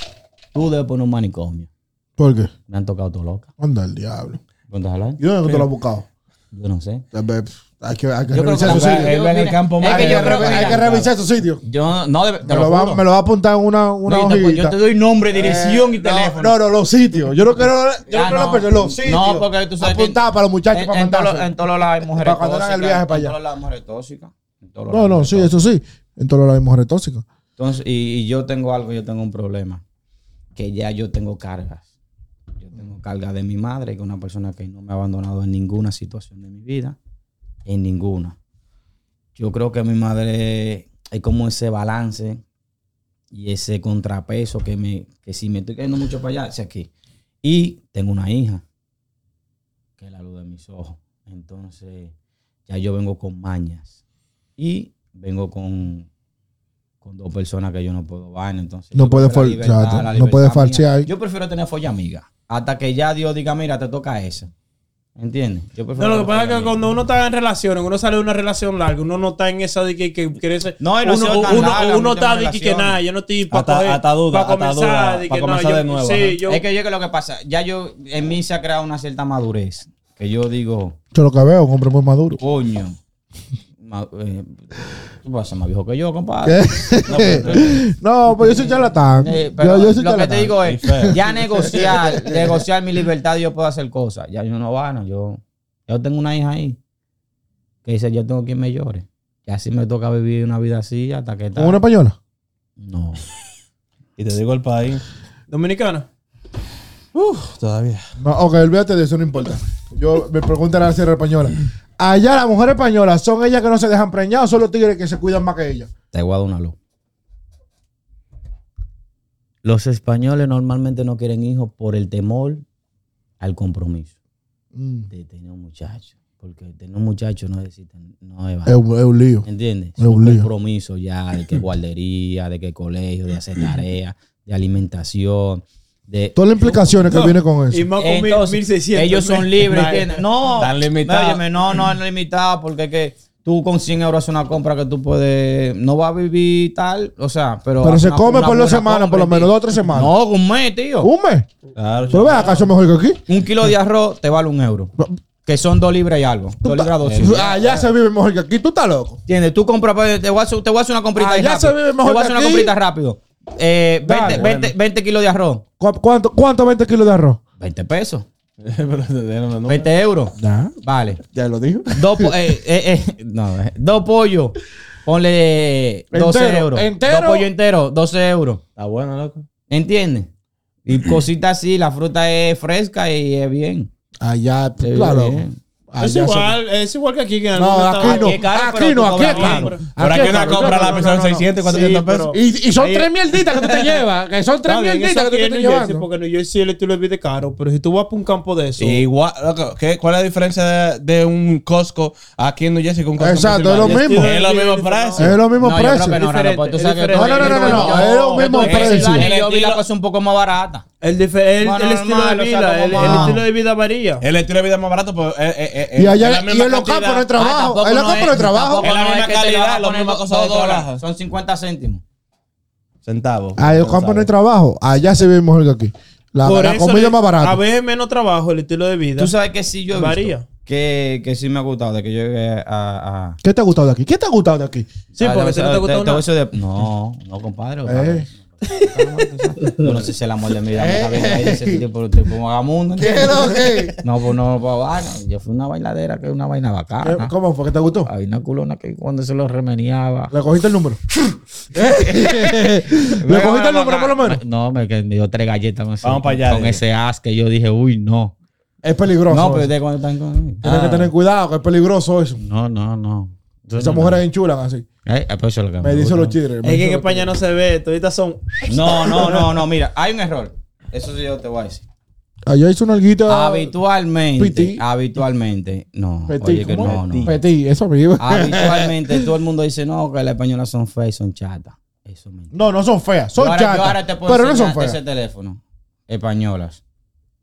[SPEAKER 3] tú debes poner un manicomio.
[SPEAKER 2] ¿Por qué?
[SPEAKER 3] Me han tocado todo loca.
[SPEAKER 2] Anda el diablo.
[SPEAKER 3] ¿Cuántas hablas?
[SPEAKER 2] Yo no te lo he buscado.
[SPEAKER 3] Yo no sé.
[SPEAKER 2] Hay que, hay que
[SPEAKER 3] Yo creo que
[SPEAKER 2] revisar su
[SPEAKER 3] tampoco-
[SPEAKER 2] sitio.
[SPEAKER 4] Él ve en el
[SPEAKER 3] mira,
[SPEAKER 4] campo
[SPEAKER 3] es
[SPEAKER 4] más.
[SPEAKER 3] que yo creo que-
[SPEAKER 2] Hay que
[SPEAKER 3] mira,
[SPEAKER 2] revisar su sitio.
[SPEAKER 3] Yo no, de- te
[SPEAKER 2] Me lo, va,
[SPEAKER 3] juro.
[SPEAKER 2] me lo va a apuntar en una, una
[SPEAKER 3] No, yo te-
[SPEAKER 2] hojita.
[SPEAKER 3] yo te doy nombre, dirección
[SPEAKER 2] Eh,
[SPEAKER 3] y teléfono.
[SPEAKER 2] No, no, no, los sitios. Yo no quiero, yo
[SPEAKER 3] Ah,
[SPEAKER 2] no quiero
[SPEAKER 3] no.
[SPEAKER 2] perder los sitios.
[SPEAKER 3] No, porque tú sabes que-
[SPEAKER 2] Apuntar para los muchachos
[SPEAKER 3] en,
[SPEAKER 2] para
[SPEAKER 3] en todos los-
[SPEAKER 2] mandarse.
[SPEAKER 3] en todos los lados hay mujeres
[SPEAKER 2] Para cuando hagan el
[SPEAKER 3] tóxicas,
[SPEAKER 2] viaje para allá.
[SPEAKER 3] En todos los lados hay mujeres tóxicas. en todos los
[SPEAKER 2] No,
[SPEAKER 3] lados hay
[SPEAKER 2] no,
[SPEAKER 3] mujeres
[SPEAKER 2] sí, eso sí. En todos los lados hay mujeres tóxicas.
[SPEAKER 3] Entonces, y, y yo tengo algo, yo tengo un problema. Que ya yo tengo cargas. Yo tengo cargas de mi madre, que es una persona que no me ha abandonado en ninguna situación de mi vida. En ninguna. Yo creo que mi madre es como ese balance y ese contrapeso que me que si me estoy cayendo mucho para allá, es aquí. Y tengo una hija, que es la luz de mis ojos. Entonces, ya yo vengo con mañas. Y vengo con, con dos personas que yo no puedo bañar. Entonces,
[SPEAKER 2] No
[SPEAKER 3] yo
[SPEAKER 2] puede
[SPEAKER 3] creo
[SPEAKER 2] fal-
[SPEAKER 3] que la libertad-
[SPEAKER 2] exacto,
[SPEAKER 3] la
[SPEAKER 2] no puede
[SPEAKER 3] libertad mía-
[SPEAKER 2] falsear.
[SPEAKER 3] Yo prefiero tener folla amiga. Hasta que ya Dios diga, mira, te toca esa. ¿Entiendes? Yo prefiero
[SPEAKER 1] No, lo que
[SPEAKER 3] tener
[SPEAKER 1] pasa es
[SPEAKER 3] folla
[SPEAKER 1] que
[SPEAKER 3] amiga.
[SPEAKER 1] cuando uno está en relaciones, uno sale de una relación larga, uno no está en esa de que, que quiere ser.
[SPEAKER 3] No, y no ha
[SPEAKER 1] uno,
[SPEAKER 3] sido tan
[SPEAKER 1] uno-
[SPEAKER 3] larga,
[SPEAKER 1] uno está
[SPEAKER 3] muchas
[SPEAKER 1] de que, que nada, yo no estoy para
[SPEAKER 4] Hasta- hasta duda,
[SPEAKER 1] para
[SPEAKER 4] hasta
[SPEAKER 1] comenzar,
[SPEAKER 4] duda,
[SPEAKER 1] de que
[SPEAKER 4] para
[SPEAKER 1] no,
[SPEAKER 4] comenzar
[SPEAKER 1] yo-
[SPEAKER 4] de nuevo, ajá.
[SPEAKER 1] Sí, yo,
[SPEAKER 3] Es que yo que lo que pasa, ya yo, en mí se ha creado una cierta madurez. Que yo digo,
[SPEAKER 2] Yo lo que veo, un hombre muy maduro.
[SPEAKER 3] coño. ma- eh, tú vas a ser más viejo que yo, compadre. No, pero-
[SPEAKER 2] No, pues yo soy charlatán.
[SPEAKER 3] eh,
[SPEAKER 2] yo,
[SPEAKER 3] pero
[SPEAKER 2] yo soy
[SPEAKER 3] lo que
[SPEAKER 2] charlatán.
[SPEAKER 3] te digo es,
[SPEAKER 4] Y feo.
[SPEAKER 3] ya negociar, negociar mi libertad, yo puedo hacer cosas. Ya yo no van, yo, yo tengo una hija ahí que dice, yo tengo quien me llore. Y así me toca vivir una vida así hasta que
[SPEAKER 2] ¿Con
[SPEAKER 3] tal.
[SPEAKER 2] una pañola?
[SPEAKER 3] No.
[SPEAKER 4] Y te digo el país.
[SPEAKER 1] Dominicana.
[SPEAKER 4] Uf, todavía.
[SPEAKER 2] No, ok, olvídate de eso, no importa. Yo me pregunto a la sierra española. Allá las mujeres españolas son ellas que no se dejan preñar o son los tigres que se cuidan más que ellas.
[SPEAKER 3] Te voy a dar una luz. Los españoles normalmente no quieren hijos por el temor al compromiso
[SPEAKER 2] Mm.
[SPEAKER 3] de tener un muchacho. Porque tener un muchacho no es, no es
[SPEAKER 2] Es, un- es un lío.
[SPEAKER 3] ¿Entiendes?
[SPEAKER 2] Es
[SPEAKER 3] Es un
[SPEAKER 2] un lío.
[SPEAKER 3] compromiso ya de que guardería, de que colegio, de hacer tareas, de alimentación, de
[SPEAKER 2] Todas las implicaciones que
[SPEAKER 1] No,
[SPEAKER 2] viene con eso.
[SPEAKER 1] Y más con mil-
[SPEAKER 3] Entonces,
[SPEAKER 1] 1600.
[SPEAKER 3] Ellos son libres.
[SPEAKER 4] Vale.
[SPEAKER 3] ¿entiendes? No,
[SPEAKER 4] Están limitados.
[SPEAKER 3] óyeme, no, no es limitado porque es que tú con 100 euros haces una compra que tú puedes. No vas a vivir tal, o sea, pero.
[SPEAKER 2] Pero
[SPEAKER 3] haz
[SPEAKER 2] se
[SPEAKER 3] una-
[SPEAKER 2] come
[SPEAKER 3] una
[SPEAKER 2] por dos
[SPEAKER 3] buena
[SPEAKER 2] semanas, por lo
[SPEAKER 3] compra,
[SPEAKER 2] menos dos Uh.
[SPEAKER 3] tío.
[SPEAKER 2] o tres semanas.
[SPEAKER 3] No, un mes, tío.
[SPEAKER 2] Un mes.
[SPEAKER 4] Claro,
[SPEAKER 2] Pero ve acaso mejor que aquí.
[SPEAKER 3] Un kilo de arroz te vale un euro. Que son dos libras y algo. Dos libras a doscientos.
[SPEAKER 2] Allá se vive mejor que aquí. Tú estás loco.
[SPEAKER 3] ¿Entiendes? Tú compras, pues, te voy a hacer, te voy a hacer una comprita ahí
[SPEAKER 2] Allá
[SPEAKER 3] rápido.
[SPEAKER 2] se vive mejor
[SPEAKER 3] te voy a
[SPEAKER 2] que
[SPEAKER 3] hacer una
[SPEAKER 2] aquí.
[SPEAKER 3] comprita rápido. Eh, 20,
[SPEAKER 2] Dale.
[SPEAKER 3] 20 20 kilos de arroz.
[SPEAKER 2] ¿Cu- ¿Cuánto, cuánto 20 kilos de arroz?
[SPEAKER 3] 20 pesos.
[SPEAKER 4] Pero te dieron los números.
[SPEAKER 3] 20 euros.
[SPEAKER 2] Ya.
[SPEAKER 3] Vale.
[SPEAKER 2] Ya lo dijo.
[SPEAKER 3] Dos, po- eh, eh, eh, no, eh, dos pollos. Ponle 12
[SPEAKER 2] Entero,
[SPEAKER 3] euros.
[SPEAKER 2] entero.
[SPEAKER 3] Dos pollos enteros, 12 euros.
[SPEAKER 4] Está bueno, loco.
[SPEAKER 3] ¿Entiendes? Y cositas así, la fruta es fresca y es bien.
[SPEAKER 2] Allá,
[SPEAKER 3] Se vive
[SPEAKER 2] claro.
[SPEAKER 3] bien.
[SPEAKER 2] Allá
[SPEAKER 1] es
[SPEAKER 2] se-
[SPEAKER 1] igual, es igual que aquí. Que en
[SPEAKER 2] Ah, No,
[SPEAKER 1] algún
[SPEAKER 2] aquí no.
[SPEAKER 1] estado-
[SPEAKER 3] Aquí es caro,
[SPEAKER 2] Aquí
[SPEAKER 3] pero
[SPEAKER 2] no,
[SPEAKER 3] tú
[SPEAKER 2] aquí es
[SPEAKER 3] cobras
[SPEAKER 2] caro.
[SPEAKER 1] bien,
[SPEAKER 4] Pero aquí una
[SPEAKER 2] caro,
[SPEAKER 4] compra
[SPEAKER 2] no,
[SPEAKER 4] la
[SPEAKER 2] no,
[SPEAKER 4] persona
[SPEAKER 2] no, no.
[SPEAKER 4] 600, 400
[SPEAKER 1] Sí,
[SPEAKER 4] pesos.
[SPEAKER 1] pero-
[SPEAKER 2] Y, y son
[SPEAKER 1] Ahí-
[SPEAKER 2] tres mierditas que tú te llevas. Que son tres
[SPEAKER 1] Está bien, eso
[SPEAKER 2] mierditas que
[SPEAKER 1] aquí
[SPEAKER 2] tú te
[SPEAKER 1] en
[SPEAKER 2] estás
[SPEAKER 1] New Jersey,
[SPEAKER 2] llevando.
[SPEAKER 1] porque en New Jersey el estilo de vida es caro. Pero si tú vas para un campo de eso.
[SPEAKER 4] Igual, loco, ¿qué- ¿cuál es la diferencia de, de un Costco aquí en New Jersey con un Costco? en
[SPEAKER 2] Exacto, es lo
[SPEAKER 4] Pensilvania?
[SPEAKER 2] mismo.
[SPEAKER 4] Es lo mismo precio. Eh.
[SPEAKER 2] Es lo mismo
[SPEAKER 3] No, yo creo
[SPEAKER 2] precio.
[SPEAKER 3] que no, no, no,
[SPEAKER 1] Diferente,
[SPEAKER 3] pues tú sabes que
[SPEAKER 1] diferente.
[SPEAKER 3] yo-
[SPEAKER 1] No, no, no, no,
[SPEAKER 2] no, es lo mismo
[SPEAKER 3] yo- yo-
[SPEAKER 2] precio.
[SPEAKER 3] Yo vi la cosa un poco más barata.
[SPEAKER 1] El, dif- el,
[SPEAKER 3] Bueno,
[SPEAKER 1] el estilo
[SPEAKER 3] normal,
[SPEAKER 1] de
[SPEAKER 3] o sea,
[SPEAKER 1] vida,
[SPEAKER 3] como
[SPEAKER 1] el,
[SPEAKER 3] más-
[SPEAKER 1] el estilo de vida varía.
[SPEAKER 4] El estilo de vida es más barato, pero es, es- es-
[SPEAKER 2] Y allá
[SPEAKER 4] es la misma
[SPEAKER 2] y en los
[SPEAKER 4] cantidad.
[SPEAKER 2] campos no hay
[SPEAKER 3] Ah,
[SPEAKER 2] trabajo.
[SPEAKER 3] tampoco
[SPEAKER 2] En los
[SPEAKER 3] no
[SPEAKER 2] campos no hay trabajo.
[SPEAKER 3] tampoco
[SPEAKER 4] Es la
[SPEAKER 3] no
[SPEAKER 4] misma
[SPEAKER 3] que te le
[SPEAKER 4] calidad,
[SPEAKER 3] van a
[SPEAKER 4] lo
[SPEAKER 3] poner
[SPEAKER 4] mismo
[SPEAKER 3] dos
[SPEAKER 4] cosa de
[SPEAKER 3] dólares,
[SPEAKER 4] dólares.
[SPEAKER 3] Son 50 céntimos.
[SPEAKER 4] Centavos.
[SPEAKER 2] Ah, en los campos no hay trabajo. Allá se vive mejor que aquí. La,
[SPEAKER 1] Por
[SPEAKER 2] la
[SPEAKER 1] eso
[SPEAKER 2] comida
[SPEAKER 1] le-
[SPEAKER 2] es más barata.
[SPEAKER 1] A veces menos trabajo el estilo de vida.
[SPEAKER 3] Tú sabes que sí yo he
[SPEAKER 1] Varía.
[SPEAKER 3] visto que, que sí me ha gustado de que yo llegué a... a- a-
[SPEAKER 2] ¿Qué te ha gustado de aquí? ¿Qué te ha gustado de aquí?
[SPEAKER 1] Sí,
[SPEAKER 3] a-
[SPEAKER 1] porque
[SPEAKER 3] a-
[SPEAKER 1] a ti no Ah, te ha gustado
[SPEAKER 3] voy a decir de- No, no, compadre.
[SPEAKER 2] Eh.
[SPEAKER 3] compadre. Yo no sé si el amor de mi vida me está viendo ahí, ese tipo, tipo vagabundo. No, pues no, pues vaina. Yo fui una bailadera que es una vaina bacana.
[SPEAKER 2] Eh, ¿Cómo fue que te gustó?
[SPEAKER 3] Hay una culona que cuando se lo remeniaba.
[SPEAKER 2] ¿Le cogiste el número? ¿Le cogiste el número por lo menos?
[SPEAKER 3] No, me, que me dio tres galletas con, ese-
[SPEAKER 4] Vamos para allá,
[SPEAKER 3] con
[SPEAKER 4] dile.
[SPEAKER 3] ese as que yo dije, uy, no.
[SPEAKER 2] Es Ah. peligroso.
[SPEAKER 3] No, pero Ah.
[SPEAKER 2] eso.
[SPEAKER 3] ustedes cuando están con.
[SPEAKER 2] Tienes que tener cuidado, que es peligroso eso.
[SPEAKER 3] No, no, no. Yo
[SPEAKER 2] Esas
[SPEAKER 3] no,
[SPEAKER 2] mujeres enchulan así.
[SPEAKER 3] no. Eh, pues eso es lo que
[SPEAKER 2] Me dicen
[SPEAKER 3] gusta.
[SPEAKER 2] los chidres.
[SPEAKER 1] nada. Es que en España no se ve. Toditas son.
[SPEAKER 3] No, no, no, no, mira, hay un error. Eso sí yo te voy a decir.
[SPEAKER 2] Allá hizo Ah, una
[SPEAKER 3] Ah,
[SPEAKER 2] alguita.
[SPEAKER 3] Habitualmente,
[SPEAKER 2] Piti.
[SPEAKER 3] habitualmente, no. oye
[SPEAKER 2] Petit,
[SPEAKER 3] que no,
[SPEAKER 2] ¿cómo?
[SPEAKER 3] no.
[SPEAKER 2] Petit, eso vive.
[SPEAKER 3] Ah. Habitualmente todo el mundo dice, no, que las españolas son feas y son chatas. Eso es mentira.
[SPEAKER 2] No, no son feas. Son
[SPEAKER 3] Yo ahora- yo ahora te
[SPEAKER 2] chatas.
[SPEAKER 3] puedo
[SPEAKER 2] Pero no son
[SPEAKER 3] enseñar
[SPEAKER 2] feas.
[SPEAKER 3] ese teléfono. Españolas.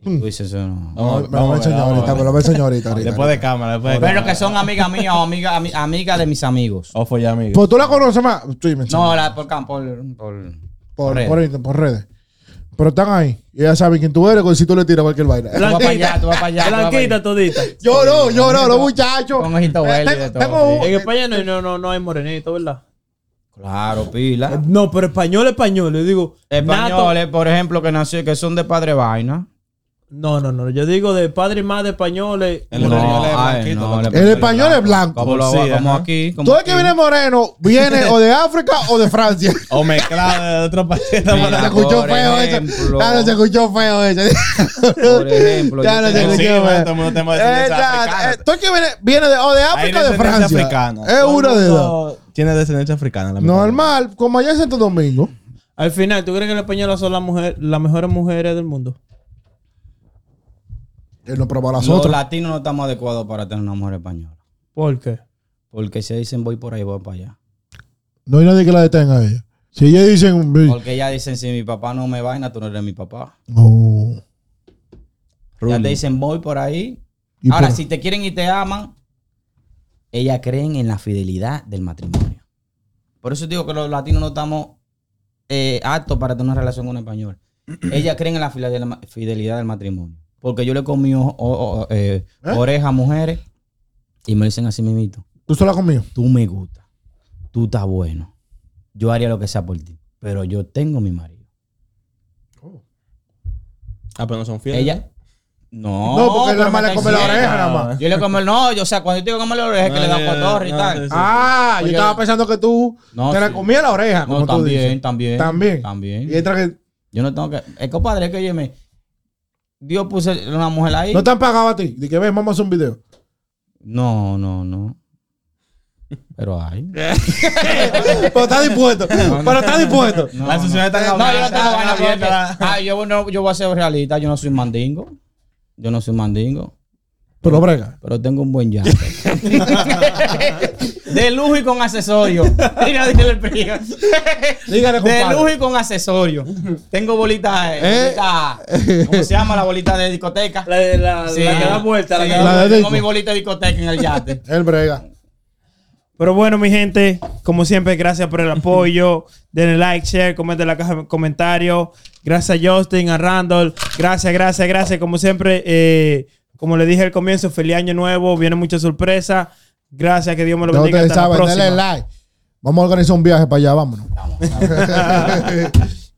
[SPEAKER 3] Y tú dices, eso no.
[SPEAKER 2] No, Me lo
[SPEAKER 4] Vamos
[SPEAKER 2] voy
[SPEAKER 4] a
[SPEAKER 2] a
[SPEAKER 4] ver,
[SPEAKER 2] enseñar
[SPEAKER 4] vamos a
[SPEAKER 2] ahorita,
[SPEAKER 4] ver.
[SPEAKER 2] me lo voy a enseñar ahorita. ahorita.
[SPEAKER 4] Después de cámara, después de
[SPEAKER 3] Pero
[SPEAKER 4] cámara.
[SPEAKER 3] que son amigas mías o amigas ami- amigas de mis amigos.
[SPEAKER 4] O fue ya, amigo.
[SPEAKER 2] Pues tú la conoces más. Sí, me enseñó.
[SPEAKER 3] No, la, por, cam- por, por,
[SPEAKER 2] por,
[SPEAKER 3] redes.
[SPEAKER 2] por redes. por redes. Pero están ahí. Y ellas saben quién tú eres, con si tú le tiras cualquier vaina.
[SPEAKER 3] Tú vas para allá, tú vas para allá. tú vas para allá.
[SPEAKER 1] Blanquita todita.
[SPEAKER 2] Yo no, yo no, los muchachos.
[SPEAKER 3] Con ojito
[SPEAKER 2] Eh,
[SPEAKER 3] verde y
[SPEAKER 2] tengo-
[SPEAKER 3] de todo,
[SPEAKER 2] tengo
[SPEAKER 3] sí.
[SPEAKER 1] En
[SPEAKER 2] un-
[SPEAKER 1] España no, no, no, no hay morenito, ¿verdad?
[SPEAKER 3] Claro, pila.
[SPEAKER 1] Eh, No, pero español, español. Yo digo. nato-
[SPEAKER 3] Españoles, por ejemplo, que nació, que son de padre vaina.
[SPEAKER 1] No, no, no. Yo digo de padre y madre españoles.
[SPEAKER 4] El español es
[SPEAKER 3] ay,
[SPEAKER 4] blanquito,
[SPEAKER 3] no,
[SPEAKER 4] ¿no?
[SPEAKER 2] El español es blanco.
[SPEAKER 3] Como, lo,
[SPEAKER 4] Sí,
[SPEAKER 3] como
[SPEAKER 4] ajá.
[SPEAKER 3] aquí. Como
[SPEAKER 2] Todo el
[SPEAKER 3] aquí.
[SPEAKER 2] que viene moreno viene o de África o de Francia.
[SPEAKER 4] O mezclado de otro país.
[SPEAKER 3] Mira,
[SPEAKER 2] Se escuchó
[SPEAKER 3] por
[SPEAKER 2] feo eso.
[SPEAKER 3] ejemplo.
[SPEAKER 2] Claro, se escuchó feo eso.
[SPEAKER 3] Por ejemplo,
[SPEAKER 2] Ya
[SPEAKER 3] yo
[SPEAKER 2] no
[SPEAKER 3] tengo-
[SPEAKER 2] llegó.
[SPEAKER 4] Sí,
[SPEAKER 2] escuchó,
[SPEAKER 4] bueno,
[SPEAKER 2] eh.
[SPEAKER 4] todo el mundo tenemos
[SPEAKER 2] Eh,
[SPEAKER 4] descendencia
[SPEAKER 2] ya, eh,
[SPEAKER 4] africana.
[SPEAKER 2] Todo el que viene, viene de, o de
[SPEAKER 4] Hay
[SPEAKER 2] África o de
[SPEAKER 4] descendencia
[SPEAKER 2] Francia.
[SPEAKER 4] africana.
[SPEAKER 2] Es
[SPEAKER 4] Todo el
[SPEAKER 2] uno de dos.
[SPEAKER 4] mundo Tiene descendencia africana. la mitad.
[SPEAKER 2] Normal, como allá en Santo Domingo.
[SPEAKER 1] Al final, ¿tú crees que las españolas son las mujer- las mejores mujeres del mundo?
[SPEAKER 2] Él no probó las
[SPEAKER 3] Los
[SPEAKER 2] otras.
[SPEAKER 3] latinos no estamos adecuados para tener una mujer española.
[SPEAKER 1] ¿Por qué?
[SPEAKER 3] Porque se dicen voy por ahí, voy para allá.
[SPEAKER 2] No hay nadie que la detenga a ella. Si ellas dicen.
[SPEAKER 3] Porque ya dicen, si mi papá no me vaina, tú no eres mi papá.
[SPEAKER 2] No.
[SPEAKER 3] Ya te
[SPEAKER 4] Ruling.
[SPEAKER 3] dicen voy por ahí.
[SPEAKER 2] Y
[SPEAKER 3] Ahora,
[SPEAKER 2] por-
[SPEAKER 3] si te quieren y te aman, ellas creen en la fidelidad del matrimonio. Por eso digo que los latinos no estamos eh, aptos para tener una relación con un español. Ellas creen en la fila- de la ma- fidelidad del matrimonio. Porque yo le comí o- o- o- eh,
[SPEAKER 2] ¿Eh?
[SPEAKER 3] oreja a mujeres y me dicen así mismito.
[SPEAKER 2] Tú sola conmigo.
[SPEAKER 3] Tú me gustas. Tú estás bueno. Yo haría lo que sea por ti. Pero yo tengo mi marido.
[SPEAKER 4] Ah, pero no son fieles.
[SPEAKER 3] Ella... No,
[SPEAKER 2] No, porque
[SPEAKER 3] pero
[SPEAKER 2] nada más
[SPEAKER 3] me
[SPEAKER 2] le
[SPEAKER 3] está
[SPEAKER 2] come la
[SPEAKER 3] diciendo.
[SPEAKER 2] oreja, nada más.
[SPEAKER 3] Yo le como el no, yo, o sea, cuando yo te digo como la oreja, es que
[SPEAKER 4] No,
[SPEAKER 3] le da
[SPEAKER 4] no,
[SPEAKER 3] cotorra y
[SPEAKER 4] no,
[SPEAKER 3] tal.
[SPEAKER 4] no, sí.
[SPEAKER 2] Ah,
[SPEAKER 3] Oye,
[SPEAKER 2] yo estaba pensando que tú
[SPEAKER 3] No,
[SPEAKER 2] te la
[SPEAKER 3] sí.
[SPEAKER 2] comías la oreja, como
[SPEAKER 3] No,
[SPEAKER 2] tú
[SPEAKER 3] también,
[SPEAKER 2] dices.
[SPEAKER 3] también.
[SPEAKER 2] También.
[SPEAKER 3] También.
[SPEAKER 2] Y entra que.
[SPEAKER 3] Yo no tengo que. Es compadre, es que óyeme. Dios puso una mujer ahí.
[SPEAKER 2] No te han pagado a ti. Dije, que ven, vamos a hacer un video.
[SPEAKER 3] No, no, no. Pero hay. No,
[SPEAKER 2] Pero está dispuesto. Pero está dispuesto.
[SPEAKER 4] La sociedad está
[SPEAKER 3] no, yo no tengo
[SPEAKER 4] está
[SPEAKER 3] ganas porque-
[SPEAKER 4] abierta.
[SPEAKER 3] Ah, yo, no- yo voy a ser realista. Yo no soy mandingo. Yo no soy mandingo.
[SPEAKER 2] Pero brega.
[SPEAKER 3] Pero tengo un buen llanto. de lujo y con accesorio. Mira, dile el pellejo.
[SPEAKER 2] Dígale,
[SPEAKER 3] De
[SPEAKER 2] compadre.
[SPEAKER 3] lujo y con accesorio. Tengo bolitas.
[SPEAKER 2] Eh.
[SPEAKER 3] ¿Cómo se llama la bolita de discoteca?
[SPEAKER 1] La, de- la,
[SPEAKER 3] Sí.
[SPEAKER 1] la que da vuelta. la
[SPEAKER 3] Sí,
[SPEAKER 1] que da-
[SPEAKER 2] La de
[SPEAKER 3] Tengo
[SPEAKER 2] disco.
[SPEAKER 3] mi bolita de discoteca en el yate.
[SPEAKER 2] El brega.
[SPEAKER 1] Pero bueno, mi gente, como siempre, gracias por el apoyo. Denle like, share, comenten en la caja de comentarios. Gracias a Justin, a Randall. Gracias, gracias, gracias. Como siempre, eh, como le dije al comienzo, feliz año nuevo. Viene mucha sorpresa. Gracias, que Dios me lo
[SPEAKER 2] Ya
[SPEAKER 1] bendiga.
[SPEAKER 2] ustedes
[SPEAKER 1] Hasta la
[SPEAKER 2] saben, denle
[SPEAKER 1] próxima.
[SPEAKER 2] like. Vamos a organizar un viaje para allá, vámonos.